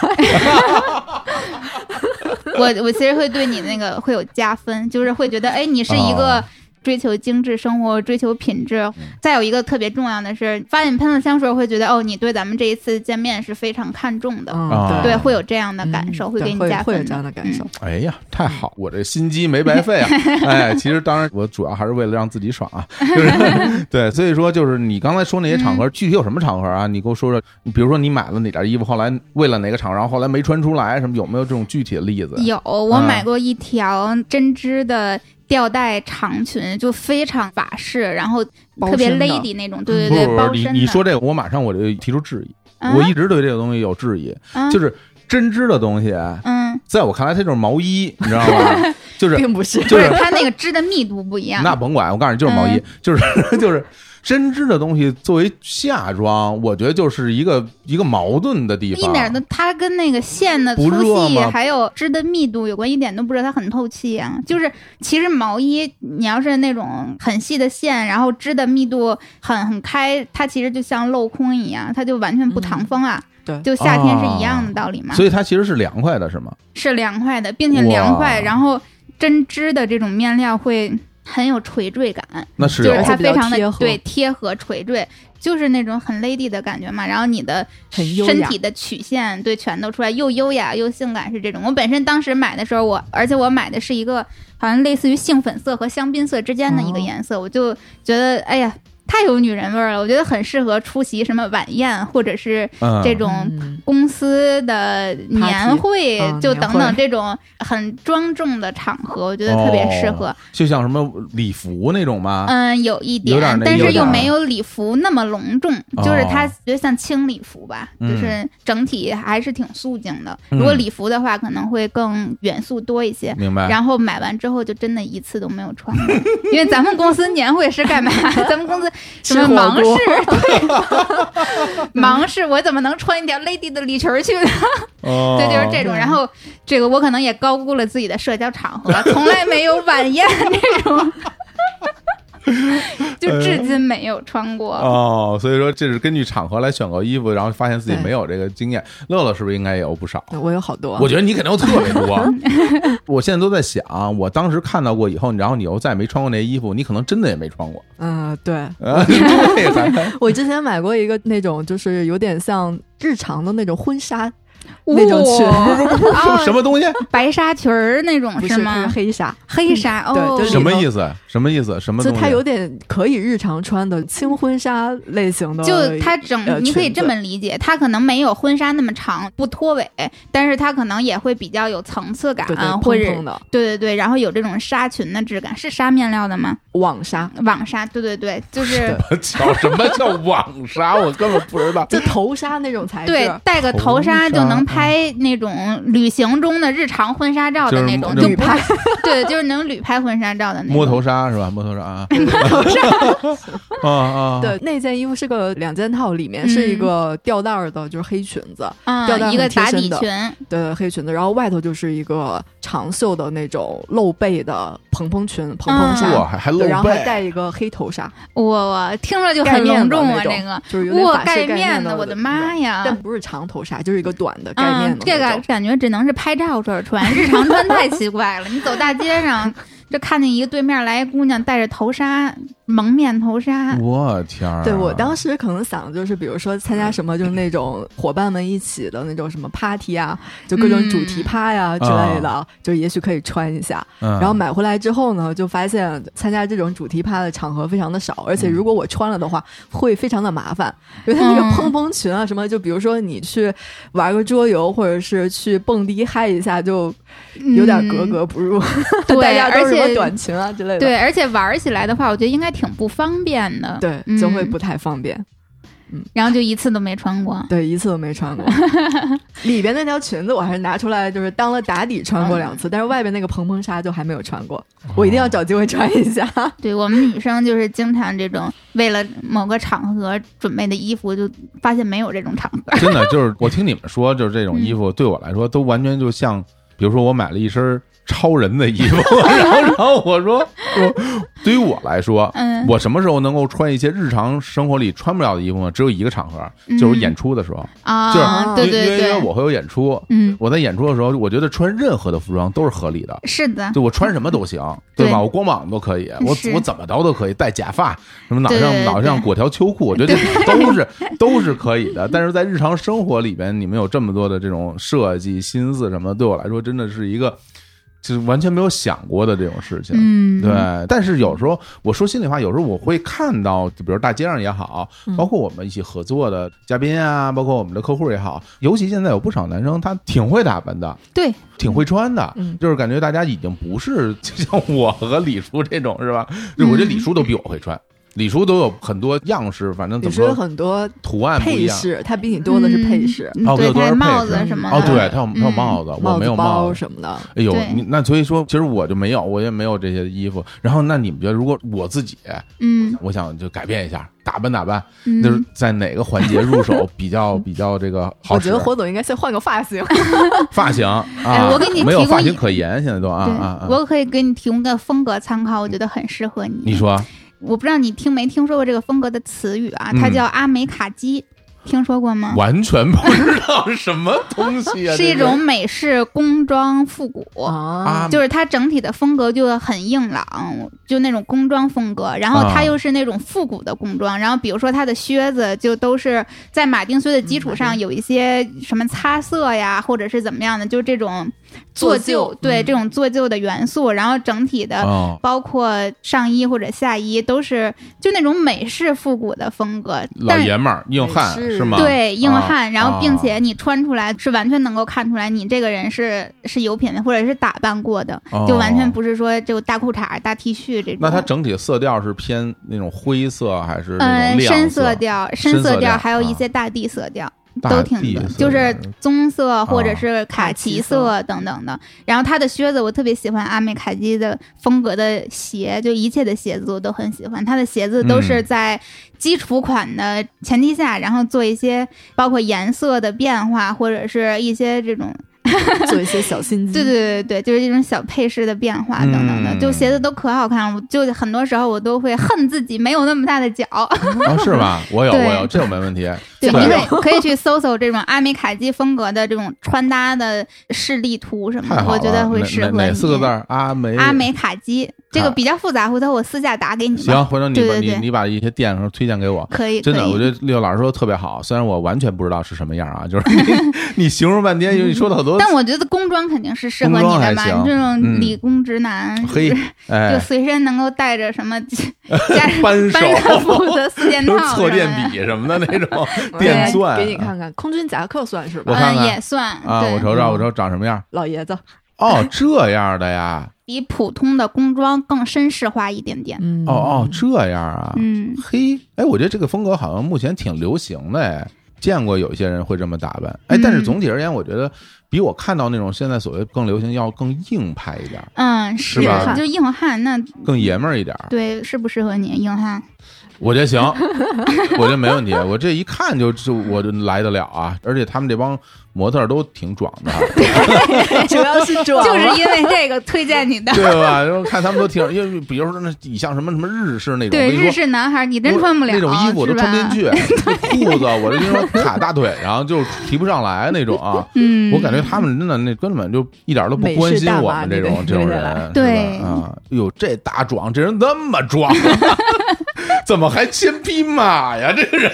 B: 我我其实会对你那个会有加分，就是会觉得，哎，你是一个
A: 哦嗯
B: 追求精致生活、追求品质。再有一个特别重要的是，发现你喷了香水，会觉得，哦，你对咱们这一次见面是非常看重的。
A: 啊
C: 嗯，
B: 对，会有这样的感受，
C: 嗯
B: 会给你
C: 对
B: 加
C: 会
B: 分
C: 有这样的感受。
A: 哎呀，太好，我这心机没白 [LAUGHS] 费啊！哎，其实当然，我主要还是为了让自己爽啊，就是 [LAUGHS] 对，所以说就是你刚才说那些场合，具体有什么场合啊？你给我说说，比如说你买了哪件衣服，后来为了哪个场合，然后后来没穿出来，什么有没有这种具体的例子？
B: 有，我
A: 啊
B: 买过一条针织的吊带长裙，就非常法式，然后
C: 包
B: 特别
C: 身的
B: lady 那种，对
A: 不
B: 对对，
A: 不
B: 包
A: 不，你
B: 身
A: 你
B: 的。
A: 说这个，我马上我就提出质疑，
B: 啊
A: 我一直对这个东西有质疑，
B: 啊
A: 就是针织的东西，
B: 嗯，
A: 在我看来它就是毛衣，你知道
B: [LAUGHS]
A: 吗？就是
C: 并不是
A: 就
B: 不
A: 是
B: 是它那个织的密度不一样。嗯
A: 那甭管，我告诉你，就是毛衣，就是就是 [LAUGHS] 针织的东西作为夏装，我觉得就是一个一个矛盾的地方。
B: 一点都，它跟那个线的
A: 不
B: 粗
A: 热
B: 细
A: 吗
B: 还有织的密度有关，一点都不热，它很透气啊。就是其实毛衣，你要是那种很细的线，然后织的密度很很开，它其实就像镂空一样，它就完全不藏风啊。
C: 对
B: 就夏天是一样的道理嘛，
A: 啊所以它其实是凉快的，是吗？
B: 是凉快的，并且凉
A: 哇
B: 快，然后针织的这这种面料会很有垂坠感，
A: 那是哦有
B: 就是
C: 而且
B: 它
C: 比较
B: 非常的
C: 贴合
B: 对贴合垂坠，就是那种很 lady 的感觉嘛。然后你的
C: 很优
B: 身
C: 雅
B: 体的曲线对全都出来，又优雅又性感是这种。我本身当时买的时候我，而且我买的是一个好像类似于杏粉色和香槟色之间的一个
C: 哦
B: 颜色，我就觉得哎呀。太有女人味儿了，我觉得很适合出席什么晚宴，或者是
A: 嗯
B: 这种
C: 嗯
B: 公司的年
C: Party，
B: 会，
A: 哦
C: 嗯
B: 就
C: 年
B: 等
C: 会
B: 等这种很庄重的场合，我觉得特别适合。
A: 哦就像什么礼服那种吗？
B: 嗯，有一
A: 有点儿
B: 点，
A: 那
B: 但
A: 有
B: 是
A: 点
B: 又
A: 儿
B: 没有礼服那么隆重，就是
A: 哦
B: 它就像轻礼服吧，
A: 嗯
B: 就是整体还是挺素净的。如果
A: 嗯
B: 礼服的话，可能会更元素多一些。
A: 明白。
B: 然后买完之后就真的一次都没有穿
A: [LAUGHS]
B: 过，因为咱们公司年会是干嘛？咱们公司什
C: 吃
B: 么
C: 火
B: 忙
C: 锅
B: 事？对， [LAUGHS] 忙事我怎么能穿一条 lady 的礼裙儿去呢？
A: 哦
B: 对，就是这种。然后这个我可能也高估了自己的社交 [LAUGHS]
A: [LAUGHS]
B: 场合，从来没有晚宴那种，就至今真没有穿过。
A: 呃哦，所以说这是根据场合来选购衣服，然后发现自己
C: 对
A: 没有这个经验。乐乐是不是应该也有不少？
C: 对嗯我有好多，
A: 我觉得你肯定有特别多。
B: [LAUGHS]
A: 我现在都在想，我当时看到过以后，然后你又再也没穿过那衣服，你可能真的也没穿过。
C: 嗯，对
A: 啊， [LAUGHS] 对，咱
C: 我之前买过一个那种就是有点像日常的那种婚纱，
B: 哇
C: 那种裙 [LAUGHS]
B: 哦
A: [LAUGHS] 什么东西？
B: 白纱裙儿那种
C: 不
B: 是
C: 是它
B: 吗
C: 是？黑纱，
B: 黑纱
C: 对
B: 哦，
C: 就是
A: 什么意思？啊什么意思？什么
C: 就
A: 东西？啊
C: 它有点可以日常穿的轻婚纱类型的，
B: 就它
C: 呃
B: 整，你可以
C: 裙子
B: 这么理解，它可能没有婚纱那么长，不拖尾，但是它可能也会比较有层次感，
C: 对对
B: 啊或者
C: 蓬蓬的
B: 对对对，然后有这种纱裙的质感，是纱面料的吗？
C: 网纱，
B: 网纱，对对对，就是
A: 叫什么叫网纱？我根本不知道。
C: 就头纱那种材质，
B: 对，戴个头纱就能拍那种旅行中的日常婚纱照的那种，
A: 就
B: 就是不是 [LAUGHS] 对，就是能旅拍婚纱照的那种。
A: 摸头纱是吧？摸头纱啊，摸头纱 [LAUGHS] 啊啊！
C: 对，那件衣服是个两件套，里面
A: 嗯
C: 是一个吊带儿的，就是黑裙子，
B: 嗯
C: 吊带，很
B: 一个
C: 贴
B: 打
C: 身
B: 底
C: 的
B: 裙，
C: 对，黑裙子，然后外头就是一个长袖的那种露背的蓬蓬裙、蓬蓬
B: 嗯
A: 哇，
C: 纱，
A: 还还
C: 对
A: 露
C: 然后还
A: 背，
C: 戴一个黑头纱，
B: 我听着就
C: 盖
B: 很
C: 面
B: 隆
C: 的
B: 重啊，
C: 那种
B: 这个。
C: 就是有点
B: 哇，
C: 法式
B: 面
C: 面
B: 的，我的妈
C: 呀！
B: 呀！
C: 但不是长头纱，就是一个短的盖面
B: 嗯，
C: 的
B: 这
C: 那
B: 个
C: 种。
B: 感觉只能是拍照时候穿，日常穿太奇怪了。你走大街上，就看见一个对面来一姑娘戴着头纱，蒙面头纱，
C: 嗯
A: 我天儿啊！
C: 对我当时可能想的就是，比如说参加什么，就是那种伙伴们一起的那种什么 party 啊，就各
B: 嗯
C: 种主题趴呀、之类的，
A: 啊
C: 就也许可以穿一下。
A: 嗯，
C: 然后买回来之后呢，就发现参加这种主题趴的场合非常的少，而且如果我穿了的话，会非常的麻烦，因为它那个
B: 嗯
C: 蓬蓬裙啊什么，就比如说你去玩个桌游，或者是去蹦迪嗨一下，就
B: 嗯
C: 有点格格不入，
B: 对
C: [LAUGHS] 大家都是什
B: 而且
C: 么短裙啊之类
B: 嗯。
C: 的，
B: 对，而且玩起来的话，我觉得应该挺不方便的。
C: 对
B: 嗯
C: 就会不太方便。
B: 然后就一次都没穿过。
C: 对，一次都没
B: [LAUGHS]
C: 穿过。里边那条裙子我还是拿出来，就是当了打底穿过
B: 嗯
C: 两次，但是外边那个蓬蓬纱就还没有穿过，
B: 哦
C: 我一定要找机会穿一下。
B: 对我们女生就是经常这种为了某个场合准备的衣服，就发现没有这种场 [LAUGHS] 合。
A: 真的就是我听你们说，就是这种衣
B: 嗯
A: 服对我来说都完全就像，比如说我买了一身超人的衣服，
B: [LAUGHS]
A: 然后然后我说，我对于我来说，
B: 嗯
A: 我什么时候能够穿一些日常生活里穿不了的衣服呢？只有一个场合，就是演出的时候，
B: 啊，
A: 就
B: 嗯对
A: 是因为
B: 对
A: 因为
B: 对，
A: 我会有演出，
B: 嗯，
A: 我在演出的时候，我觉得穿任何的服装都是合理的。
B: 是的，
A: 就我穿什么都行，对吧？
B: 嗯对
A: 我光膀子都可以，我
B: 是
A: 我怎么着都可以，戴假发，什么脑
B: 对对
A: 上
B: 对
A: 脑上裹条秋裤，我觉得这都是都是可以的。但是在日常生活里边，你们有这么多的这种设计心思什么的，对我来说真的是一个就是完全没有想过的这种事情。
B: 嗯，
A: 对，但是有时候我说心里话，有时候我会看到，就比如大街上也好，
B: 嗯
A: 包括我们一起合作的嘉宾啊，包括我们的客户也好，尤其现在有不少男生他挺会打扮的，
B: 对，
A: 挺会穿的，
C: 嗯
A: 就是感觉大家已经不是就像我和李叔这种是吧？就我觉得李叔都比我会穿，李叔都有很多样式，反正
C: 你
A: 怎么
C: 说有
A: 说
C: 很多
A: 图案不一
C: 配
A: 样。
C: 饰，它比你多的是配饰、
B: 嗯
A: 哦，我
B: 对，
A: 有多
B: 戴
A: 少
B: 帽
A: 配
B: 子
A: 饰
B: 什么的。
A: 哦，对，他有他有
B: 嗯
A: 帽子，我
C: 帽
A: 没
C: 子、
A: 有帽
C: 包
A: 子。
C: 什么的。
A: 哎呦，
B: 对
A: 你那所以说，其实我就没有，我也没有这些衣服。然后，那你们觉得，如果我自己，
B: 嗯，
A: 我想就改变一下，打扮打扮，
B: 嗯
A: 就是在哪个环节入手比较比较这个好
C: 我
A: 使
C: 觉得火总应该先换个发型，
A: 发型啊，
B: 哎我给你
A: 没有
B: 提供
A: 发
B: 一
A: 型可言，现在都啊
B: 对，
A: 啊啊！
B: 我可以给你提供个风格参考，我觉得很适合你。
A: 你，说
B: 我不知道你听没听说过这个风格的词语啊？它
A: 嗯
B: 叫阿美卡基，听说过吗？
A: 完全不知道是什么东
B: [LAUGHS]
C: 哎
A: 西啊，
B: 是一种美式工装复古。
A: 嗯
C: 啊，
B: 就是它整体的风格就很硬朗，就那种工装风格，然后
A: 啊
B: 它又是那种复古的工装，然后比如说它的靴子就都是在马丁靴的基础上有一些什么擦色呀，或者是怎么样的，就这种做旧，
C: 做旧
B: 对、
C: 嗯
B: 这种做旧的元素，然后整体的。
A: 哦，
B: 包括上衣或者下衣都是就那种美式复古的风格，
A: 老
B: 但
A: 爷们儿硬汉
C: 是
A: 是吗？
B: 对硬汉，
A: 啊
B: 然后并
A: 啊
B: 且你穿出来是完全能够看出来你这个人是是有品位或者是打扮过的，就完全
A: 哦
B: 不是说就大裤衩、大 T 恤这种。
A: 那它整体色调是偏那种灰色还是那
B: 嗯
A: 种亮
B: 深色调、
A: 深
B: 深
A: 色调
B: 色调，还有一
A: 啊
B: 些大地色调。
A: 大
B: 都挺
A: 地
B: 多
A: 色啊
B: 就是
A: 调
B: 棕色或者是
C: 卡
B: 卡
C: 其
B: 其
C: 色
B: 色等等的。然后他的靴子，我特别喜欢阿美卡基的风格的鞋，就一切的鞋子我都很喜欢。他的鞋子都是
A: 嗯
B: 在基础款的前提下，然后做一些包括颜色的变化，或者是一些这种
C: [LAUGHS] 做一些小心机。
B: 对对对对，就是这种小配饰的变化等等的，
A: 嗯
B: 就鞋子都可好看了。我就很多时候我都会恨自己没有那么大的脚。 [LAUGHS]
A: 啊，是吧？我有，
B: 对
A: 我有，这我没问题。
B: 对，
A: 对
B: 你可以可以去搜搜这种 [LAUGHS] 阿美卡基风格的这种穿搭的示例图什么
A: 太
B: 的，
A: 好
B: 我
A: 了，
B: 觉得会
A: 哪
B: 适合你。
A: 哪哪四个字？儿？哎阿梅
B: 阿美卡基这个
A: 卡
B: 比较复杂，回头我私下打给你吧。
A: 行，回头你
B: 对
A: 把
B: 对
A: 你
B: 对
A: 你把一些店上推荐给我。
B: 可以，
A: 真的，
B: 可以
A: 我觉得六老师说的特别好，虽然我完全不知道是什么样啊，就是 [LAUGHS] 你你形容半天，因为你说了好多，
B: 但我觉得工装肯定是适合你的嘛，
A: 工装还行
B: 你这种
A: 嗯
B: 理工直男，
A: 嘿
B: 就是，就
A: 哎，
B: 随身能够带着什么
A: [LAUGHS]
B: 家
A: 扳手
B: 班上服
A: [LAUGHS]
B: 的四件
A: 都
B: 套
A: 是
B: 什
A: 错
B: 么
A: 电
B: 的，
A: 笔什么的那种
C: 对
A: 电钻，
C: 给你看看，空军夹克算是
A: 我
C: 吧？
A: 看看
B: 嗯也算
A: 啊，我
B: 对，
A: 瞅瞅，我瞅长什么样？
C: 老爷子，
A: 哦，这样的呀，
B: 比普通的工装更绅士化一点点。
C: 嗯
A: 哦
C: [LAUGHS]
A: 哦，，这样啊，
B: 嗯，
A: 嘿，哎，我觉得这个风格好像目前挺流行的，哎，见过有一些人会这么打扮，哎，但是
B: 嗯
A: 总体而言，我觉得比我看到那种现在所谓更流行要更硬派一点儿，
B: 嗯，是
A: 是吧
B: 就硬汉那
A: 更爷们儿一点儿。
B: 对是不适合你硬汉。
A: 我这行，我这没问题，我这一看就就我就来得了啊！而且他们这帮模特儿都挺壮的，
C: 主要是装
B: 就是
C: 了
B: 因为这个推荐
A: [LAUGHS]
B: 你的， [LAUGHS]
A: 对吧？然后看他们都挺，因为比如说那你像什么什么日式那种，
B: 对
A: 我跟你
B: 日
A: 说。
B: 式男孩你
A: 我
B: 真穿不了，
A: 那种衣服我都
B: 是
A: 穿不进
B: 吧？
A: 去，
B: [LAUGHS]
A: 裤子我这跟你说卡大腿上就提不上来那种啊。
B: 嗯，
A: 我感觉他们真的那根本就一点都不关心我们这种
C: 美式
A: 这
C: 大妈
A: 种
C: 那个
A: 人，
B: 对
A: 是吧啊，哟，这大壮，这人这么
B: [LAUGHS]
A: 壮， [LAUGHS] 怎么还千匹马呀？这个人，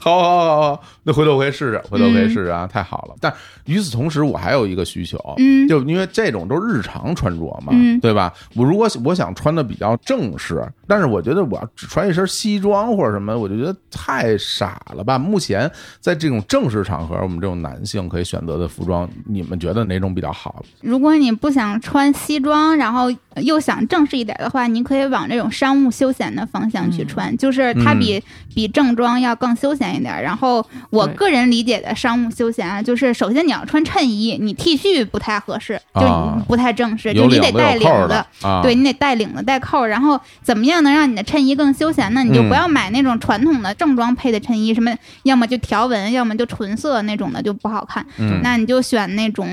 A: 好好好好，那回头我可以试试，回头我可以试试啊，太好了。但与此同时，我还有一个需求，
B: 嗯
A: 就因为这种都是日常穿着嘛，
B: 嗯
A: 对吧？我如果我想穿的比较正式，但是我觉得我要只穿一身西装或者什么，我就觉得太傻了吧。目前在这种正式场合，我们这种男性可以选择的服装，你们觉得哪种比较好？
B: 如果你不想穿西装，然后又想正式一点的话，你可以往这种商务休闲的方向去穿，就是它
A: 嗯
B: 比、比正装要更休闲一点。然后我
C: 对
B: 个人理解的商务休闲啊，就是首先你要穿衬衣，你 T 恤不太合适，就
A: 啊
B: 不太正式，
A: 有
B: 就你
A: 领子
B: 得带
A: 有
B: 领
A: 扣儿
B: 子。
A: 啊，
B: 对你得带领子带扣儿，然后怎么样能让你的衬衣更休闲呢？你就
A: 嗯
B: 不要买那种传统的正装配的衬衣，什么要么就条纹，要么就纯色那种的就不好看。
A: 嗯
B: 那你就选那种，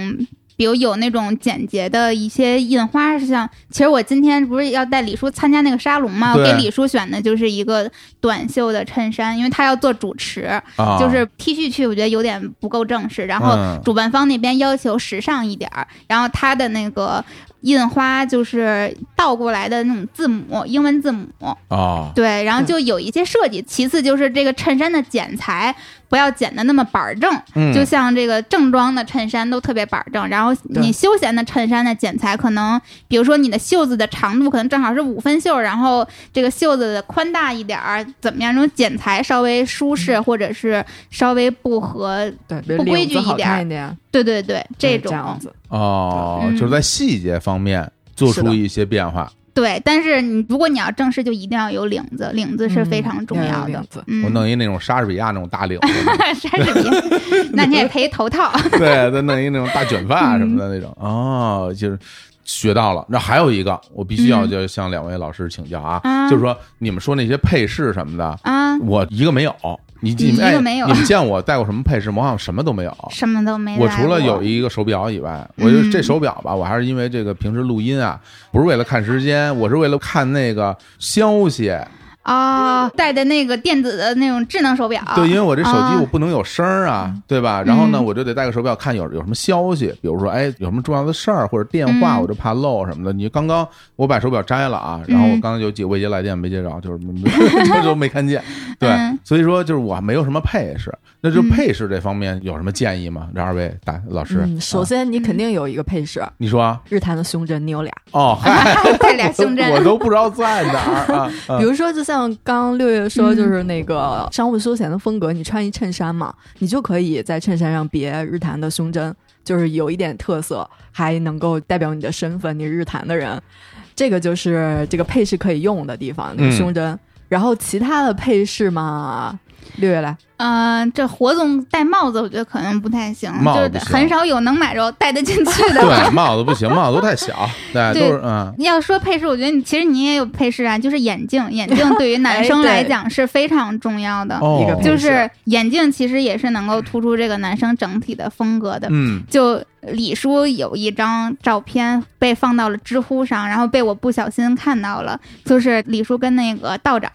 B: 比如有那种简洁的一些印花，像其实我今天不是要带李叔参加那个沙龙嘛，我
A: 对
B: 给李叔选的就是一个短袖的衬衫，因为他要做主持，
A: 啊，
B: 就是 T 恤去我觉得有点不够正式，然后
A: 嗯
B: 主办方那边要求时尚一点儿，然后他的那个印花就是倒过来的那种字母，英文字母，
A: 啊，
B: 对，然后就有一些设计。其次就是这个衬衫的剪裁不要剪的那么板儿正，
A: 嗯
B: 就像这个正装的衬衫都特别板儿正，然后你
C: 对
B: 休闲的衬衫的剪裁可能，比如说你的袖子的长度可能正好是五分袖，然后这个袖子的宽大一点儿，怎么样？这种剪裁稍微舒适，
C: 嗯
B: 或者是稍微不合，
C: 对，比
B: 不
C: 如
B: 规
C: 领
B: 矩
C: 子
B: 一
C: 好
B: 点
C: 看一点，
B: 对对对，这
C: 对这样
B: 种。
C: 子，
A: 哦，
B: 嗯
A: 就是在细节方面做
C: 是的
A: 出一些变化。
B: 对，但是你如果你要正式，就一定要有领子，领子是非常重
C: 嗯
B: 要
C: 要有
B: 的
C: 领子。
B: 嗯，
A: 我弄一那种莎士比亚那种大领子，
B: 莎士比亚，那你也可以头套。
A: [LAUGHS] 对，再弄一那种大卷
B: 嗯
A: 发什么的那种。哦，就是学到了。那还有一个，我必须要
B: 嗯
A: 就向两位老师请教啊，
B: 啊
A: 就是说你们说那些配饰什么的，
B: 啊，
A: 我一个没有。你你
B: 你
A: 们
B: 一个
A: 哎
B: 没有
A: 你们见我戴过什么配饰吗？我好像什么都没有。
B: 什么都没来过。嗯
A: 我除了有一个手表以外，我就这手表吧，我还是因为这个平时录音啊，不是为了看时间，我是为了看那个消息。
B: 啊、戴的那个电子的那种智能手表，
A: 对，因为我这手机
B: 啊
A: 我不能有声儿啊，对吧？然后呢，
B: 嗯
A: 我就得戴个手表看有有什么消息，比如说哎有什么重要的事儿或者电话，
B: 嗯
A: 我就怕漏什么的。你刚刚我把手表摘了啊，然后我
B: 嗯
A: 刚才有几个未接来电没接着，就是 [LAUGHS] 就都没看见。对
B: 嗯，
A: 所以说就是我没有什么配饰，那就
B: 嗯
A: 配饰这方面有什么建议吗？这二位大老师，
C: 嗯，首
A: 啊
C: 先你肯定有一个配饰，
A: 你说啊
C: 日坛的胸针，你有俩。
B: [LAUGHS]
A: 哦，嗨，
B: 戴俩胸针，
A: 我都不知道在哪儿
B: [LAUGHS]
A: 啊。啊
C: 比如说，就像刚刚六月说，
B: 嗯
C: 就是那个商务休闲的风格，你穿一衬衫嘛，你就可以在衬衫上别日坛的胸针，就是有一点特色，还能够代表你的身份，你是日坛的人。这个就是这个配饰可以用的地方，那个
A: 嗯
C: 胸针。然后其他的配饰嘛，六月来，
B: 嗯、这活动戴帽子，我觉得可能不太行，
A: 帽子
B: 就
A: 不
B: 是
A: 行
B: 很少有能买着戴得进去的。
A: 对，帽子不行，帽子都太小，对，
B: 对
A: 都是嗯，
B: 要说配饰，我觉得你其实你也有配饰啊，就是眼镜，眼镜
A: [LAUGHS]
B: 对于男
C: 哎
B: 生
C: 对
B: 来讲是非常重要的，
A: 哦
C: 一个配
B: 就
C: 饰
B: 是眼镜其实也是能够突出这个男生整体的风格的。
A: 嗯，
B: 就李叔有一张照片被放到了知乎上，然后被我不小心看到了，就是李叔跟那个道长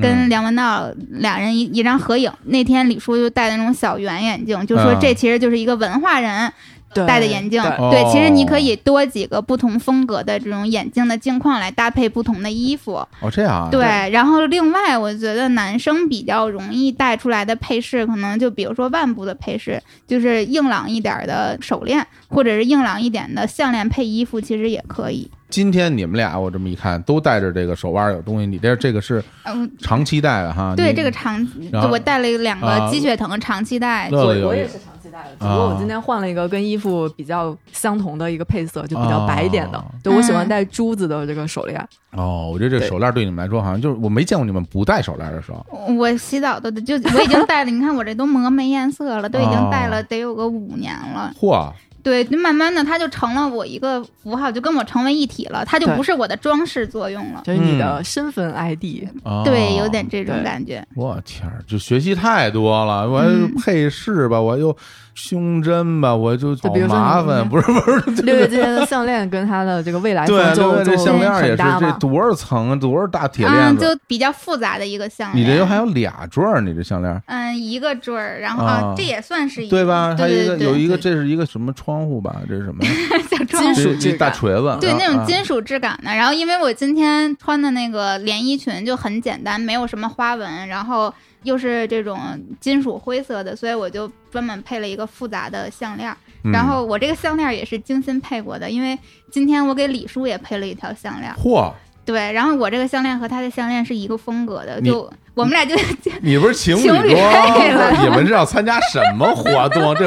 B: 跟
A: 嗯
B: 梁文道俩人一一张合影。那天李叔就戴的那种小圆眼镜，就说
A: 嗯
B: 这其实就是一个文化人
C: 对
B: 戴的眼镜。
C: 对
B: 对，其实你
A: 哦
B: 可以多几个不同风格的这种眼镜的镜框来搭配不同的衣服。
A: 哦这样啊，
B: 对，然后另外我觉得男生比较容易戴出来的配饰，可能就比如说腕部的配饰，就是硬朗一点的手链，或者是硬朗一点的项链配衣服，其实也可以。
A: 今天你们俩我这么一看，都戴着这个手腕有东西，你这这个是
B: 嗯，
A: 长期戴的哈，
B: 对，
A: 啊你
B: 这个长，
A: 然后
B: 我戴了两
A: 啊
B: 个鸡血藤长期戴，
A: 乐乐
C: 我
A: 有
C: 我
A: 一
C: 也是长期戴的，只不过
A: 啊
C: 我今天换了一个跟衣服比较相同的一个配色，就比较白一点的
A: 啊。
C: 对我喜欢戴珠子的这个手链，
A: 哦，我觉得这个
C: 对
A: 手链对你们来说好像就是我没见过你们不戴手链的时候，
B: 我洗澡都就我已经戴了，你看我这都磨没颜色了，都已经戴
A: 哦
B: 了得有个五年了。
A: 嚯，
B: 对，就慢慢的它就成了我一个符号，就跟我成为一体了，它就
C: 对
B: 不是我的装饰作用了。
C: 就是你的身份 ID。
A: 哦
B: 对，有点这种
C: 对
B: 感觉。
A: 我天儿，就学习太多了，我还
B: 嗯
A: 配饰吧，我又胸针吧，我就
C: 就
A: 好
C: 比如说
A: 麻
C: 你
A: 烦，不是不 [LAUGHS] 是，
C: 六月之前的项链跟它的这个未来
A: 对
C: 风
A: 对
C: 就
A: 对，这
C: 就
A: 项链也
C: 很
A: 是，
C: 搭
A: 这
C: 嘛。
A: 多少层啊，多少大铁链
B: 嗯，
A: 子？
B: 就比较复杂的一个项
A: 你
B: 链。
A: 这又还有俩坠儿，你这项链。
B: 嗯，一个坠儿，然后、
A: 啊
B: 这也算是一个
A: 对吧？还有
B: 对
A: 一个
B: 对对，
A: 有一个，
B: 对
A: 这是一个什么窗户吧？这是
B: [LAUGHS]
A: 什么呀？
B: 小装
C: 金
A: 这
C: 属
A: 是
C: 质
A: 一大
C: 感
A: 锤子，
B: 对
A: 然后
B: 那种
A: 啊
B: 金属质感的。然后因为我今天穿的那个连衣裙就很简单，没有什么花纹，然后又是这种金属灰色的，所以我就专门配了一个复杂的项链儿。
A: 嗯
B: 然后我这个项链儿也是精心配过的，因为今天我给李叔也配了一条项链儿。
A: 嚯，
B: 对，然后我这个项链和他的项链是一个风格的，
A: 你
B: 就我们俩就 [LAUGHS]
A: 你不是情
B: 情
A: 装
B: 侣配了
A: 吗？你们是要参加什么活动？这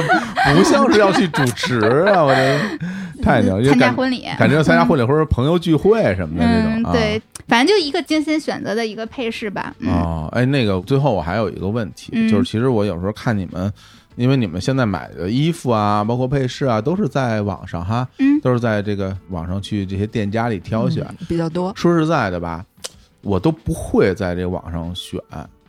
A: 不像是要去主持啊！我这太牛，就
B: 嗯参加
A: 感
B: 婚礼，
A: 感觉参加婚礼或者朋友聚会什么的那
B: 嗯
A: 种。，啊
B: 对，反正就一个精心选择的一个配饰吧。嗯，
A: 哦，哎，那个最后我还有一个问题，
B: 嗯
A: 就是其实我有时候看你们，因为你们现在买的衣服啊，包括配饰啊，都是在网上哈，
B: 嗯
A: 都是在这个网上去这些店家里挑选。
C: 嗯比较多，
A: 说实在的吧，我都不会在这网上选。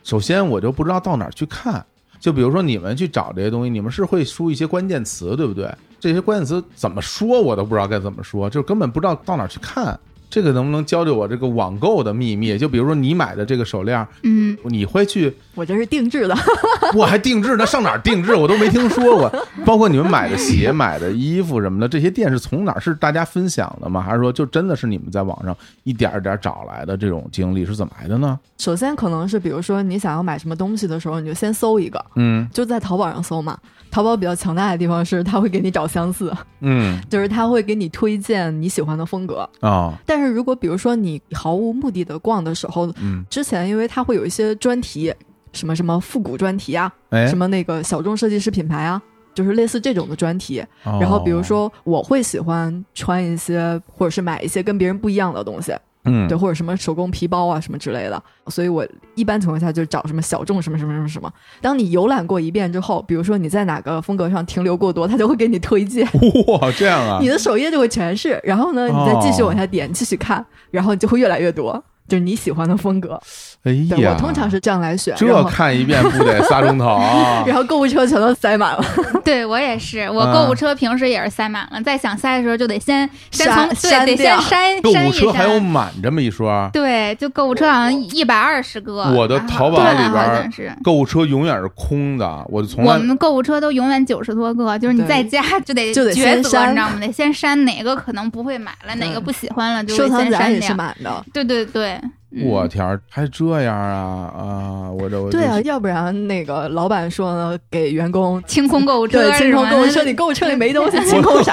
A: 首先，我就不知道到哪儿去看。就比如说你们去找这些东西，你们是会输一些关键词，对不对？这些关键词怎么说，我都不知道该怎么说，就根本不知道到哪儿去看。这个能不能教教我这个网购的秘密？就比如说你买的这个手链，
B: 嗯，
A: 你会去，
C: 我这是定制的， [LAUGHS]
A: [LAUGHS] 我还定制呢，上哪儿定制我都没听说过。 [LAUGHS] 包括你们买的鞋、买的衣服什么的，这些店是从哪儿？是大家分享的吗？还是说就真的是你们在网上一点儿一点儿找来的这种经历是怎么来的呢？
C: 首先可能是比如说你想要买什么东西的时候，你就先搜一个，
A: 嗯
C: 就在淘宝上搜嘛。淘宝比较强大的地方是它会给你找相似，
A: 嗯
C: 就是它会给你推荐你喜欢的风格。
A: 哦
C: 但是如果比如说你毫无目的的逛的时候，
A: 嗯
C: 之前因为它会有一些专题，什么什么复古专题啊，
A: 哎，
C: 什么那个小众设计师品牌啊，就是类似这种的专题。
A: 哦
C: 然后比如说我会喜欢穿一些或者是买一些跟别人不一样的东西，
A: 嗯
C: 对，或者什么手工皮包啊什么之类的。所以我一般情况下就找什么小众什么什么什么什么。当你游览过一遍之后，比如说你在哪个风格上停留过多，它就会给你推荐。
A: 哇这样啊
C: 你，的首页就会全是，然后呢，
A: 哦
C: 你再继续往下点，继续看，然后就会越来越多，就是你喜欢的风格。
A: 哎
C: 对
A: 呀，
C: 我通常是这样来选，然
A: 这
C: 后？
A: 看一遍不得仨钟头啊
C: [LAUGHS] 然后购物车全都塞满了，
B: 嗯对我也是，我
A: 啊
B: 购物车平时也是塞满了，在想塞的时候就得先先
C: 删
B: 从
C: 删
B: 对得
C: 掉
B: 先删
A: 购
B: 删
A: 物
B: 一
A: 车还有
B: 删。
A: 满这么一说，
B: 对，就购物车好像一百二十个，
A: 我的
B: 然后
A: 淘宝
B: 对
A: 里边
B: 好
A: 儿
B: 像是。
A: 购物车永远是空的，我就从
B: 我
A: 来
B: 们购物车都永远九十多个，就是你
C: 对
B: 在家就得
C: 就得
B: 抉
C: 先
B: 择，你知
C: 删
B: 道吗？得先删哪个可能不会买了，哪
C: 对
B: 个不喜欢了，就
C: [LAUGHS] 收
B: 得
C: 藏
B: 先
C: 夹
B: 删
C: 也是
B: 掉。
C: 满的。
B: 对对对，嗯
A: 我天儿，还这样啊啊！我这我
C: 对啊，
A: 这
C: 要不然那个老板说呢，给员工
B: 清空购物车
C: 对
B: 是吗，
C: 清空购物车，你购物
B: [LAUGHS]
C: 车里没东西，清空啥？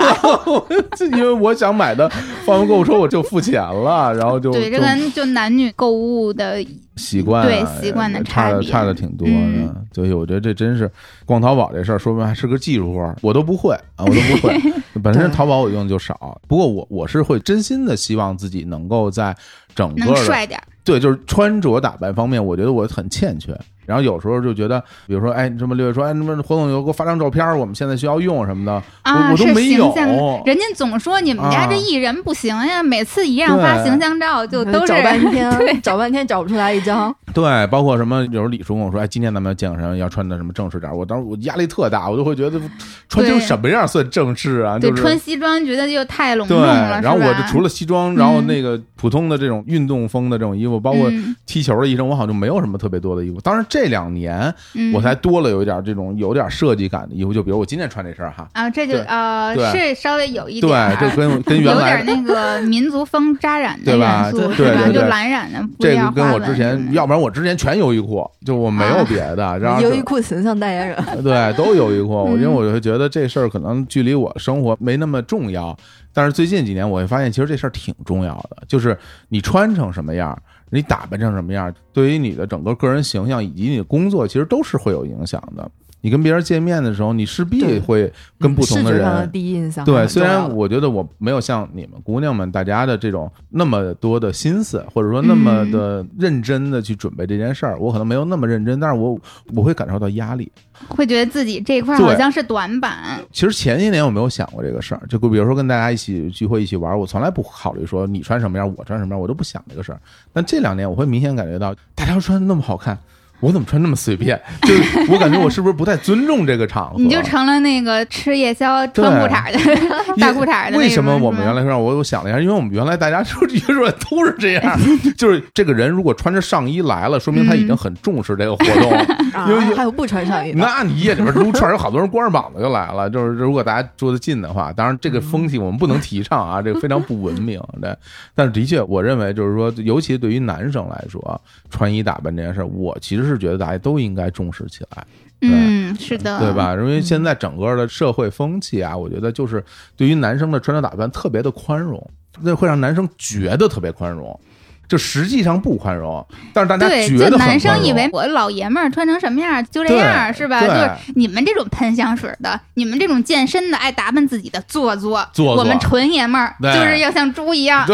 A: [LAUGHS] 这因为我想买的，放完购物车我就付钱了，然后就
B: 对，这
A: 就
B: 跟就男女购物的，
A: 习惯啊
B: 对习惯的
A: 差的
B: 差别
A: 差的挺多的
B: 嗯，
A: 所以我觉得这真是逛淘宝这事儿，说明还是个技术活儿，我都不会啊，我都不
B: [LAUGHS]
A: 会。本身
C: 对
A: 淘宝我用的就少，不过我我是会真心的希望自己能够在整个
B: 能
A: 的
B: 帅点儿。
A: 对，就是穿着打扮方面，我觉得我很欠缺。然后有时候就觉得，比如说，哎，什么六月说，哎，什么活动有给我发张照片儿，我们现在需要用什么的，
B: 啊，
A: 我我都
B: 是
A: 没
B: 形
A: 有。哦
B: 象，人家总说你们家
A: 啊
B: 这艺人不行呀，每次一样发
A: 对
B: 形象照就都是
C: 找
B: [LAUGHS]
C: 半天，
B: 对，
C: 找半天找不出来一张。
A: 对，包括什么，有时候李叔跟我说，哎，今天咱们要见个人，要穿的什么正式点儿。我当时我压力特大，我就会觉得穿成
B: 对
A: 什么样算正式啊？
B: 对
A: 就是
B: 穿西装觉得就太隆
A: 对，
B: 重了，
A: 然后我
B: 是
A: 就
B: 吧
A: 除了西装，然后
B: 嗯
A: 那个普通的这种运动风的这种衣服，包括
B: 嗯
A: 踢球的衣裳，我好像就没有什么特别多的衣服。当然这两年
B: 嗯
A: 我才多了有一点这种有点设计感的衣服，就比如我今天穿这身儿哈，
B: 啊，这就
A: 对
B: 呃
A: 对
B: 是稍微有一点儿啊
A: 对，这
B: [LAUGHS]
A: 跟跟原
B: 有
A: 来
B: 点那个民族风扎染的
A: 对吧
B: 元素，
A: 对
B: 是吧？
A: 对对
B: 就蓝染的，不
A: 这
B: 一
A: 个
B: 样
A: 跟
B: 花
A: 我
B: 纹
A: 之
B: 什么
A: 前，
B: 的
A: 要不然我之前全优衣库，就我没有
B: 啊
A: 别的， [LAUGHS] 然后
C: 优
A: 就
C: 衣库形象代言人，
A: [LAUGHS] 对，都有优衣库。我因为
B: 嗯
A: 我就觉得这事儿可能距离我生活没那么重要，但是最近几年我会发现，其实这事儿挺重要的，就是你穿成什么样儿，你打扮成什么样儿，对于你的整个个人形象以及你的工作，其实都是会有影响的。你跟别人见面的时候，你势必
C: 对
A: 会跟不同
C: 视
A: 的
C: 觉
A: 人。
C: 上的第一印象还
A: 对，
C: 很
A: 虽
C: 重要
A: 然我觉得我没有像你们姑娘们大家的这种那么多的心思，或者说那么
C: 嗯
A: 的认真的去准备这件事儿，我可能没有那么认真，但是我我会感受到压力。
B: 会觉得自己这一块儿
A: 对哦
B: 好像是短板，
A: 其实前些年我没有想过这个事儿，就比如说跟大家一起聚会、一起玩，我从来不考虑说你穿什么样，我穿什么样，我都不想这个事儿。但这两年我会明显感觉到，大家都穿那么好看，我怎么穿那么随便？就是我感觉我是不是不太尊重这个场合？
B: 你就成了那个吃夜宵
A: 对
B: 穿裤衩儿的
A: 因
B: [LAUGHS] 大裤衩儿的那种。
A: 为什么我们
B: 是吧
A: 原来让我我想了一下，因为我们原来大家说约出来都是这
B: [LAUGHS]
A: 样，就是这个人如果穿着上衣来了，说明他已经很重视这个活动了。
C: 啊
A: 优衣，
C: 还有不穿上衣的，
A: 那你夜里边撸串儿，有好多人光着膀子就来了。就是如果大家住得近的话，当然这个风气我们不能提倡啊，这个非常不文明。对，但是的确，我认为就是说，尤其对于男生来说，穿衣打扮这件事儿，我其实是觉得大家都应该重视起来。对
B: 嗯，是的，
A: 对？吧？因为现在整个的社会风气啊，我觉得就是对于男生的穿着打扮特别的宽容，那会让男生觉得特别宽容，就实际上不宽容，但是大家
B: 对，
A: 啊觉
B: 就
A: 得很宽
B: 男
A: 容
B: 生以为我老爷们儿穿成什么样儿就这
A: 对
B: 样儿是吧？
A: 对
B: 就是你们这种喷香水的，你们这种健身的，爱打扮自己的，做作。
A: 做作
B: 我们纯爷们儿
A: 对
B: 就是要像猪一样。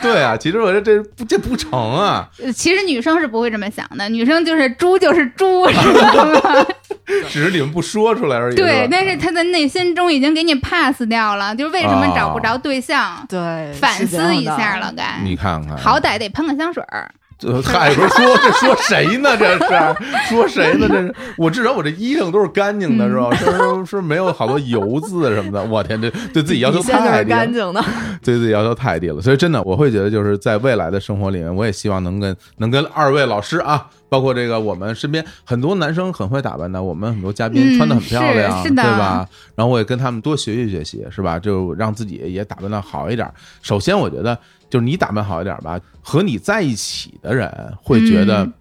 A: 对啊，其实我觉得这不这不成啊，
B: 呃其实女生是不会这么想的，女生就是猪就是
A: [LAUGHS]
B: 猪，是吧？
A: 只是你们不说出来而已。
B: 对
A: 吧，
B: 但是她的内心中已经给你 pass 掉了，就是为什么找不着对象，
C: 对，
B: 反
C: 是这样
B: 思一
C: 的
B: 下了该。
A: 你看看，
B: 好歹得喷个香水儿，
A: 这嗨，不是说这说谁呢？这是说谁呢？ [LAUGHS] 这是我至少我这衣裳都是干净的，是
B: [LAUGHS]
A: 吧？是是是没有好多油渍什么的。我天，这对自己要求
C: 底线就
A: 太
C: 是
A: 低了
B: [LAUGHS]
C: 干。净的，
A: 对自己要求太低了，所以真的，我会觉得就是在未来的生活里面，我也希望能跟能跟二位老师啊，包括这个我们身边很多男生很会打扮的，我们很多嘉宾
B: 嗯
A: 穿的很漂亮，
B: 是是的
A: 对吧？然后我也跟他们多学习学习，是吧？就让自己也打扮的好一点。首先，我觉得就是你打扮好一点吧，和你在一起的人会觉得，
B: 嗯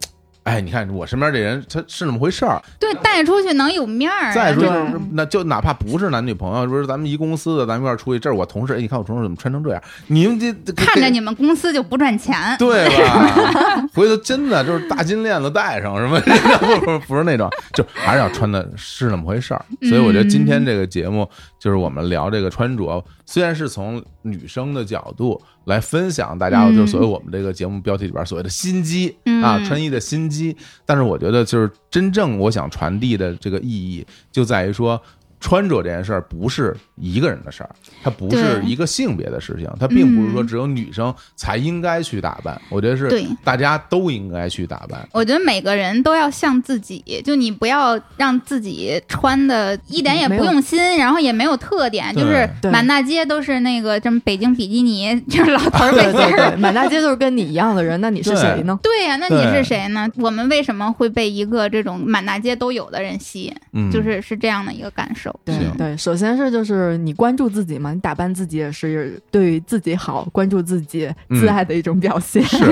A: 哎，你看我身边这人他是那么回事儿，
B: 对，带出去能有面儿啊。
A: 再说
C: 对
A: 就是，那就哪怕不是男女朋友，说是咱们一公司的，咱们一块儿出去，这是我同事，哎，你看我同事怎么穿成这样？你们这这
B: 看着你们公司就不赚钱。
A: 对吧？
B: [LAUGHS]
A: 回头真的就是大金链子戴上什么， [LAUGHS] 不不不是那种，就还是要穿的是那么回事儿。所以我觉得今天这个节目就是我们聊这个穿着，虽然是从女生的角度来分享大家，
B: 嗯
A: 就是所谓我们这个节目标题里边所谓的心机
B: 嗯
A: 啊，穿衣的心机。但是我觉得就是真正我想传递的这个意义，就在于说。穿着这件事儿不是一个人的事儿，它不是
B: 对
A: 一个性别的事情，它并不是说
B: 嗯
A: 只有女生才应该去打扮，我觉得是
B: 对
A: 大家都应该去打扮。
B: 我觉得每个人都要像自己，就你不要让自己穿的一点也不用心，然后也没有特点，
A: 对
B: 就是
C: 对
B: 满大街都是那个什么北京比基尼， [LAUGHS] 就是老头儿背
C: 对
B: 心
C: 对
B: 儿。 [LAUGHS]
C: 对，满大街都是跟你一样的人，那你是谁呢？
B: 对呀、那
A: 对
B: 你是谁呢？我们为什么会被一个这种满大街都有的人吸引？
A: 嗯，
B: 就是是这样的一个感受。
C: 对
A: 行
C: 对，首先是就是你关注自己嘛，你打扮自己也是对于自己好、关注自己自
A: 嗯
C: 爱的一种表现。
A: 是， [LAUGHS]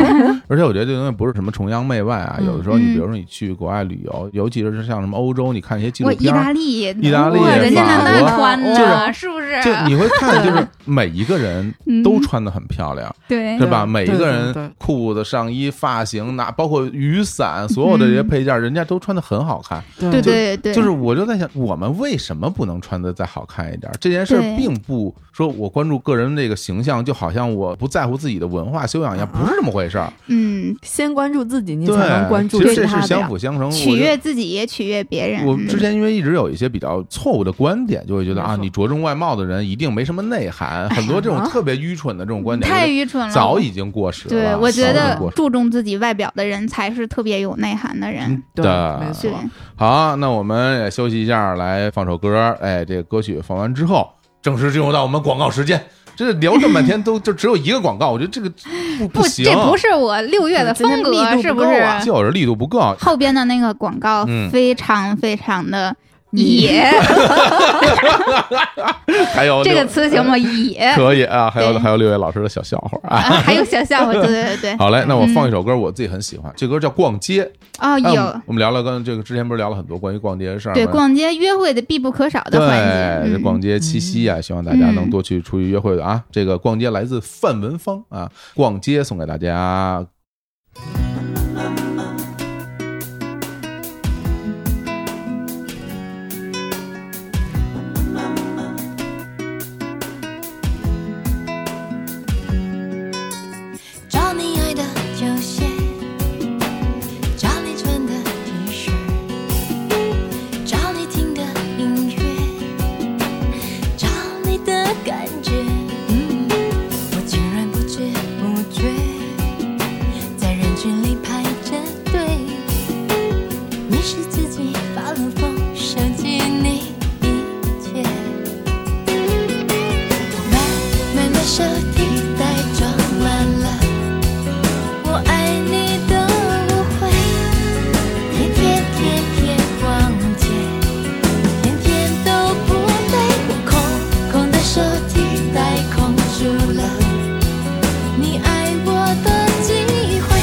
A: 而且我觉得这东西不是什么崇洋媚外啊，
C: 嗯
A: 有的时候你
B: 嗯
A: 比如说你去国外旅游，尤其是像什么欧洲，你看一些纪录
B: 我意
A: 片
B: 大
A: 儿。
B: 利，
A: 意大利
B: 哇人家
A: 法
B: 那
A: 国
B: 那穿
A: 就
B: 的，是不是？
A: 就你会
B: [LAUGHS]
A: 看，就是每一个人
B: 嗯哎
A: 都穿的很漂亮，
B: 对
A: 对吧？
C: 对
A: 每一
C: 对
A: 个
C: 对
A: 人
C: 对
A: 裤子、上衣、发型，那包括雨伞，所有的这些配件儿，人家都穿的很好看。
B: [LAUGHS]
C: 对
B: 对对对，
A: 就是我就在想，我们为什么么不能穿的再好看一点？这件事儿
B: 对
A: 并不说我关注个人这个形象，就好像我不在乎自己的文化修养一样，不是这么回事儿。
B: 嗯，
C: 先关注自己，你才
A: 对，
C: 能关注
A: 其实
C: 其
A: 这
C: 他
A: 是
C: 的
A: 相
C: 呀。
A: 辅相成。
B: 取
A: 我觉得
B: 悦自己也取悦别人。
A: 我
B: 嗯
A: 之前因为一直有一些比较错误的观点，就会觉得啊，
C: 没错
A: 你着重外貌的人一定没什么内涵，很多这种特别愚蠢的这种观点，
B: 啊嗯太愚蠢了，
A: 早已经过时了。
B: 对，我觉
A: 早已
B: 得
A: 经过时
B: 注重自己外表的人才是特别有内涵的
A: 嗯
B: 人。
C: 对
A: 的
C: 没
B: 对
C: 错，
A: 好，那我们也休息一下，来放首歌。哎，这个歌曲放完之后，正式进入到我们广告时间。这聊这么半天都就只有一个广告，我觉得这个不
B: 不，
A: 行，
B: 这不是我六月的
C: 今天
B: 风格，
C: 密度
B: 是
C: 不
B: 是
C: 够？啊
A: 就是力度不够。
B: 后边的那个广告
A: 嗯
B: 非常非常
A: [LAUGHS]
B: 的
C: 你
B: 野，
A: 还 [LAUGHS] 有
B: 这
A: 六
B: 个词行吗？
A: [LAUGHS]
B: 野，
A: 可以啊，还有
B: 对
A: 还有六位老师的小笑话啊。
B: 啊还有小笑话，对对对对，
A: 好嘞，那我放一首歌，我自己很喜欢，
B: 嗯
A: 这歌叫《逛街》。
B: 哦，
A: 哎
B: 有。
A: 我们聊了跟这个之前不是聊了很多关于逛街的事儿吗？
B: 对，逛街约会的必不可少的环
A: 对
B: 节，
A: 这
B: 嗯
A: 逛街七夕啊，希望大家能多去出去约会的啊。这个逛街来自范文芳啊，逛街送给大家。
E: 找你爱的球鞋，找你穿的 T 恤，找你听的音乐，找你的感觉。嗯，我竟然不知不觉在人群里排着队，迷失自己，发了疯，想起你一切。慢慢的手提袋装满了我爱你的误会，天天天天逛街，天天都不累。我空空的手提袋空出了你爱我的机会，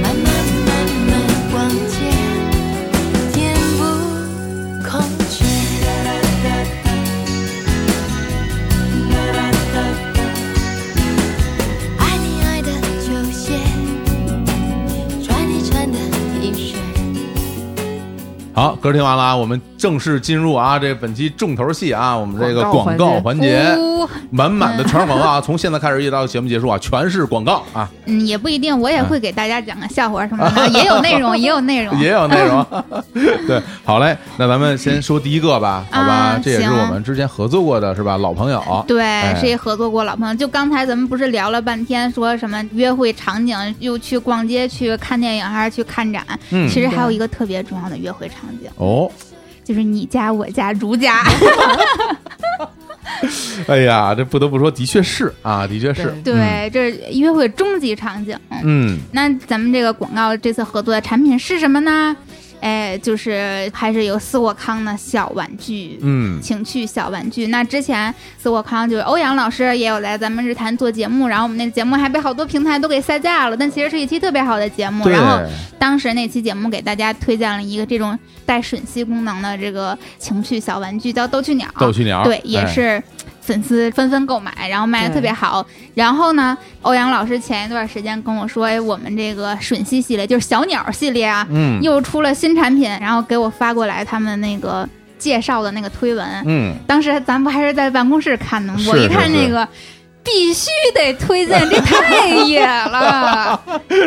E: 慢慢慢慢逛街，填补空缺。爱你爱的球鞋，穿你穿的 T 恤，
A: 好，歌听完了啊，我们正式进入啊这本期重头戏啊，我们这个广
C: 广
A: 告
C: 告
A: 环节，
B: 呜
A: 满满的全是广告啊，从 [LAUGHS] 现在开始一直到节目结束啊，全是广告啊，
B: 嗯，也不一定，我也会给大家讲个笑话
A: [LAUGHS]
B: 什么的，也有内容，也有内容，
A: 也有内
B: [LAUGHS]
A: 容。对，好嘞，那咱们先说第一个吧，好吧
B: 啊，
A: 这也是
B: 行
A: 我们之前合作过的是吧，老朋友。
B: 对，
A: 哎
B: 是一合作过老朋友。就刚才咱们不是聊了半天，说什么约会场景，又去逛街、去看电影，还是去看展？
A: 嗯
B: 其实还有一个特别重要的约会场景，
A: 哦，
B: 就是你家、我家、
A: [LAUGHS]
B: 如家。
A: 哎呀，这不得不说，的确是啊，的确是，
B: 对，这是约会终极场景。
A: 嗯，
B: 那咱们这个广告这次合作的产品是什么呢？哎，就是还是有斯沃康的小玩具。
A: 嗯，
B: 情趣小玩具。那之前斯沃康就是欧阳老师也有来咱们日坛做节目，然后我们那节目还被好多平台都给下架了，但其实是一期特别好的节目。
A: 对，
B: 然后啊当时那期节目给大家推荐了一个这种带吮吸功能的这个情趣小玩具，叫逗趣鸟。
A: 逗趣鸟，
B: 对，也
A: 哎
B: 是粉丝纷纷购买，然后卖的
C: 对
B: 特别好。然后呢，欧阳老师前一段时间跟我说，哎，我们这个吮吸系列就是小鸟系列啊，
A: 嗯
B: 又出了新产品，然后给我发过来他们那个介绍的那个推文。 [LAUGHS]
A: 嗯，
B: 当时咱不还是在办公室看的吗？我
A: 是
B: 一看
A: 是
B: 那个，必须得推荐，
A: [LAUGHS]
B: 这太野了。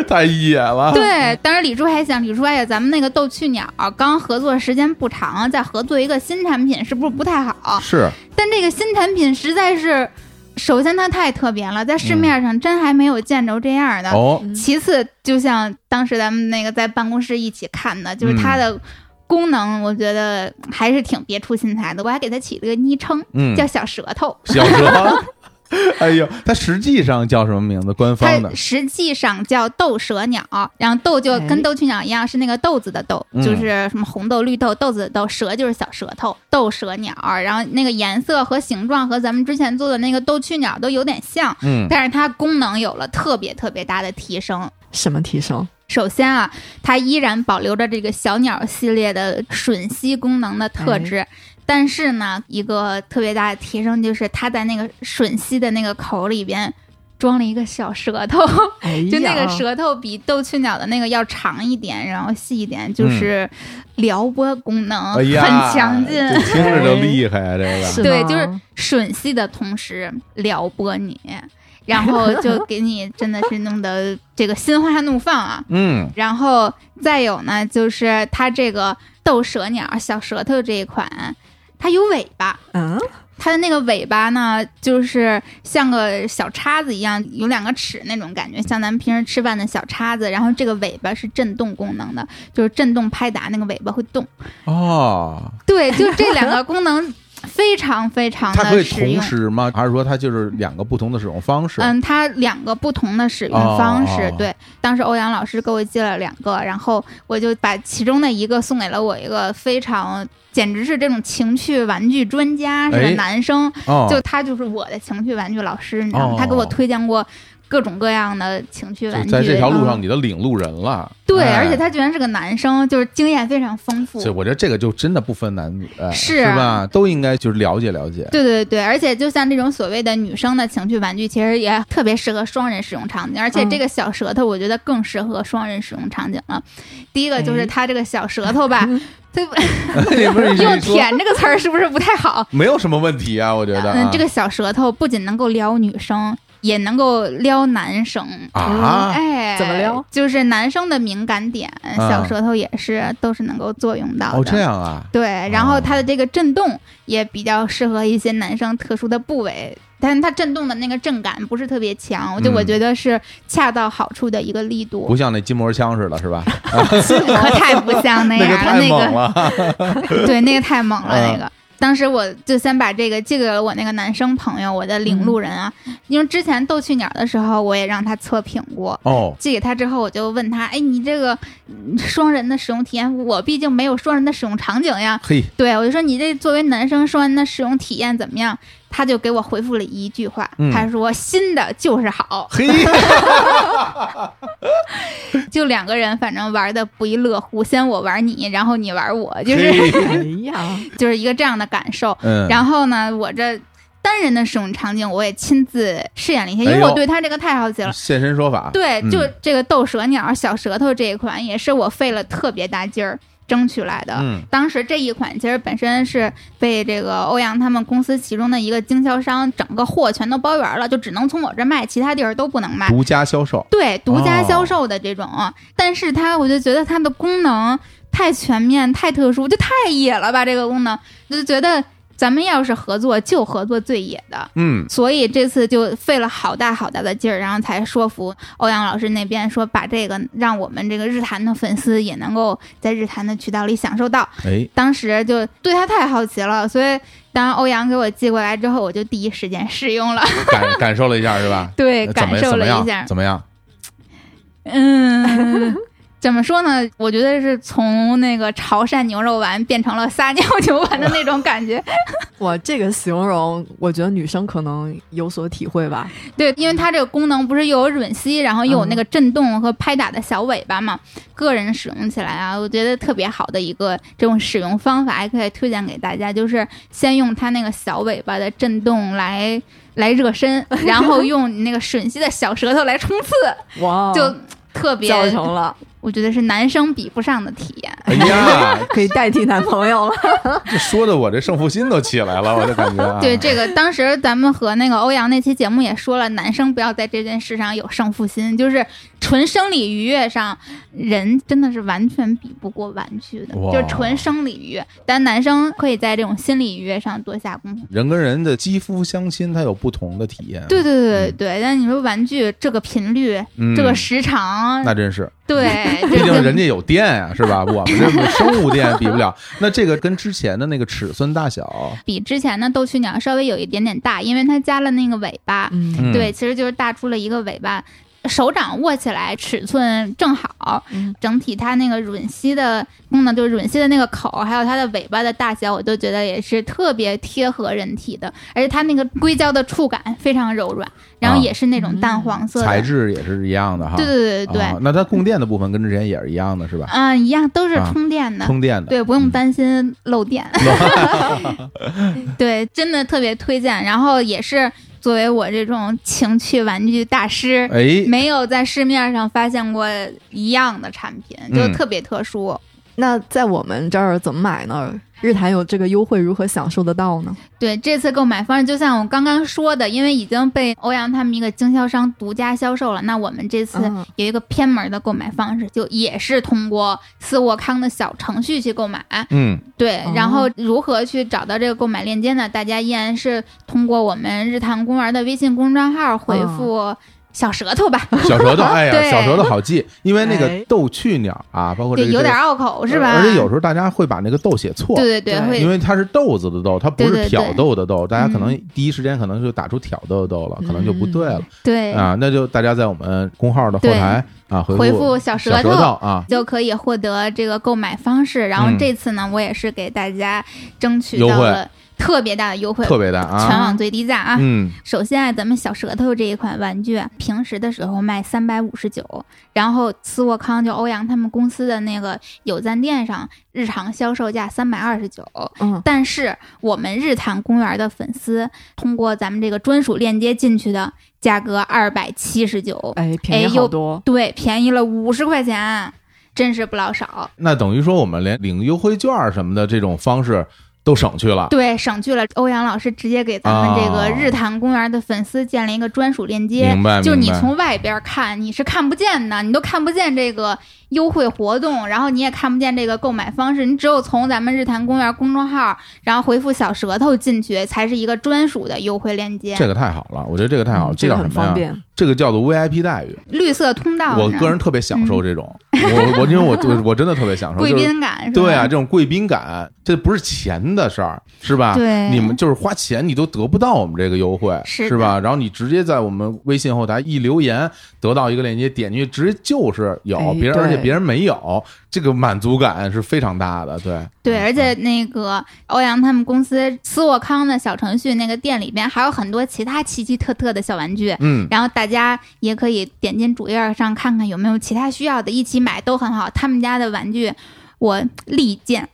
A: 太野了，
B: 对，当时李叔还想，李叔哎呀，咱们那个逗趣鸟刚合作时间不长，再合作一个新产品是不是不太好？
A: 是，
B: 但这个新产品实在是，首先它太特别了，在市面上真还没有见着这样的。
A: 哦，
B: 其次，就像当时咱们那个在办公室一起看的，就是它
A: 嗯
B: 的功能，我觉得还是挺别出心裁的。我还给它起了个昵称，
A: 嗯，
B: 叫小舌头。
A: 小蛇， [LAUGHS] 哎呦，它实际上叫什么名字？官
B: 它
A: 方的，
B: 实际上叫豆舌鸟，然后豆就跟
C: 哎
B: 豆去鸟一样，是那个豆子的豆，
A: 嗯
B: 就是什么红豆、绿豆、豆子的豆，舌就是小舌头，豆舌鸟。然后那个颜色和形状和咱们之前做的那个豆去鸟都有点像，
A: 嗯，
B: 但是它功能有了特别特别大的提升。
C: 什么提升？
B: 首先啊，它依然保留着这个小鸟系列的吮吸功能的特质，但是呢，一个特别大的提升就是它在那个吮吸的那个口里边装了一个小舌头， [LAUGHS]
C: 哎呀
B: 就那个舌头比斗雀鸟的那个要长一点，然后细一点，就是撩拨功能
A: 哎呀，
B: 很强劲。
A: 这听着就厉害，这个
C: 是
B: 对，
C: 吗
B: 就是吮吸的同时撩拨你，然后就给你真的是弄得这个心花怒放啊。
A: 嗯，
B: 然后再有呢，就是它这个斗蛇鸟小舌头这一款，它有尾巴，
C: 嗯，
B: 它的那个尾巴呢，就是像个小叉子一样，有两个齿那种感觉，像咱们平时吃饭的小叉子。然后这个尾巴是震动功能的，就是震动拍打那个尾巴会动。
A: 哦，
B: 对，就这两个功能非常非常
A: 它可以
B: 的啊实用
A: 同。时吗？还是说它就是两个不同的使用方式？
B: 嗯，它两个不同的使用方式，
A: 哦哦哦
B: 对，当时欧阳老师给我借了两个，然后我就把其中的一个送给了我一个非常简直是这种情趣玩具专家是个
A: 哎
B: 男生，
A: 哦，
B: 就他就是我的情趣玩具老师，你知道吗？
A: 哦
B: 他给我推荐过各种各样的情趣玩
A: 就
B: 具，
A: 在这条路
B: 嗯
A: 上，你的领路人了。
B: 对，
A: 哎
B: 而且他居然是个男生，就是经验非常丰富。
A: 这我觉得这个就真的不分男女，哎
B: 是啊
A: 是吧？都应该就是了解了解。
B: [LAUGHS] 对对对，而且就像这种所谓的女生的情趣玩具，其实也特别适合双人使用场
A: 嗯
B: 景。而且这个小舌头，我觉得更适合双人使用场景了。第一个就是
C: 哎
B: 它这个小舌头吧，它
A: 你不 [LAUGHS] 是你
B: 用“
A: 一说
B: 舔”这个词儿是不是不太
A: [LAUGHS]
B: 好？
A: 没有什么问题啊，我觉得啊
B: 嗯，这个小舌头不仅能够撩女生，也能够撩男生。
A: 啊，
B: 哎，
C: 怎么撩？
B: 就是男生的敏感点，小舌头也是、都是能够作用到的。
A: 哦，这样啊，
B: 对，然后它的这个震动也比较适合一些男生特殊的部位，但是它震动的那个震感不是特别强，我就
A: 嗯
B: 我觉得是恰到好处的一个力
A: 不
B: 度，
A: 像那筋膜枪似的，是吧？
B: 可太不像那
A: [LAUGHS] 那个
B: 样了，
A: 太
B: 哎那
A: 猛
B: 个
A: 了，
B: 对，那个太猛了，
A: 嗯
B: 那个。当时我就先把这个借给了我那个男生朋友，我的领路人啊，
A: 嗯
B: 因为之前斗趣鸟的时候我也让他测评过，
A: 哦，
B: 寄给他之后，我就问他：“哎，你这个嗯双人的使用体验，我毕竟没有双人的使用场景呀。
A: 嘿，”
B: 对，我就说你这作为男生双人的使用体验怎么样？他就给我回复了一句话，
A: 嗯
B: 他说：“新的就是好。”
A: 嘿，
B: 就两个人反正玩的不亦乐乎，先我玩你，然后你玩我， [LAUGHS] 就是
A: 嘿，
C: 哎呀，
B: 就是一个这样的感受。
A: 嗯，
B: 然后呢，我这单人的使用场景我也亲自试验了一下，因
A: 哎
B: 为
A: 呦嗯
B: 我对他这个太好奇了。
A: 现身说法，
B: 对，
A: 嗯
B: 就这个斗蛇鸟小舌头这一款，也是我费了特别大劲儿争取来的。
A: 嗯
B: 当时这一款其实本身是被这个欧阳他们公司其中的一个经销商整个货全都包圆了，就只能从我这卖，其他地儿都不能卖。
A: 独家销售，
B: 对，独家
A: 哦
B: 销售的这种，但是它我就觉得它的功能太全面、太特殊，就太野了吧？这个功能，我就觉得咱们要是合作，就合作最野的。
A: 嗯，
B: 所以这次就费了好大好大的劲儿，然后才说服欧阳老师那边说把这个让我们这个日坛的粉丝也能够在日坛的渠道里享受到。
A: 哎，
B: 当时就对他太好奇了，所以当欧阳给我寄过来之后，我就第一时间试
A: [LAUGHS]
B: 用了，
A: 感感受了一下是吧？呃
B: 对，
A: 怎么
B: 感
A: 怎
B: 受
A: 么
B: 了一
A: 样
B: 下，
A: 怎么
B: [LAUGHS]
A: 样？
B: 嗯。 [LAUGHS] 怎么说呢？我觉得是从那个潮汕牛肉丸变成了撒尿牛丸的那种感觉。
C: [LAUGHS] 我这个形容，我觉得女生可能有所体会吧。
B: 对，因为它这个功能不是又有吮吸，然后又有那个震动和拍打的小尾巴嘛，个人使用起来啊，我觉得特别好的一个这种使用方法，还可以推荐给大家，就是先用它那个小尾巴的震动来来热身，然后用你那个吮吸的小舌头来冲刺，
C: 哇，
B: 就特别，
C: 教成 [LAUGHS] 了，
B: 我觉得是男生比不上的体验。
A: 哎呀，
C: 可以代替男朋友了。
A: 这说的我这胜负心都起来了，我这感觉啊，
B: 对这个，当时咱们和那个欧阳那期节目也说了，男生不要在这件事上有胜负心，就是纯生理愉悦上，人真的是完全比不过玩具的，
A: 哇
B: 就是纯生理愉悦。但男生可以在这种心理愉悦上多下功夫。
A: 人跟人的肌肤相亲，它有不同的体验，
B: 对对对对对，但你说玩具这个频率、
A: 嗯，
B: 这个时长，
A: 那真是，
B: 对，
A: [LAUGHS] 毕
B: 这
A: 竟
B: 跟
A: 人家有电啊，是吧？我们这生物电比不
B: [LAUGHS]
A: 了。那这个跟之前的那个尺寸大小，
B: 比之前的斗趣鸟稍微有一点点大，因为它加了那个尾巴。
C: 嗯，
A: 嗯
B: 对，，其实就是大出了一个尾巴，手掌握起来尺寸正好，
C: 嗯
B: 整体它那个吮吸的功能，就是吮吸的那个口，还有它的尾巴的大小，我都觉得也是特别贴合人体的，而且它那个硅胶的触感非常柔软，然后也是那种淡黄色的、
A: 啊材质也是一样的哈。
B: 对对对对对，
A: 啊那它供电的部分跟之前也是一样的，是吧？
B: 嗯，一样都是
A: 啊
B: 充电的，
A: 充嗯电的，
B: 对，不用
A: [LAUGHS]
B: 担心漏电。对，真的特别推荐。然后也是作为我这种情趣玩具大师，
A: 哎，
B: 没有在市面上发现过一样的产品，就
A: 嗯
B: 特别特殊。
C: [LAUGHS] 那在我们这儿怎么买呢？日坛有这个优惠，如何享受得到呢？
B: 对，这次购买方式就像我刚刚说的，因为已经被欧阳他们一个经销商独家销售了，那我们这次
C: 嗯
B: 有一个偏门的购买方式，就也是通过思沃康的小程序去购买。
A: 嗯，
B: 对
C: 哦，
B: 然后如何去找到这个购买链接呢？大家依然是通过我们日坛公园的微信公众号回
A: 嗯
B: 复“小舌头”吧，
A: 小舌
B: [LAUGHS]
A: 头，哎呀，
B: 对
A: 小舌头好记，因为那个
C: 哎
A: 斗趣鸟啊，包括这
B: 对，
A: 些
B: 有点拗口是吧？
A: 而且有时候大家会把那个豆写错，
B: 对对对，
C: 对
A: 因
B: 会
A: 为它是豆子的豆，它不
B: 对
A: 是
B: 对
A: 挑
B: 对
A: 豆的豆，大家可能
B: 嗯
A: 第一时间可能就打出挑豆的豆了，可能就不对了
B: 对
A: 啊。那就大家在我们公号的后台啊回
B: 回
A: 复
B: 复小
A: 小
B: 舌
A: 舌
B: 头。
A: 头啊，
B: 就可以获得这个购买方式，然后
A: 嗯
B: 这次呢，我也是给大家争取
A: 优
B: 到
A: 惠
B: 了特别大的优惠，
A: 特别大
B: 全
A: 啊，
B: 网最低价啊！
A: 嗯，
B: 首先啊，咱们小舌头这一款玩具，啊平时的时候卖三百五十九，然后斯沃康就欧阳他们公司的那个有赞店上，日常销售价三百二十九。
C: 嗯，
B: 但是我们日坛公园的粉丝通过咱们这个专属链接进去的，价格二百七十九，
C: 哎，便宜
B: 又
C: 好多，
B: 对，便宜了五十块钱，啊真是不老少。
A: 那等于说我们连领优惠券儿什么的这种方式都省去了，
B: 对，省去了欧阳老师直接给咱们这
A: 啊
B: 个日坛公园的粉丝建了一个专属链接，
A: 明白？
B: 就是你
A: 明白
B: 从外边看，你是看不见的，你都看不见这个优惠活动，然后你也看不见这个购买方式，你只有从咱们日坛公园公众号，然后回复小舌头进去，才是一个专属的优惠链接，
A: 这个太好了，我觉得这个太好了，
C: 嗯这
A: 叫
C: 个
A: 什
C: 很
A: 么
C: 方
A: 呀？
C: 便。
A: 这个叫做 VIP 待遇，
B: 绿色通道呢。
A: 我个人特别享受这种，我我因为我我我真的特别享受，
B: 嗯贵
A: 就是
B: 宾感是吧？
A: 对啊，这种贵宾感，这不是钱的事儿，是吧？
B: 对
A: 啊你们就是花钱，你都得不到我们这个优惠，
B: 是的
A: 吧？然后你直接在我们微信后台一留言，得到一个链接，点进去直接就是有
C: 哎
A: 别人，而且
C: 对
A: 别人没有，这个满足感是非常大的，对
B: 对，而且
A: 嗯
B: 那个欧阳他们公司斯沃康的小程序那个店里边还有很多其他奇奇特特的小玩具，
A: 嗯，
B: 然后大家也可以点进主页上看看有没有其他需要的，一起买都很好。他们家的玩具我力荐，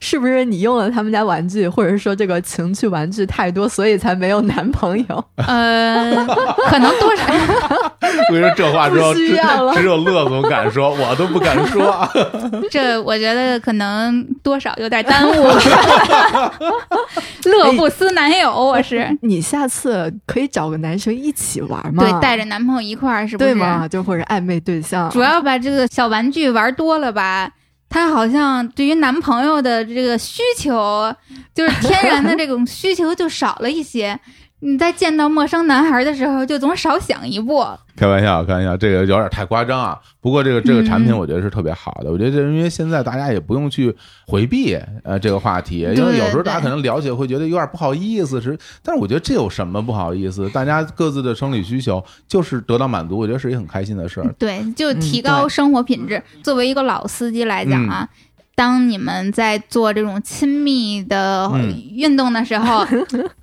C: 是不是你用了他们家玩具，或者说这个情趣玩具太多，所以才没有男朋友？
B: 呃，可能多少
A: 我跟你说这话之后，
C: 不需
A: 只
C: 要了
A: [LAUGHS] 只有乐总敢说，我都不敢说啊。
B: 这我觉得可能多少有点耽误，乐不思男友，我是。
C: [LAUGHS] 你下次可以找个男生一起玩嘛？
B: 对，带着男朋友一块儿是不是？
C: 对吗？就或者暧昧对象，
B: 主要把这个小玩具玩多了吧，她好像对于男朋友的这个需求，就是天然的这种需求就少了一些。 [LAUGHS] 你在见到陌生男孩的时候，就总少想一步。
A: 开玩笑，开玩笑，这个有点太夸张啊。不过这个这个产品，
B: 嗯
A: 我觉得是特别好的。我觉得这因为现在大家也不用去回避呃这个话题，
B: 对
A: 因为有时候大家
B: 对
A: 可能了解会觉得有点不好意思，是，但是我觉得这有什么不好意思？大家各自的生理需求就是得到满足，我觉得是一个很开心的事儿。
B: 对，就
C: 嗯
B: 提高
C: 对
B: 生活品质。嗯作为一个老司机来讲啊。当你们在做这种亲密的
A: 嗯
B: 运动的时 [LAUGHS] 候，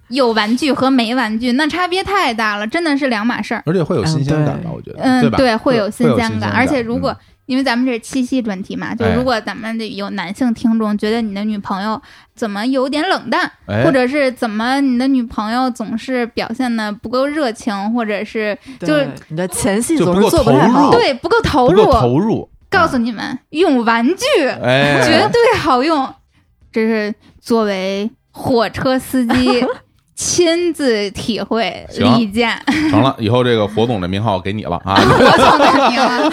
B: 有玩具和没玩具那差别太大了，真的是两码事儿。
A: 而且会有新鲜感吧，
C: 嗯
A: 我觉得，
B: 嗯，
A: 吧？
B: 会有
A: 新
B: 新
A: 鲜
B: 鲜
A: 感，
B: 而且如果、
A: 嗯
B: 因为咱们这是七夕专题嘛，就
A: 哎
B: 如果咱们这有男性听众觉得你的女朋友怎么有点冷淡，
A: 哎
B: 或者是怎么你的女朋友总是表现的不够热情，或者是
C: 对
B: 就是
C: 你的前戏
A: 就不
C: 总是
A: 够
C: 做
A: 投
C: 太
A: 入
C: 好。
B: 对不够投
A: 哦不
B: 入，
A: 够投入，
B: 告诉你们，用玩具、
A: 哎，
B: 绝 [LAUGHS] 对好用，这是作为火车司
A: [LAUGHS]
B: 机亲自体会
A: 行
B: 利剑，
A: 成了，以后这个火总的名号给你了
B: [LAUGHS]
A: 啊！
B: 我送给你啊
A: [LAUGHS]
B: 了。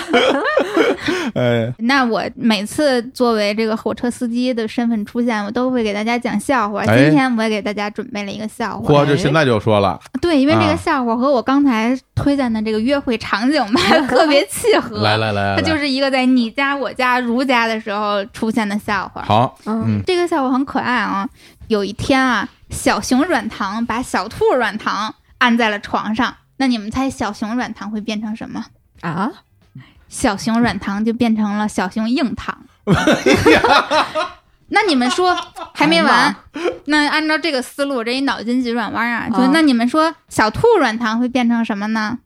A: 哎，
B: 那我每次作为这个火车司机的身份出现，我都会给大家讲笑话。
A: 哎
B: 今天我也给大家准备了一个笑话，
A: 嚯，这现在就说了，
B: 对，因为这
A: 啊
B: 个笑话和我刚才推荐的这个约会场景
A: [LAUGHS]
B: 吧，特别契合。
A: 来来来，
B: 它就
A: 来
B: 是一个在你家、我家、如家的时候出现的笑话。
A: 好，
C: 嗯，
B: 这个笑话很可爱啊。有一天啊，小熊软糖把小兔软糖按在了床上，那你们猜小熊软糖会变成什么？
C: 啊，
B: 小熊软糖就变成了小熊硬
A: [LAUGHS]
B: 糖。那你们说还没
A: 哎
B: 完？那按照这个思路，这一脑筋急转弯啊，就
C: 嗯
B: 那你们说小兔软糖会变成什么呢？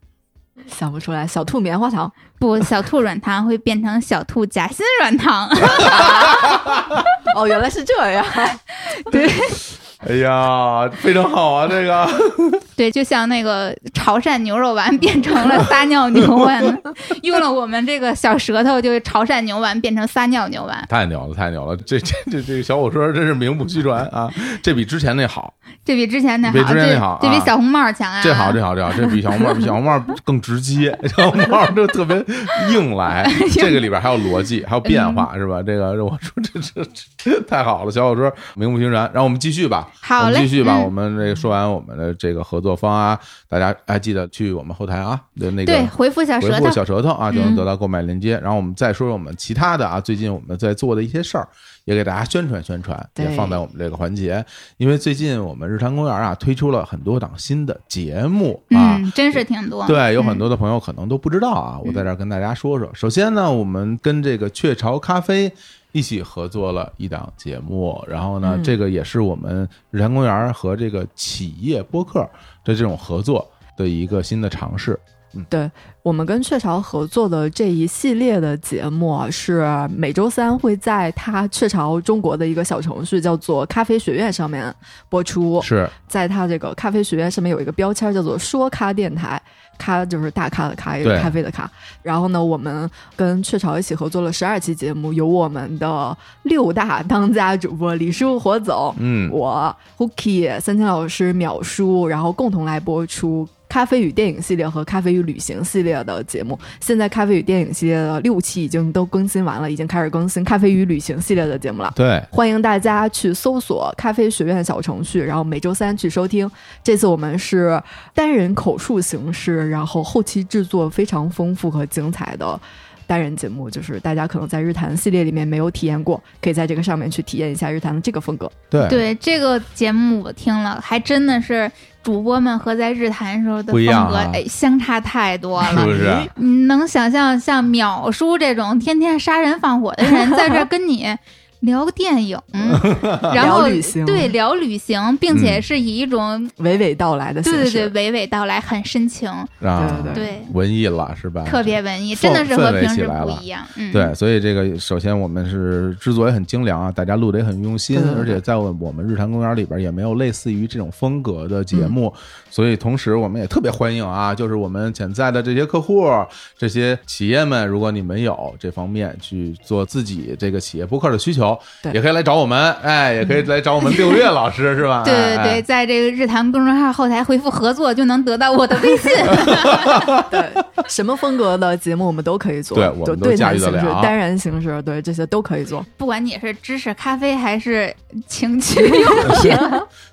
C: 想不出来，小兔棉花糖，
B: 不，小兔软糖会变成小兔夹心
A: [LAUGHS]
B: 软糖。
C: 哦，原来是这样， [LAUGHS]
B: 对，
A: 哎呀，非常好啊，这个
B: 对，就像那个潮汕牛肉丸变成了撒尿牛丸，
A: [LAUGHS]
B: 用了我们这个小舌头，就是潮汕牛丸变成撒尿牛丸，
A: 太牛了，太牛了！这这这这个小火车真是名不虚传啊，这比之前那好，
B: 这比之前那好，
A: 比之前那好
B: 这这
A: 啊
B: 比小红帽强啊！
A: 这好，这好，这好，这比小红帽，比小红帽更直接， [LAUGHS] 小红帽就特别硬
B: [LAUGHS]
A: 来。这个里边还有逻辑，还有变
B: 嗯
A: 化，是吧？这个我说这这这太好了，小火车名不虚传。让我们继续吧，
B: 好
A: 我
B: 嘞
A: 们继续吧。
B: 嗯
A: 我们这个说完我们的这个合作方啊，大家还记得去我们后台啊的那个
B: 对，回复小
A: 回
B: 舌
A: 复
B: 头，
A: 小舌头啊，就能
B: 嗯
A: 得到购买链接。然后我们再说说我们其他的啊，最近我们在做的一些事儿，也给大家宣传宣传，也
C: 对
A: 放在我们这个环节。因为最近我们日坛公园啊推出了很多档新的节目啊。
B: 嗯，真是挺多，
A: 对，有很
B: 嗯
A: 多的朋友可能都不知道啊，我在这儿跟大家说说。首先呢，我们跟这个雀巢咖啡一起合作了一档节目，然后呢，
C: 嗯
A: 这个也是我们日坛公园和这个企业播客的这种合作的一个新的尝试。
C: 我们跟雀巢合作的这一系列的节目啊是每周三会在它雀巢中国的一个小程序叫做咖啡学院上面播出。
A: 是，
C: 在它这个咖啡学院上面有一个标签叫做“说咖电台”，咖就是大咖的咖，也
A: 对
C: 是咖啡的咖。然后呢，我们跟雀巢一起合作了十二期节目，有我们的六大当家主播李叔、火总、
A: 嗯，
C: 我 Hooky、三千老师、淼叔，然后共同来播出。咖啡与电影系列和咖啡与旅行系列的节目，现在咖啡与电影系列的六期已经都更新完了，已经开始更新咖啡与旅行系列的节目了。
A: 对，
C: 欢迎大家去搜索“咖啡学院”小程序，然后每周三去收听。这次我们是单人口述形式，然后后期制作非常丰富和精彩的呃单人节目，就是大家可能在日坛系列里面没有体验过，可以在这个上面去体验一下日坛的这个风格。
A: 对
B: 对这个节目我听了，还真的是主播们和在日坛时候的
A: 不一
B: 风
A: 样
B: 格，
A: 啊
B: 哎，相差太多
A: 是
B: 了。
A: 不是？
B: 你能想象像淼叔这种天天杀人放火的人，在这儿跟你聊
A: [LAUGHS]
B: 电影，然后
C: 聊旅行
B: 对聊旅行，并且
A: 嗯
B: 是以一种、
C: 娓娓道来的形
B: 对对
C: 式。
B: 对娓娓道来，很深情，
A: 啊，
C: 对对
B: 对，
A: 文艺了是吧？
B: 特别文艺，
A: 氛
B: 真的是和
A: 氛围
B: 平
A: 起
B: 时
A: 来
B: 不
A: 了
B: 一样。嗯，
A: 对，所以这个首先我们是制作也很精良啊，大家录的也很用心，
C: 对对对
A: 而且在我我们日坛公园里边也没有类似于这种风格的节目，
C: 嗯
A: 所以同时我们也特别欢迎啊，就是我们潜在的这些客户、这些企业们，如果你们有这方面去做自己这个企业播客的需求，
C: 对
A: 也可以来找我们，哎，也可以来找我
B: [LAUGHS]
A: 们六月老师、是吧？
B: 对
A: 哎
B: 对对，，在这个日坛公众号后台回复“合作”就能得到我的微信。
C: 对，什么风格的节目我们都可以做，
A: 对我们
C: 就
A: 都
C: 对
A: 驾
C: 谈
A: 驭得
C: 形式
A: 了、
C: 单人形式，对这些都可以 [LAUGHS] 做。
B: 不管你是芝士咖啡还是情趣用品，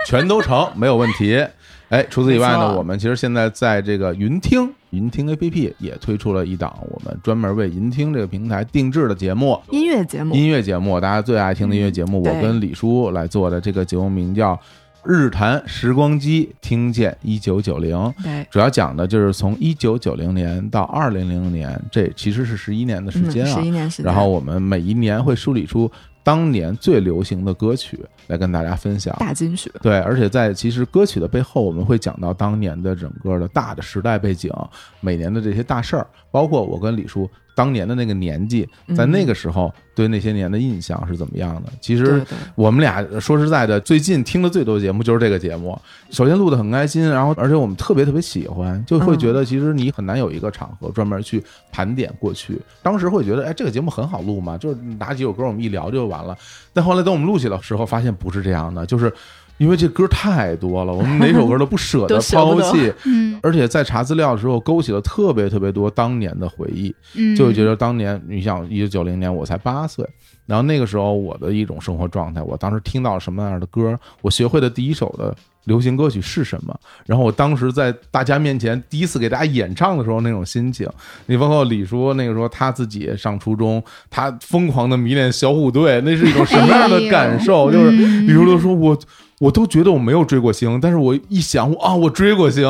A: 全都成，没有问题。哎，除此以外
C: 没
A: 呢，
C: 错
A: 我们其实现在在这个云听云听 APP 也推出了一档我们专门为云听这个平台定制的节目，
C: 音乐节目
A: 音乐节目，大家最爱听的音乐节目，
C: 嗯对
A: 我跟李叔来做的这个节目名叫《日谈时光机，听见一九九零》。
C: 对，
A: 主要讲的就是从一九九零年到二零零年，这其实是十一年的时间啊，
C: 嗯十一年时间，
A: 然后我们每一年会梳理出当年最流行的歌曲来跟大家分享。
C: 大金曲，
A: 对，而且在其实歌曲的背后，我们会讲到当年的整个的大的时代背景，每年的这些大事儿，包括我跟李叔当年的那个年纪，在那个时候对那些年的印象是怎么样的。其
C: 对
A: 实
C: 对。
A: 我们俩说实在的，最近听的最多节目就是这个节目。首先录的很开心，然后而且我们特别特别喜欢，就会觉得其实你很难有一个场合专门去盘点过去。当时会觉得，哎，这个节目很好录嘛，就是拿几首歌我们一聊就完了。但后来等我们录起来的时候，发现不是这样的，就是因为这歌太多了，我们哪首歌都不舍得
C: [LAUGHS] 都舍不
A: 抛
C: 得
A: 弃，
B: 嗯
A: 而且在查资料的时候勾起了特别特别多当年的回忆。
B: 嗯，
A: 就会觉得当年，你想一九九零年我才八岁，然后那个时候我的一种生活状态，我当时听到了什么样的歌，我学会的第一首的流行歌曲是什么，然后我当时在大家面前第一次给大家演唱的时候那种心情，你包括李叔那个时候他自己上初中，他疯狂的迷恋小虎队，那是一种什么样的感受？
B: 哎呦
A: 就是
B: 嗯
A: 李叔都说我。我都觉得我没有追过星，但是我一想，啊，我追过
C: [LAUGHS]
A: 星，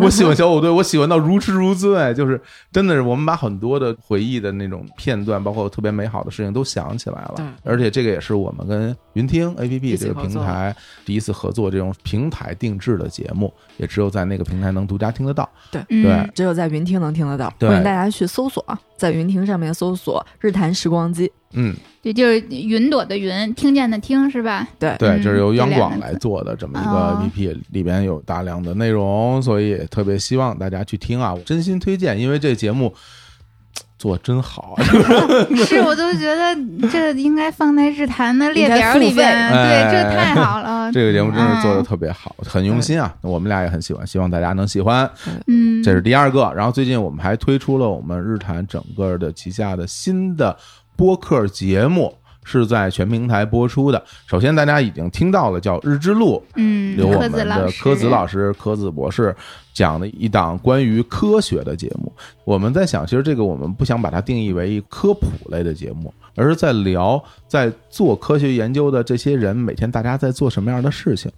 A: 我喜欢小虎队，我喜欢到如痴如醉，就是真的是我们把很多的回忆的那种片段，包括特别美好的事情都想起来
C: 对
A: 了。而且这个也是我们跟云听 APP
C: 一起
A: 这个
C: 合
A: 平
C: 作
A: 台第一次合作这种平台定制的节目，也只有在那个平台能独家听得到。
B: 嗯
A: 对
C: 只有在云听能听得到，
A: 对
C: 欢迎大家去搜索啊，在云听上面搜索“日坛时光机
A: 嗯，
B: 对，就是云朵的云，听见的听
A: [LAUGHS]
B: 是吧？
C: 对
A: 对，
B: 嗯
A: 这是由央广
B: 这两个
A: 来
B: 字
A: 做的这么一
B: 哦
A: 个 APP，里边有大量的内容，所以也特别希望大家去听啊，我真心推荐，因为这节目做真好， [LAUGHS]
B: 是，我都觉得这应该放在日坛的列表里
C: 应该
B: 边，
A: 付费
B: 对，
A: 哎
B: 这太好
A: [LAUGHS]
B: 了。
A: 这个节目真是
B: 嗯
A: 做的特别好，很用心啊，我们俩也很喜欢，希望大家能喜欢。
B: 嗯，
A: 这是第二个。然后最近我们还推出了我们日坛整个的旗下的新的播客节目。是在全平台播出的。首先，大家已经听到了叫《日之路》，
B: 嗯，
A: 由我
B: 科
A: 们
B: 子老
A: 的
B: 师，
A: 科子老师、科子博士讲的一档关于科学的节目。我们在想，其实这个我们不想把它定义为一科普类的节目，而是在聊在做科学研究的这些人每天大家在做什么样的事情。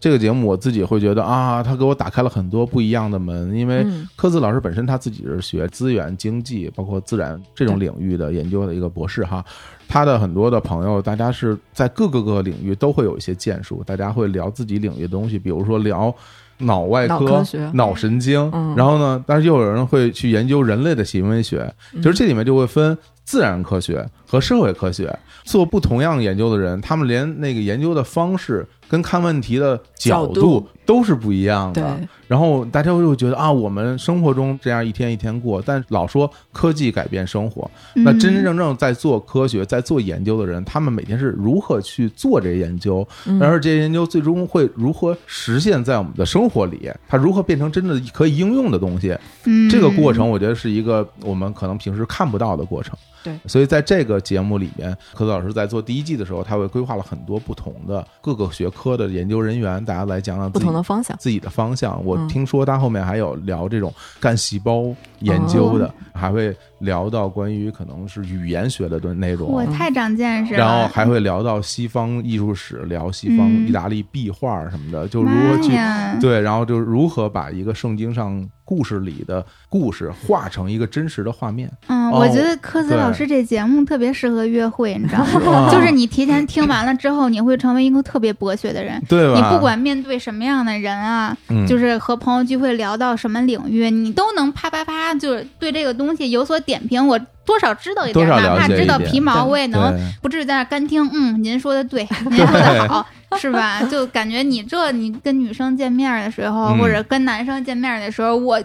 A: 这个节目我自己会觉得啊，他给我打开了很多不一样的门，因为
C: 嗯
A: 科子老师本身他自己是学资源经济，包括自然这种领域的研究的一个博士哈。他的很多的朋友，大家是在各个各个领域都会有一些建树，大家会聊自己领域的东西，比如说聊脑外
C: 脑
A: 科
C: 科、学
A: 脑神经，
C: 嗯
A: 然后呢，但是又有人会去研究人类的行为学，
C: 嗯
A: 就是这里面就会分自然科学和社会科学。做不同样研究的人，他们连那个研究的方式跟看问题的角
C: 角度
A: 度都是不一样的。啊
C: 对
A: 然后大家就觉得啊，我们生活中这样一天一天过，但老说科技改变生活，
C: 嗯
A: 那真真正正在做科学、在做研究的人，他们每天是如何去做这些研究，
C: 嗯
A: 然后这些研究最终会如何实现在我们的生活里，它如何变成真的可以应用的东西，
B: 嗯
A: 这个过程，我觉得是一个我们可能平时看不到的过程。
C: 对
A: 所以在这个节目里面，科子老师在做第一季的时候，他会规划了很多不同的各个学科的研究人员，大家来讲讲
C: 不
A: 自己
C: 同的方向。
A: 自己的方向。我
C: 嗯
A: 听说他后面还有聊这种干细胞研究
B: 哦
A: 的，还会聊到关于可能是语言学的内
B: 我
A: 容。
B: 太长见识了。
A: 然后还会聊到西方艺术史，聊西方
B: 嗯
A: 意大利壁画什么的，就如何去
B: 妈呀
A: 对，然后就是如何把一个圣经上故事里的故事画成一个真实的画面。
B: 嗯，
A: 哦
B: 我觉得科子
A: 对
B: 老师这节目特别适合约会，你知道
A: [LAUGHS] 啊
B: 吗？ [LAUGHS] 哦就是你提前听完了之后，你会成为一个特别博学的人。
A: 对
B: 你
A: 吧？
B: 不管面对什么样的人啊，
A: 嗯
B: 就是和朋友聚会聊到什么领域，你都能啪啪啪，就是对这个东西有所点评。我多少知道一点，
A: 多少
B: 哪
A: 了
B: 怕
A: 解一
B: 知道
A: 点
B: 皮毛，
C: 对
B: 我也能
A: 对
B: 不至于在那儿干听。嗯，您说
A: [LAUGHS]
B: 的对，您说的好，哦是吧？就感觉你这你跟女生见面的时候，
A: 嗯
B: 或者跟男生见面的时候，我。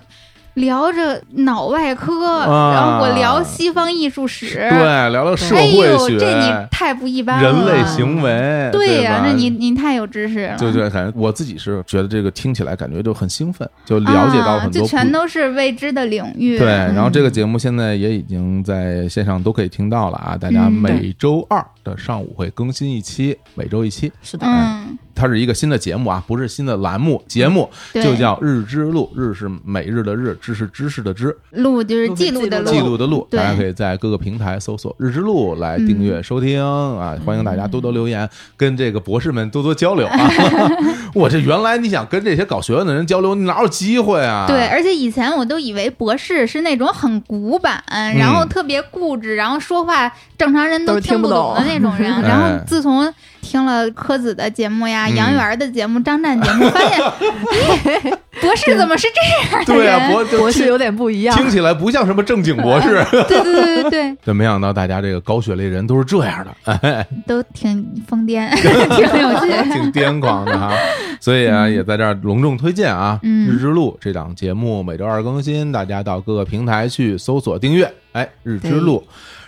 B: 聊着脑外科，
A: 啊
B: 然后我聊西方艺术史，
A: 对聊聊社
B: 哎
A: 会
B: 呦，
A: 学、
B: 这你太不一般了，
A: 人类行为，
B: 对呀、
A: 呀、
B: 那你你太有知识了，
A: 对对，感觉我自己是觉得这个听起来感觉就很兴奋，就了解到很
B: 啊、
A: 多
B: 就
A: 不、
B: 全都是未知的领域。
A: 对。然后这个节目现在也已经在线上都可以听到了啊，大家
B: 嗯
A: 每周二的上午会更新一期，每周一期。
C: 是的，
B: 嗯，
A: 它是一个新的节目啊，不是新的栏目，节目
B: 对
A: 就叫《日之路》，日是每日的日，知是知识的知，
B: 录就是记录的
A: 记录的录，
B: 对
A: 大家可以在各个平台搜索“日之路”来订阅收听啊！欢迎大家多多留言，跟这个博士们多多交流
B: [LAUGHS]
A: 啊！我这原来你想跟这些搞学问的人交流，你哪有机会啊？
B: 对，而且以前我都以为博士是那种很古板，
A: 嗯
B: 然后特别固执，然后说话正常人
C: 都
B: 都
C: 是听
B: 不
C: 不
B: 懂的
C: 懂
B: 那种
A: [LAUGHS]
B: 人。
A: 哎
B: 然后自从听了柯子的节目呀、
A: 嗯
B: 杨元的节目、张湛节
A: [LAUGHS]
B: 目，发现哎 [LAUGHS] 博士怎么是这样的
A: 对啊，
B: 人？啊
A: 博
C: 博士
A: 听
C: 有点不一样，
A: 听起来不像什么正经博士， [LAUGHS]
B: 对对对对对，
A: 但没想到大家这个高学历人都是这样的，
B: 都挺疯
A: [LAUGHS]
B: 癫，挺有趣。
A: 挺癫狂的
B: [LAUGHS]
A: 哈，所以啊，也在这儿隆重推荐啊，
B: 嗯
A: 日之路》这档节目每周二更新，大家到各个平台去搜索订阅，哎，《日之路》。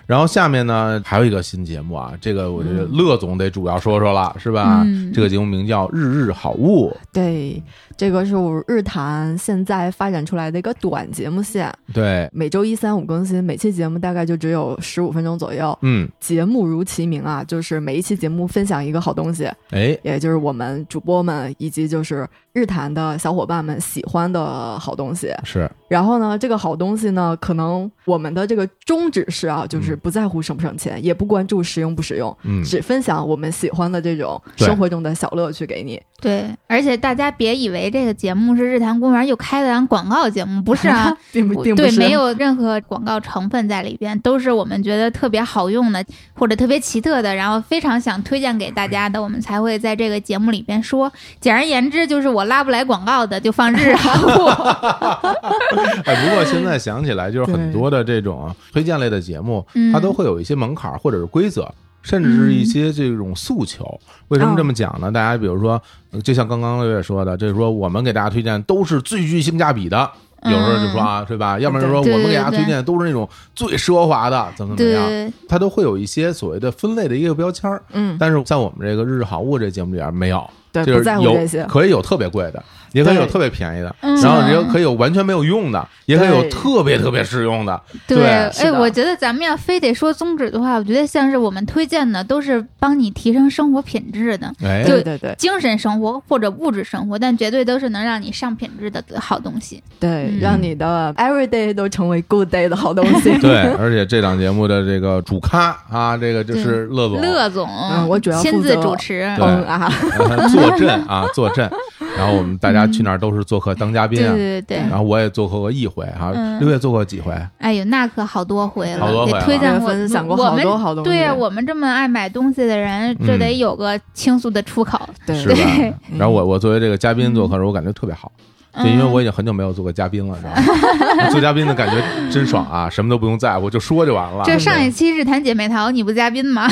A: 然后下面呢，还有一个新节目啊，这个我觉得乐总得主要说说了，是吧？
B: 嗯
A: 这个节目名叫《日日好物》，
C: 对，这个是我日坛现在发展出来的一个短节目线，
A: 对，
C: 每周一、三、五更新，每期节目大概就只有十五分钟左右。
A: 嗯，
C: 节目如其名啊，就是每一期节目分享一个好东西，
A: 哎，
C: 也就是我们主播们以及就是日坛的小伙伴们喜欢的好东西。
A: 是，
C: 然后呢，这个好东西呢，可能我们的这个宗旨是啊，就是
A: 嗯
C: 不在乎省不省钱，也不关注实用不实用，
A: 嗯，
C: 只分享我们喜欢的这种
A: 对
C: 生活中的小乐趣给你。，
B: 对，而且大家别以为这个节目是日坛公园又开了档广告节目，不是啊
C: [LAUGHS] 并不
B: 我
C: 并不
B: 对，
C: 是
B: 没有任何广告成分在里边，都是我们觉得特别好用的或者特别奇特的，然后非常想推荐给大家的，我们才会在这个节目里边说。简而言之，就是我拉不来广告的就放日韩
C: [LAUGHS]
A: 哎，不过现在想起来，就是很
C: 对
A: 多的这种种推荐类的节目，
B: 嗯
A: 它都会有一些门槛儿或者是规则。甚至是一些这种诉求，为什么这
B: 哦
A: 么讲呢？大家比如说，呃就像刚刚六月说的，就是说我们给大家推荐都是最具性价比的，有时候就说啊，对吧？要不然就说
B: 嗯对
A: 我们给
B: 对
A: 大家
B: 对
A: 推荐的都是那种最奢华的，怎么怎么样，
B: 对，
A: 它都会有一些所谓的分类的一个标签儿。
C: 嗯，
A: 但是在我们这个日日好物这节目里边没有，
C: 对，
A: 就
C: 不
A: 是
C: 在乎这些
A: 有，可以有特别贵的，也可以有
C: 对
A: 特别便宜的，
B: 嗯
A: 然后也可以有完全没有用的，也可以有特别特别实用的。对是
F: 哎，
C: 的
F: 我觉得咱们要非得说宗旨的话，我觉得像是我们推荐的都是帮你提升生活品质的。
A: 哎，
F: 就
C: 对对对
F: 精神生活或者物质生活，但绝对都是能让你上品质的好东西。
C: 对，
F: 嗯
C: 让你的 every day 都成为 good day 的好东西。
A: [LAUGHS] 对，而且这档节目的这个主咖啊，这个就是乐总
F: 乐总，
C: 嗯我主要
F: 亲
C: 负
F: 自
C: 责
F: 主持，
A: 对
C: [LAUGHS] 嗯啊，
A: [LAUGHS]
B: [LAUGHS]
A: 坐镇啊，坐镇。然后我们大家去那儿都是做客当嘉宾
F: 对
A: 啊。
F: 对对对
A: 然，后我也做客过一回哈，
F: 嗯
A: [LAUGHS] 六月做过几回？
F: 哎呦，那可好多回了，
A: 好多回了
F: 给推荐
C: 对
F: 过，
C: 分享过
F: 我
C: 好多
F: 们
C: 好东西
F: 对呀，我们这么爱买东西的人，
A: 嗯啊
F: 这得有个倾诉的出口。
C: 对
A: 是吧
F: 对？
A: 然后我我作为这个嘉宾做客的时候，我感觉特别好，就因为我已经很久没有做过嘉宾了，知道吗？ [LAUGHS] 做嘉宾的感觉真爽啊，什么都不用在乎，就说就完了。
F: 这上一期日坛姐妹淘，你不嘉宾
A: [LAUGHS]
F: 吗？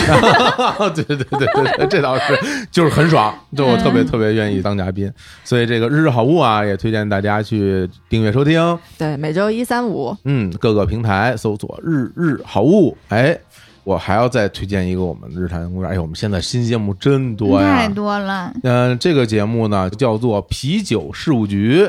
A: 哦对对对对对，这倒是，就是很爽，就我特
F: 嗯
A: 别特别愿意当嘉宾，所以这个日日好物啊，也推荐大家去订阅收听，
C: 对，每周一三五，
A: 嗯，各个平台搜索日日好物，哎。我还要再推荐一个我们日坛公园，哎呦，我们现在新节目真多
F: 太
A: 呀！
F: 多了，
A: 嗯、这个节目呢叫做《啤酒事务局》，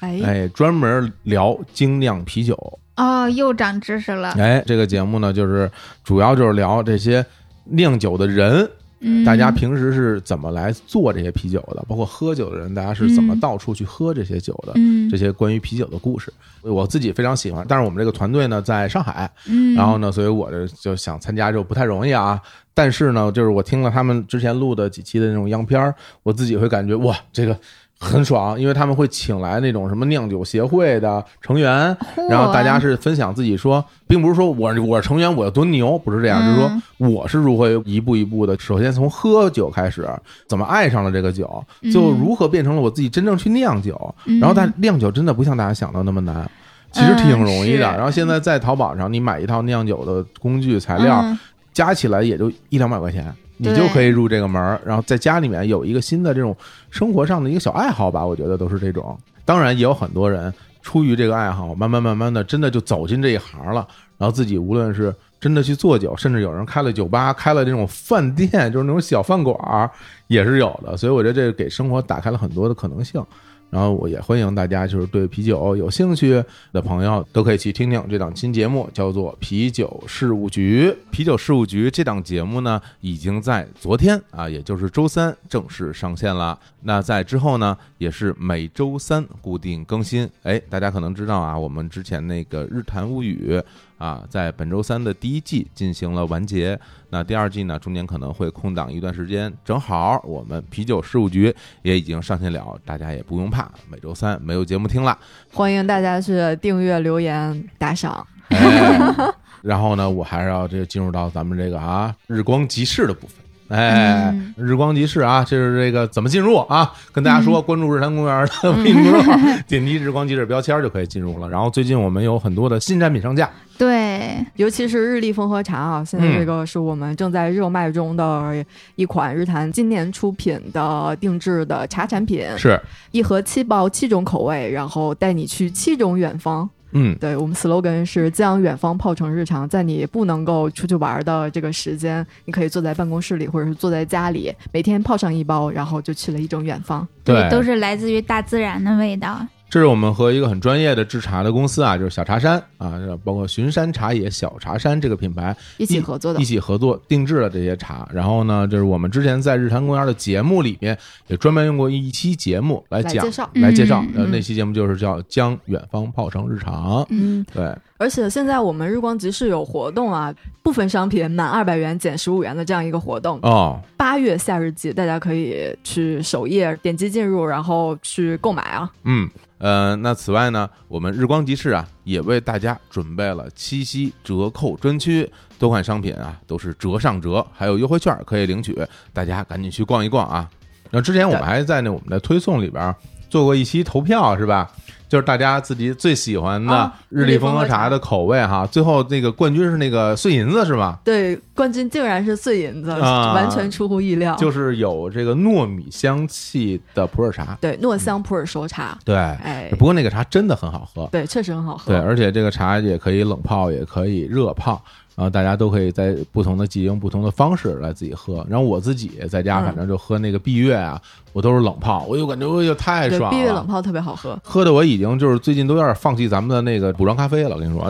C: 哎，
A: 哎，专门聊精酿啤酒。
F: 哦，又长知识了。
A: 哎，这个节目呢，就是主要就是聊这些酿酒的人，
F: 嗯，
A: 大家平时是怎么来做这些啤酒的，包括喝酒的人，大家是怎么到处去喝这些酒的，
F: 嗯
A: 这些关于啤酒的故事，我自己非常喜欢。但是我们这个团队呢，在上海，
F: 嗯，
A: 然后呢，所以我这就想参加就不太容易啊。但是呢，就是我听了他们之前录的几期的那种样片儿，我自己会感觉哇，这个很爽，因为他们会请来那种什么酿酒协会的成员，
F: 嚯
A: 然后大家是分享自己说，并不是说我我是成员我有多牛，不是这样，就是
F: 嗯
A: 说我是如何一步一步的，首先从喝酒开始，怎么爱上了这个酒，就如何变成了我自己真正去酿酒。
F: 嗯
A: 然后但酿酒真的不像大家想的那么难。其实挺容易的，
F: 嗯是
A: 然后现在在淘宝上，你买一套酿酒的工具材料，
F: 嗯
A: 加起来也就一两百块钱，你
F: 对
A: 就可以入这个门儿。然后在家里面有一个新的这种生活上的一个小爱好吧，我觉得都是这种。当然也有很多人出于这个爱好，慢慢慢慢的真的就走进这一行了，然后自己无论是真的去做酒，甚至有人开了酒吧，开了这种饭店，就是那种小饭馆儿也是有的。所以我觉得这个给生活打开了很多的可能性。然后我也欢迎大家，就是对啤酒有兴趣的朋友，都可以去听听这档新节目，叫做《啤酒事务局》。啤酒事务局这档节目呢，已经在昨天啊，也就是周三正式上线了。那在之后呢，也是每周三固定更新。哎，大家可能知道啊，我们之前那个《日谈物语》啊，在本周三的第一季进行了完结。那第二季呢，中间可能会空档一段时间，正好我们啤酒事务局也已经上线了，大家也不用怕，每周三没有节目听了。
C: 欢迎大家去订阅、留言、打赏。
A: 哎然后呢，我还是要这个进入到咱们这个啊日光集市的部分。哎，日光集市啊，这是这个怎么进入啊？跟大家说，关注日坛公园的微信公众号，点击日光集市标签就可以进入了。然后最近我们有很多的新产品上架，
F: 对，
C: 尤其是日立风和茶啊，现在这个是我们正在热卖中的一款日坛今年出品的定制的茶产品，
A: 是，
C: 一盒七包七种口味，然后带你去七种远方。
A: 嗯，
C: 对我们 slogan 是将远方泡成日常，在你不能够出去玩的这个时间，你可以坐在办公室里或者是坐在家里，每天泡上一包，然后就去了一种远方。
A: 对，
F: 都是来自于大自然的味
A: [LAUGHS]
F: 道。
A: 这是我们和一个很专业的制茶的公司啊，就是小茶山啊，包括巡山茶野、小茶山这个品牌
C: 一起合作的
A: 一，起合作定制了这些茶。然后呢，就是我们之前在日坛公园的节目里面也专门用过一期节目来
C: 来
A: 讲
C: 介。绍。
F: 嗯
A: 来介绍，呃，
C: 嗯
A: 那期节目就是叫《将远方泡成日常》。
C: 嗯，
A: 对，
C: 而且现在我们日光集市有活动啊，部分商品满二百元减十五元的这样一个活动。
A: 哦，
C: 八月夏日季，大家可以去首页点击进入，然后去购买啊。
A: 嗯，呃，那此外呢，我们日光集市啊，也为大家准备了七夕折扣专区，多款商品啊都是折上折，还有优惠券可以领取，大家赶紧去逛一逛啊。那之前我们
C: 对
A: 还在那我们的推送里边儿做过一期投票，是吧？就是大家自己最喜欢的
B: 哦
C: 啊
A: 日立风格茶的口味哈。最后那个冠军是那个碎银子是吧？
C: 对，冠军竟然是碎银子，
A: 啊
C: 完全出乎意料。
A: 就是有这个糯米香气的普洱茶，
C: 对诺香普洱熟茶，
A: 对。
C: 哎，
A: 不过那个茶真的很好喝，
C: 对，确实很好喝。
A: 对，而且这个茶也可以冷泡，也可以热泡，然后大家都可以在不同的季节用不同的方式来自己喝。然后我自己在家，
C: 嗯
A: 反正就喝那个碧月啊，我都是冷泡，我就感觉我就太
C: 对，
A: 爽
C: 碧月冷
A: 了。。
C: 泡特别好喝
A: 喝的我已经就是最近都有点放弃咱们的那个补妆咖啡了，我跟你说，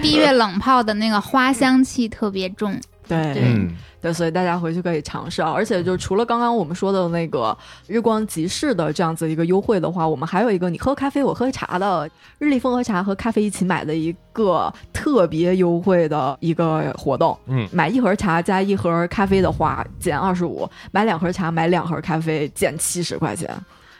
B: 闭月冷泡的那个花香气特别重，
C: 对
B: 对
A: [LAUGHS] 嗯，
C: 对，所以大家回去可以尝试啊。而且就除了刚刚我们说的那个日光集市的这样子一个优惠的话，我们还有一个你喝咖啡我喝茶的日立风和茶和咖啡一起买的一个特别优惠的一个活动。
A: 嗯
C: 买一盒茶加一盒咖啡的话减二十五，买两盒茶买两盒咖啡减七十块钱。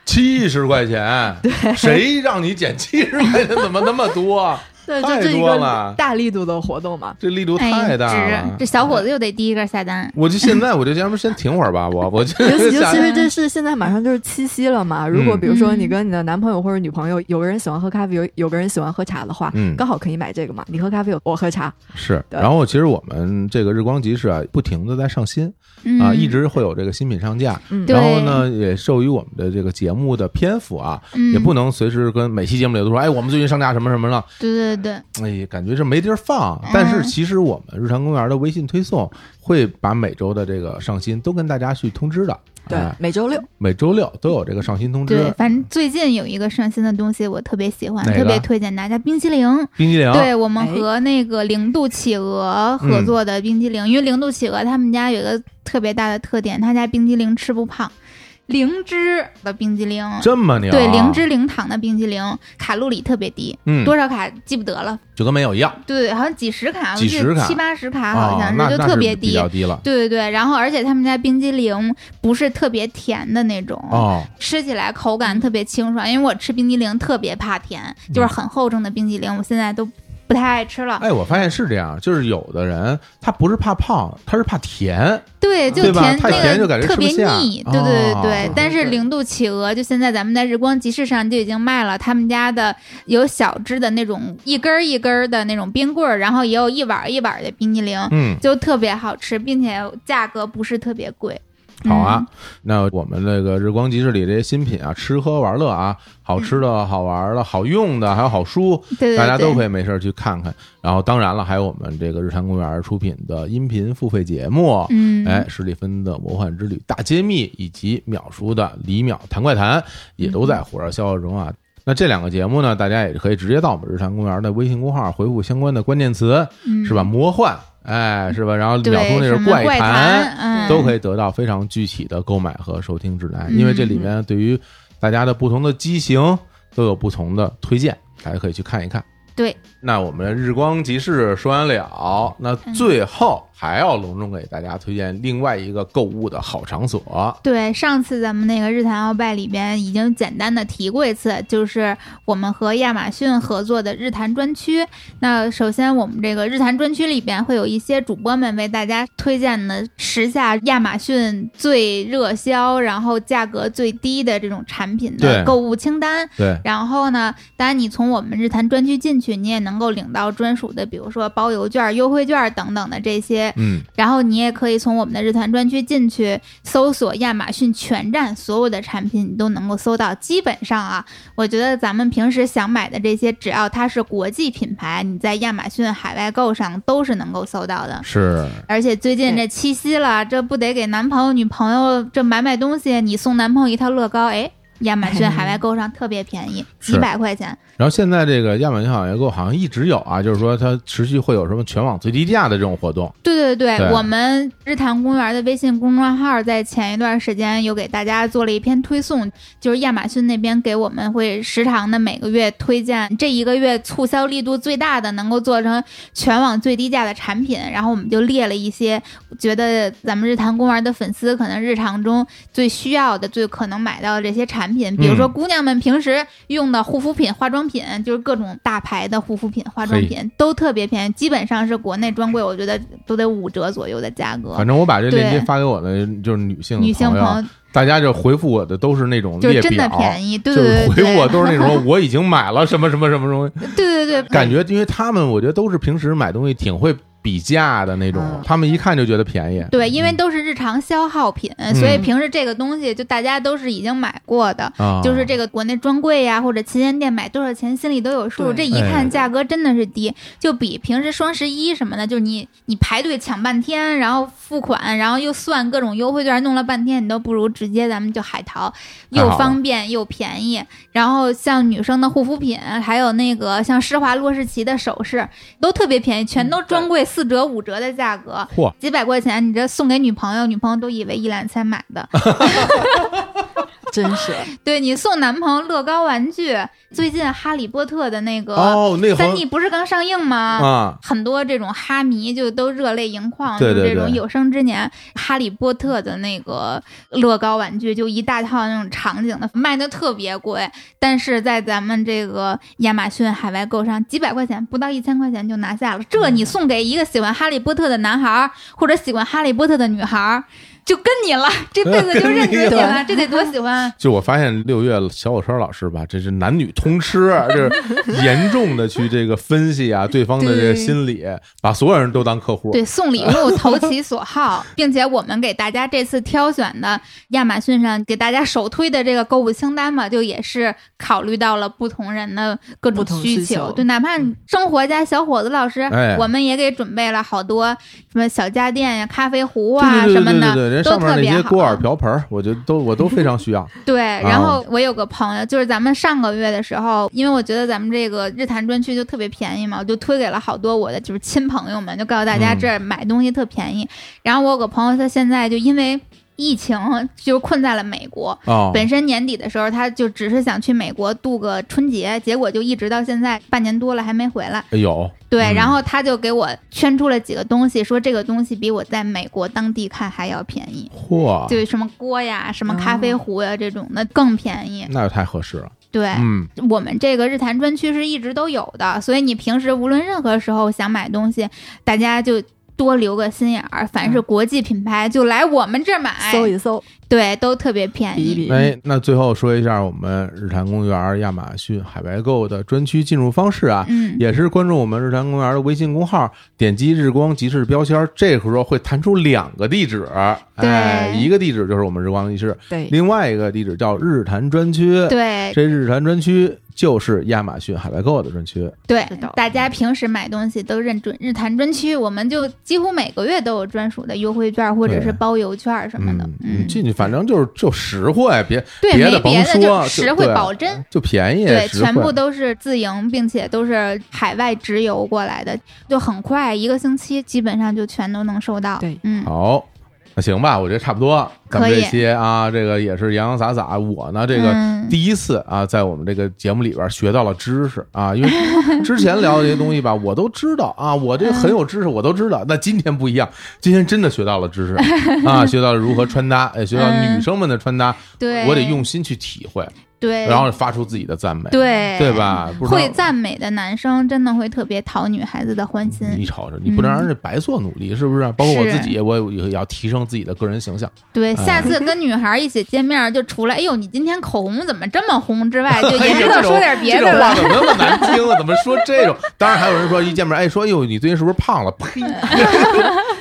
A: 七十块
C: [LAUGHS]
A: 钱，谁让你减七十块钱？怎么那么多啊？
C: 对，就
A: 太
C: 这一
A: 多
C: 个
A: 了
C: 大力度的活动嘛。
A: 这力度
B: 哎，
A: 太大
B: 值
C: 啊
A: 了！。啊
B: 这小伙子又得第一个下单。
A: 我就现在，我就要不先停会儿吧，
B: [LAUGHS]
A: 我我就
C: [LAUGHS]
A: [LAUGHS]
C: 尤其尤
A: 下
C: 其是这是现在马上就是七夕了嘛，
A: 嗯
C: 如果比如说你跟你的男朋友或者女朋友，有个人喜欢喝咖啡，有有个人喜欢喝茶的话，
A: 嗯
C: 刚好可以买这个嘛。你喝咖啡，我喝茶，
A: 是。
C: 对
A: 然后其实我们这个日光集市啊，不停的在上新，
B: 嗯
A: 啊，一直会有这个新品上架。
C: 嗯
B: 对
A: 然后呢，也受于我们的这个节目的篇幅啊，也不
B: 嗯，
A: 能随时跟每期节目里都说，哎，我们最近上架什么什么
F: 嗯
A: 了，
B: 对对对，
A: 哎，感觉是没地儿放。
B: 嗯
A: 但是其实我们日常公园的微信推送会把每周的这个上新都跟大家去通知的。
C: 对
A: 哎，
C: 每周六
A: 每周六都有这个上新通
B: 对
A: 知，。
B: 反正最近有一个上新的东西，我特别喜欢，
A: 哪个啊
B: 特别推荐大家冰淇淋。
A: 冰激凌，
B: 对我们
C: 哎
B: 和那个零度企鹅
A: 嗯
B: 合作的冰激凌，因为零度企鹅他们家有一个特别大的特点，他家冰激凌吃不胖，灵芝的冰激凌。
A: 这么牛啊，
B: 对，零芝零糖的冰激凌卡路里特别低，
A: 嗯，
B: 多少卡记不得了。
A: 就跟没有一样
B: 对，好像几十卡，我
A: 几
B: 记得
A: 十卡
B: 七八十卡，
A: 啊
B: 好像，
A: 那
B: 就
A: 那
B: 特别
A: 比
B: 低。
A: 较低了
B: 对对对，然后而且他们家冰激凌不是特别甜的那种，
A: 哦，
B: 吃起来口感特别清爽。因为我吃冰激凌特别怕甜，就是很厚重的冰激凌，我现在都不太爱吃了。
A: 嗯哎，我发现是这样，就是有的人他不是怕胖，他是怕甜，
B: 对，就
A: 对吧
B: 甜
A: 太甜就
B: 那
A: 感
B: 个
A: 觉
B: 特别
A: 吃不下
B: 腻，对对
A: 哦
B: 对对。但是零度企鹅就现在咱们在日光集市上就已经卖了，他们家的有小只的那种一根儿一根儿的那种冰棍儿，然后也有一碗儿一碗儿的冰激凌，
A: 嗯，
B: 就特别好吃，并且价格不是特别贵。嗯
A: 好啊，那我们那个日光集市里这些新品啊，吃喝玩乐啊，好吃的、好玩的、好用的，还有好书，
B: 嗯，对对对，
A: 大家都可以没事儿去看看。然后当然了，还有我们这个日坛公园出品的音频付费节目。
B: 嗯，
A: 哎，史蒂芬的《魔幻之旅》大揭秘以及淼叔的《李淼谈怪谈》也都
B: 嗯
A: 在火热销售中啊。那这两个节目呢，大家也可以直接到我们日坛公园的微信公号回复相关的关键词，
B: 嗯
A: 是吧？？魔幻，哎，是吧？然后
B: 对，
A: 淼叔那
B: 什
A: 是
B: 么
A: 怪
B: 怪
A: 谈，
B: 嗯，
A: 都可以得到非常具体的购买和收听指南，因为这里
B: 嗯
A: 面对于大家的不同的机型都有不同的推荐，大家可以去看一看。
B: 对，
A: 那我们日光集市说完了，那最后还要隆重给大家推荐另外一个购物的好场所。
B: 对，上次咱们那个日坛鳌拜里边已经简单的提过一次，就是我们和亚马逊合作的日坛专区。那首先，我们这个日坛专区里边会有一些主播们为大家推荐的时下亚马逊最热销，然后价格最低的这种产品
A: 对
B: 的购物清单。
A: 对，
B: 然后呢，当然你从我们日坛专区进去，你也能够领到专属的，比如说包邮券、优惠券等等的这些
A: 嗯，
B: 然后你也可以从我们的日团专区进去搜索亚马逊全站所有的产品，你都能够搜到。基本上啊，我觉得咱们平时想买的这些，只要它是国际品牌，你在亚马逊海外购上都是能够搜到的。
A: 是，
B: 而且最近这七夕了，这不得给男朋友、女朋友这买买东西？你送男朋友一套乐高，哎，亚马逊海外购上特别便宜，
A: 是
B: 几百块钱。
A: 然后现在这个亚马逊好像购好像一直有啊，就是说它持续会有什么全网最低价的这种活动。
B: 对对对，
A: 对
B: 我们日坛公园的微信公众号在前一段时间有给大家做了一篇推送，就是亚马逊那边给我们会时常的每个月推荐这一个月促销力度最大的，能够做成全网最低价的产品，然后我们就列了一些觉得咱们日坛公园的粉丝可能日常中最需要的、最可能买到的这些产产品，比如说
A: 嗯
B: 姑娘们平时用的护肤品、化妆品，就是各种大牌的护肤品、化妆品都特别便宜，基本上是国内专柜，我觉得都得五折左右的价格。
A: 反正我把这链接
B: 对
A: 发给我的就是女性
B: 女性
A: 朋
B: 朋
A: 友，
B: 友
A: 大家就回复我的都是那种
B: 就是
A: 列
B: 真的
A: 表，
B: 便宜，对
A: 就
B: 对
A: 是
B: 对
A: 回
B: 对
A: 复我都是那种我已经买了什么什么什么
B: [LAUGHS]
A: 东西，
B: 对对对，
A: 感觉因为他们我觉得都是平时买东西挺会比价的那种
C: 嗯，
A: 他们一看就觉得便宜。
B: 对，因为都是日常消耗品，所
A: 嗯
B: 以平时这个东西就大家都是已经买过的，
A: 啊，
B: 就是这个国内专柜呀、或者旗舰店买多少钱心里都有数。这
C: 对
B: 一
A: 哎
B: 看价格真的是低，就比平时双十一什么的，就是你你排队抢半天，然后付款，然后又算各种优惠券，弄了半天，你都不如直接咱们就海淘，
A: 太好
B: 又
A: 了
B: 方便又便宜。然后像女生的护肤品，还有那个像施华洛世奇的首饰，都特别便宜，全都专柜四折五折的价格。
A: 嚯，
B: 几百块钱，你这送给女朋友，女朋友都以为一两千买的。
C: 真是
B: 对你送男朋友乐高玩具，最近《哈利波特》的那个
A: 哦，那个好
B: 三 D 不是刚上映吗？
A: 啊，
B: 很多这种哈迷就都热泪盈眶，
A: 对对
B: 就是这种
A: 对
B: 有生之年，哈利波特的那个乐高玩具，就一大套那种场景的，卖的特别贵，但是在咱们这个亚马逊海外购上，几百块钱不到一千块钱就拿下了。
A: 嗯
B: 这你送给一个喜欢哈利波特的男孩儿，或者喜欢哈利波特的女孩儿，就跟你了，这辈子就认识你
A: [LAUGHS]
B: 了，这得多喜欢！啊
A: 就我发现六月小火车老师吧，这是男女通吃，啊就是
B: [LAUGHS]
A: 严重的去这个分析啊对方的这个
B: 对
A: 心理，把所有人都当客户。
B: 对，送礼物投其
A: [LAUGHS]
B: 所好，并且我们给大家这次挑选的亚马逊上给大家首推的这个购物清单嘛，就也是考虑到了不同人的各
C: 不
B: 种
C: 同
B: 需
C: 需求
B: 对，哪怕
C: 嗯
B: 生活家小伙子老师，
A: 哎
B: 我们也给准备了好多什么小家电呀、咖啡壶啊
A: 对
B: 什
A: 对对
B: 么
A: 对
B: 的，
A: 对对，人
B: 都
A: 上面
B: 特
A: 那
B: 别
A: 些
B: 好。嗯
A: 锅碗瓢盆儿，我觉得都我都非常需
B: [LAUGHS]
A: 要。
B: 对，然
A: 啊
B: 后我有个朋友，就是咱们上个月的时候，因为我觉得咱们这个日坛专区就特别便宜嘛，我就推给了好多我的就是亲朋友们，就告诉大家
A: 嗯
B: 这儿买东西特便宜。然后我有个朋友，他现在就因为疫情就困在了美国。
A: 哦，
B: 本身年底的时候，他就只是想去美国度个春节，结果就一直到现在半年多了还没回来。
A: 哎有
B: 对，
A: 嗯
B: 然后他就给我圈出了几个东西，说这个东西比我在美国当地看还要便宜。
A: 嚯，
B: 就是什么锅呀、什么咖啡壶呀这种的更便宜。
A: 那就太合适了。
B: 对、
A: 嗯，
B: 我们这个日坛专区是一直都有的，所以你平时无论任何时候想买东西，大家就。多留个心眼儿，凡是国际品牌就来我们这儿买，
C: 嗯搜一搜，
B: 对，都特别便
C: 比
B: 宜。
C: 一比。
A: 哎，那最后说一下我们日坛公园亚马逊海外购的专区进入方式啊。
B: 嗯，
A: 也是关注我们日坛公园的微信公号，点击日光集市标签，这时候会弹出两个地址，哎，
B: 对
A: 一个地址就是我们日光集市，
C: 对，
A: 另外一个地址叫日坛专区。，
B: 对
A: 这日坛专区就是亚马逊海外购的专区。
B: 对
C: 是的，
B: 大家平时买东西都认准日坛专区，我们就几乎每个月都有专属的优惠券或者
A: 对
B: 是包邮券什么的。
A: 你
B: 嗯，
A: 进去反正就是就实惠，别
B: 对，
A: 别
B: 没
A: 的甭
B: 别的就
A: 说
B: 是实惠
A: 对
B: 保真。
A: 就便宜，
B: 对，
A: 实惠
B: 全部都是自营，并且都是海外直邮过来的，就很快，一个星期基本上就全都能收到。
C: 对
B: 嗯，
A: 好。那行吧，我觉得差不多。咱们
B: 可
A: 这
B: 以
A: 些啊，这个也是洋洋洒洒。我呢，这个
B: 嗯
A: 第一次啊，在我们这个节目里边学到了知识啊，
B: [LAUGHS]
A: 因为之前聊的这些东西吧，我都知道啊，我这个很有知识，我都知
B: [LAUGHS]
A: 道。那今天不一样，今天真的学到了知识
B: [LAUGHS]
A: 啊，学到了如何穿搭，哎也学到
B: 嗯
A: 女生们的穿搭，
B: 对，
A: 我得用心去体会，
B: 对，
A: 然后发出自己的赞美，
B: 对
A: 对？吧？不知道
B: 会赞美的男生真的会特别讨女孩子的欢
A: 你
B: 心，
A: 瞅瞅，你不能让人家白做努力，是不是？包括我
B: 是
A: 自己，我也要提升自己的个人形象。
B: 对。
A: 哎
B: 下次跟女孩一起见面，就除了哎呦你今天口红怎么这么红之
A: [LAUGHS]
B: 外，就
A: 哎
B: 也
A: 呀
B: 知道说点别
A: 这
B: 的
A: 种话
B: 了。
A: 怎么那么难听啊？怎么说这种？当然还有人说一见面，哎，说哟，你最近是不是胖了？呸，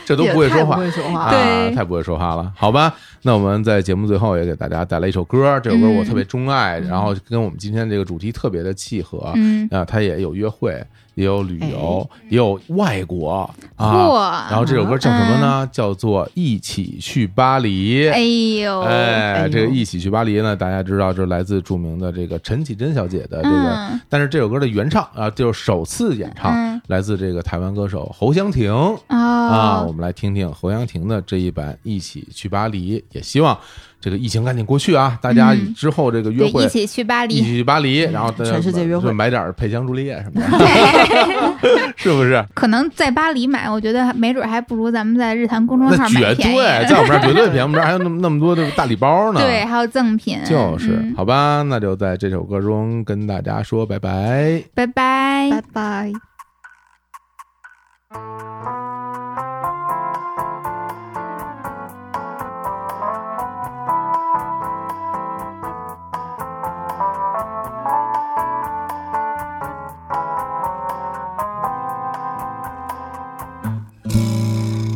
A: 这都
C: 也
A: 不会说
C: 太
A: 话
C: 不。会说话
A: 啊
C: 了，，
B: 对
A: 太不会说话了，好吧？那我们在节目最后也给大家带来一首歌，这首歌我特别钟爱，然后跟我们今天这个主题特别的契合。
B: 嗯，
A: 啊，它也有约会，也有旅游，也有外国啊。然
B: 嚯，
A: 后这首歌叫什么呢？叫做《一起去巴黎》。
B: 哎呦，
A: 哎，
C: 哎
A: 这个
C: 呦
A: 一起去巴黎呢，大家知道，就是来自著名的这个陈绮贞小姐的这个，
B: 嗯
A: 但是这首歌的原唱啊，就是首次演唱，
B: 嗯
A: 来自这个台湾歌手侯湘婷。啊，我
B: 哦，
A: 们来听听侯湘婷的这一版《一起去巴黎》，也希望这个疫情赶紧过去啊！大家
B: 嗯
A: 之后这个约
B: 对，
A: 会
B: 一起去巴
A: 一起 [LAUGHS]
B: 黎，
A: 去巴黎，然后大家
C: 全世界约会
A: 就买点儿佩香朱丽叶什么的，是不是？
F: 可能在巴黎买，我觉得还没准还不如咱们在日坛公众号
A: 那
F: 买
A: 绝
F: 便宜。
A: 对，在我们这儿绝对便宜，我们这儿还有那么那么多的大礼包呢。
F: 对，还有赠品，
A: 就是、
F: 嗯
A: 好吧，那就在这首歌中跟大家说拜拜。
F: 拜拜，
B: 拜拜。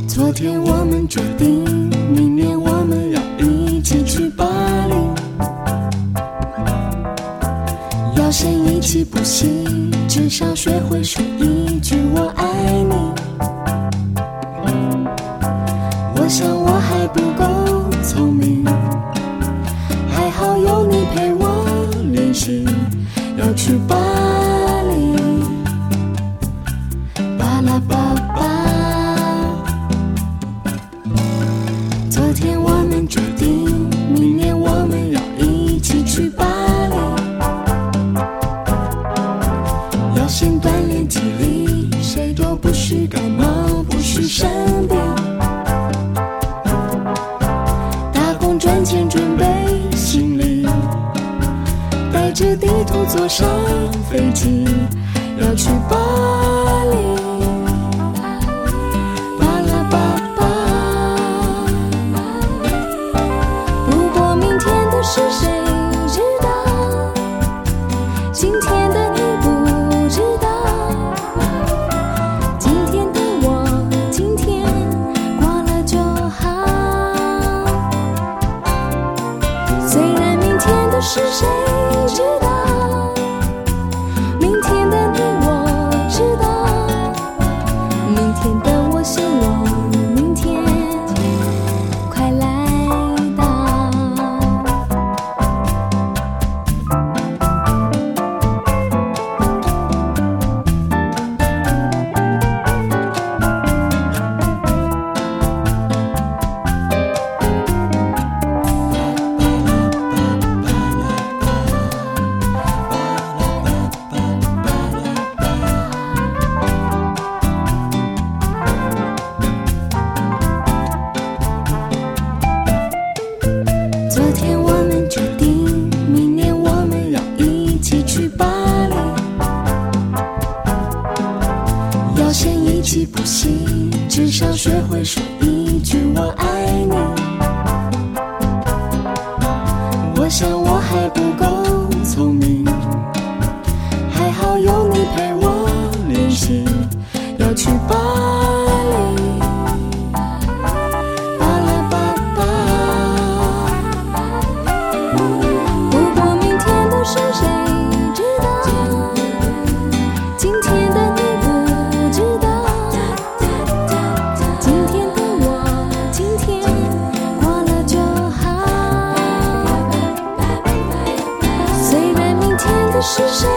D: 昨天我们决定，明年我们要一起去巴黎。要先一起补习，至少学会说一句我爱你。我想我还不够聪明，还好有你陪我练习。要去巴黎，巴拉巴巴。昨天我们决定，明年我们要一起去巴黎。要先锻炼体力，谁都不许感冒，不许生病。打工赚钱，准备行李，带着地图坐上飞机，要去巴黎。巴拉巴巴。不过明天的事谁知道？今天的你不知道。今天的我，今天过了就好。虽然明天的事谁知道？明天的你我知道。明天的我希望明天快来到。昨天我们决定，明年我们要一起去巴黎。要先一起补习，至少学会说一句我爱你。我想我还不够聪明，还好有你陪我练习。要去巴黎，巴拉巴巴。不过明天的事谁知道？今天的你不知道。今天的我，今天过了就好。虽然明天的事谁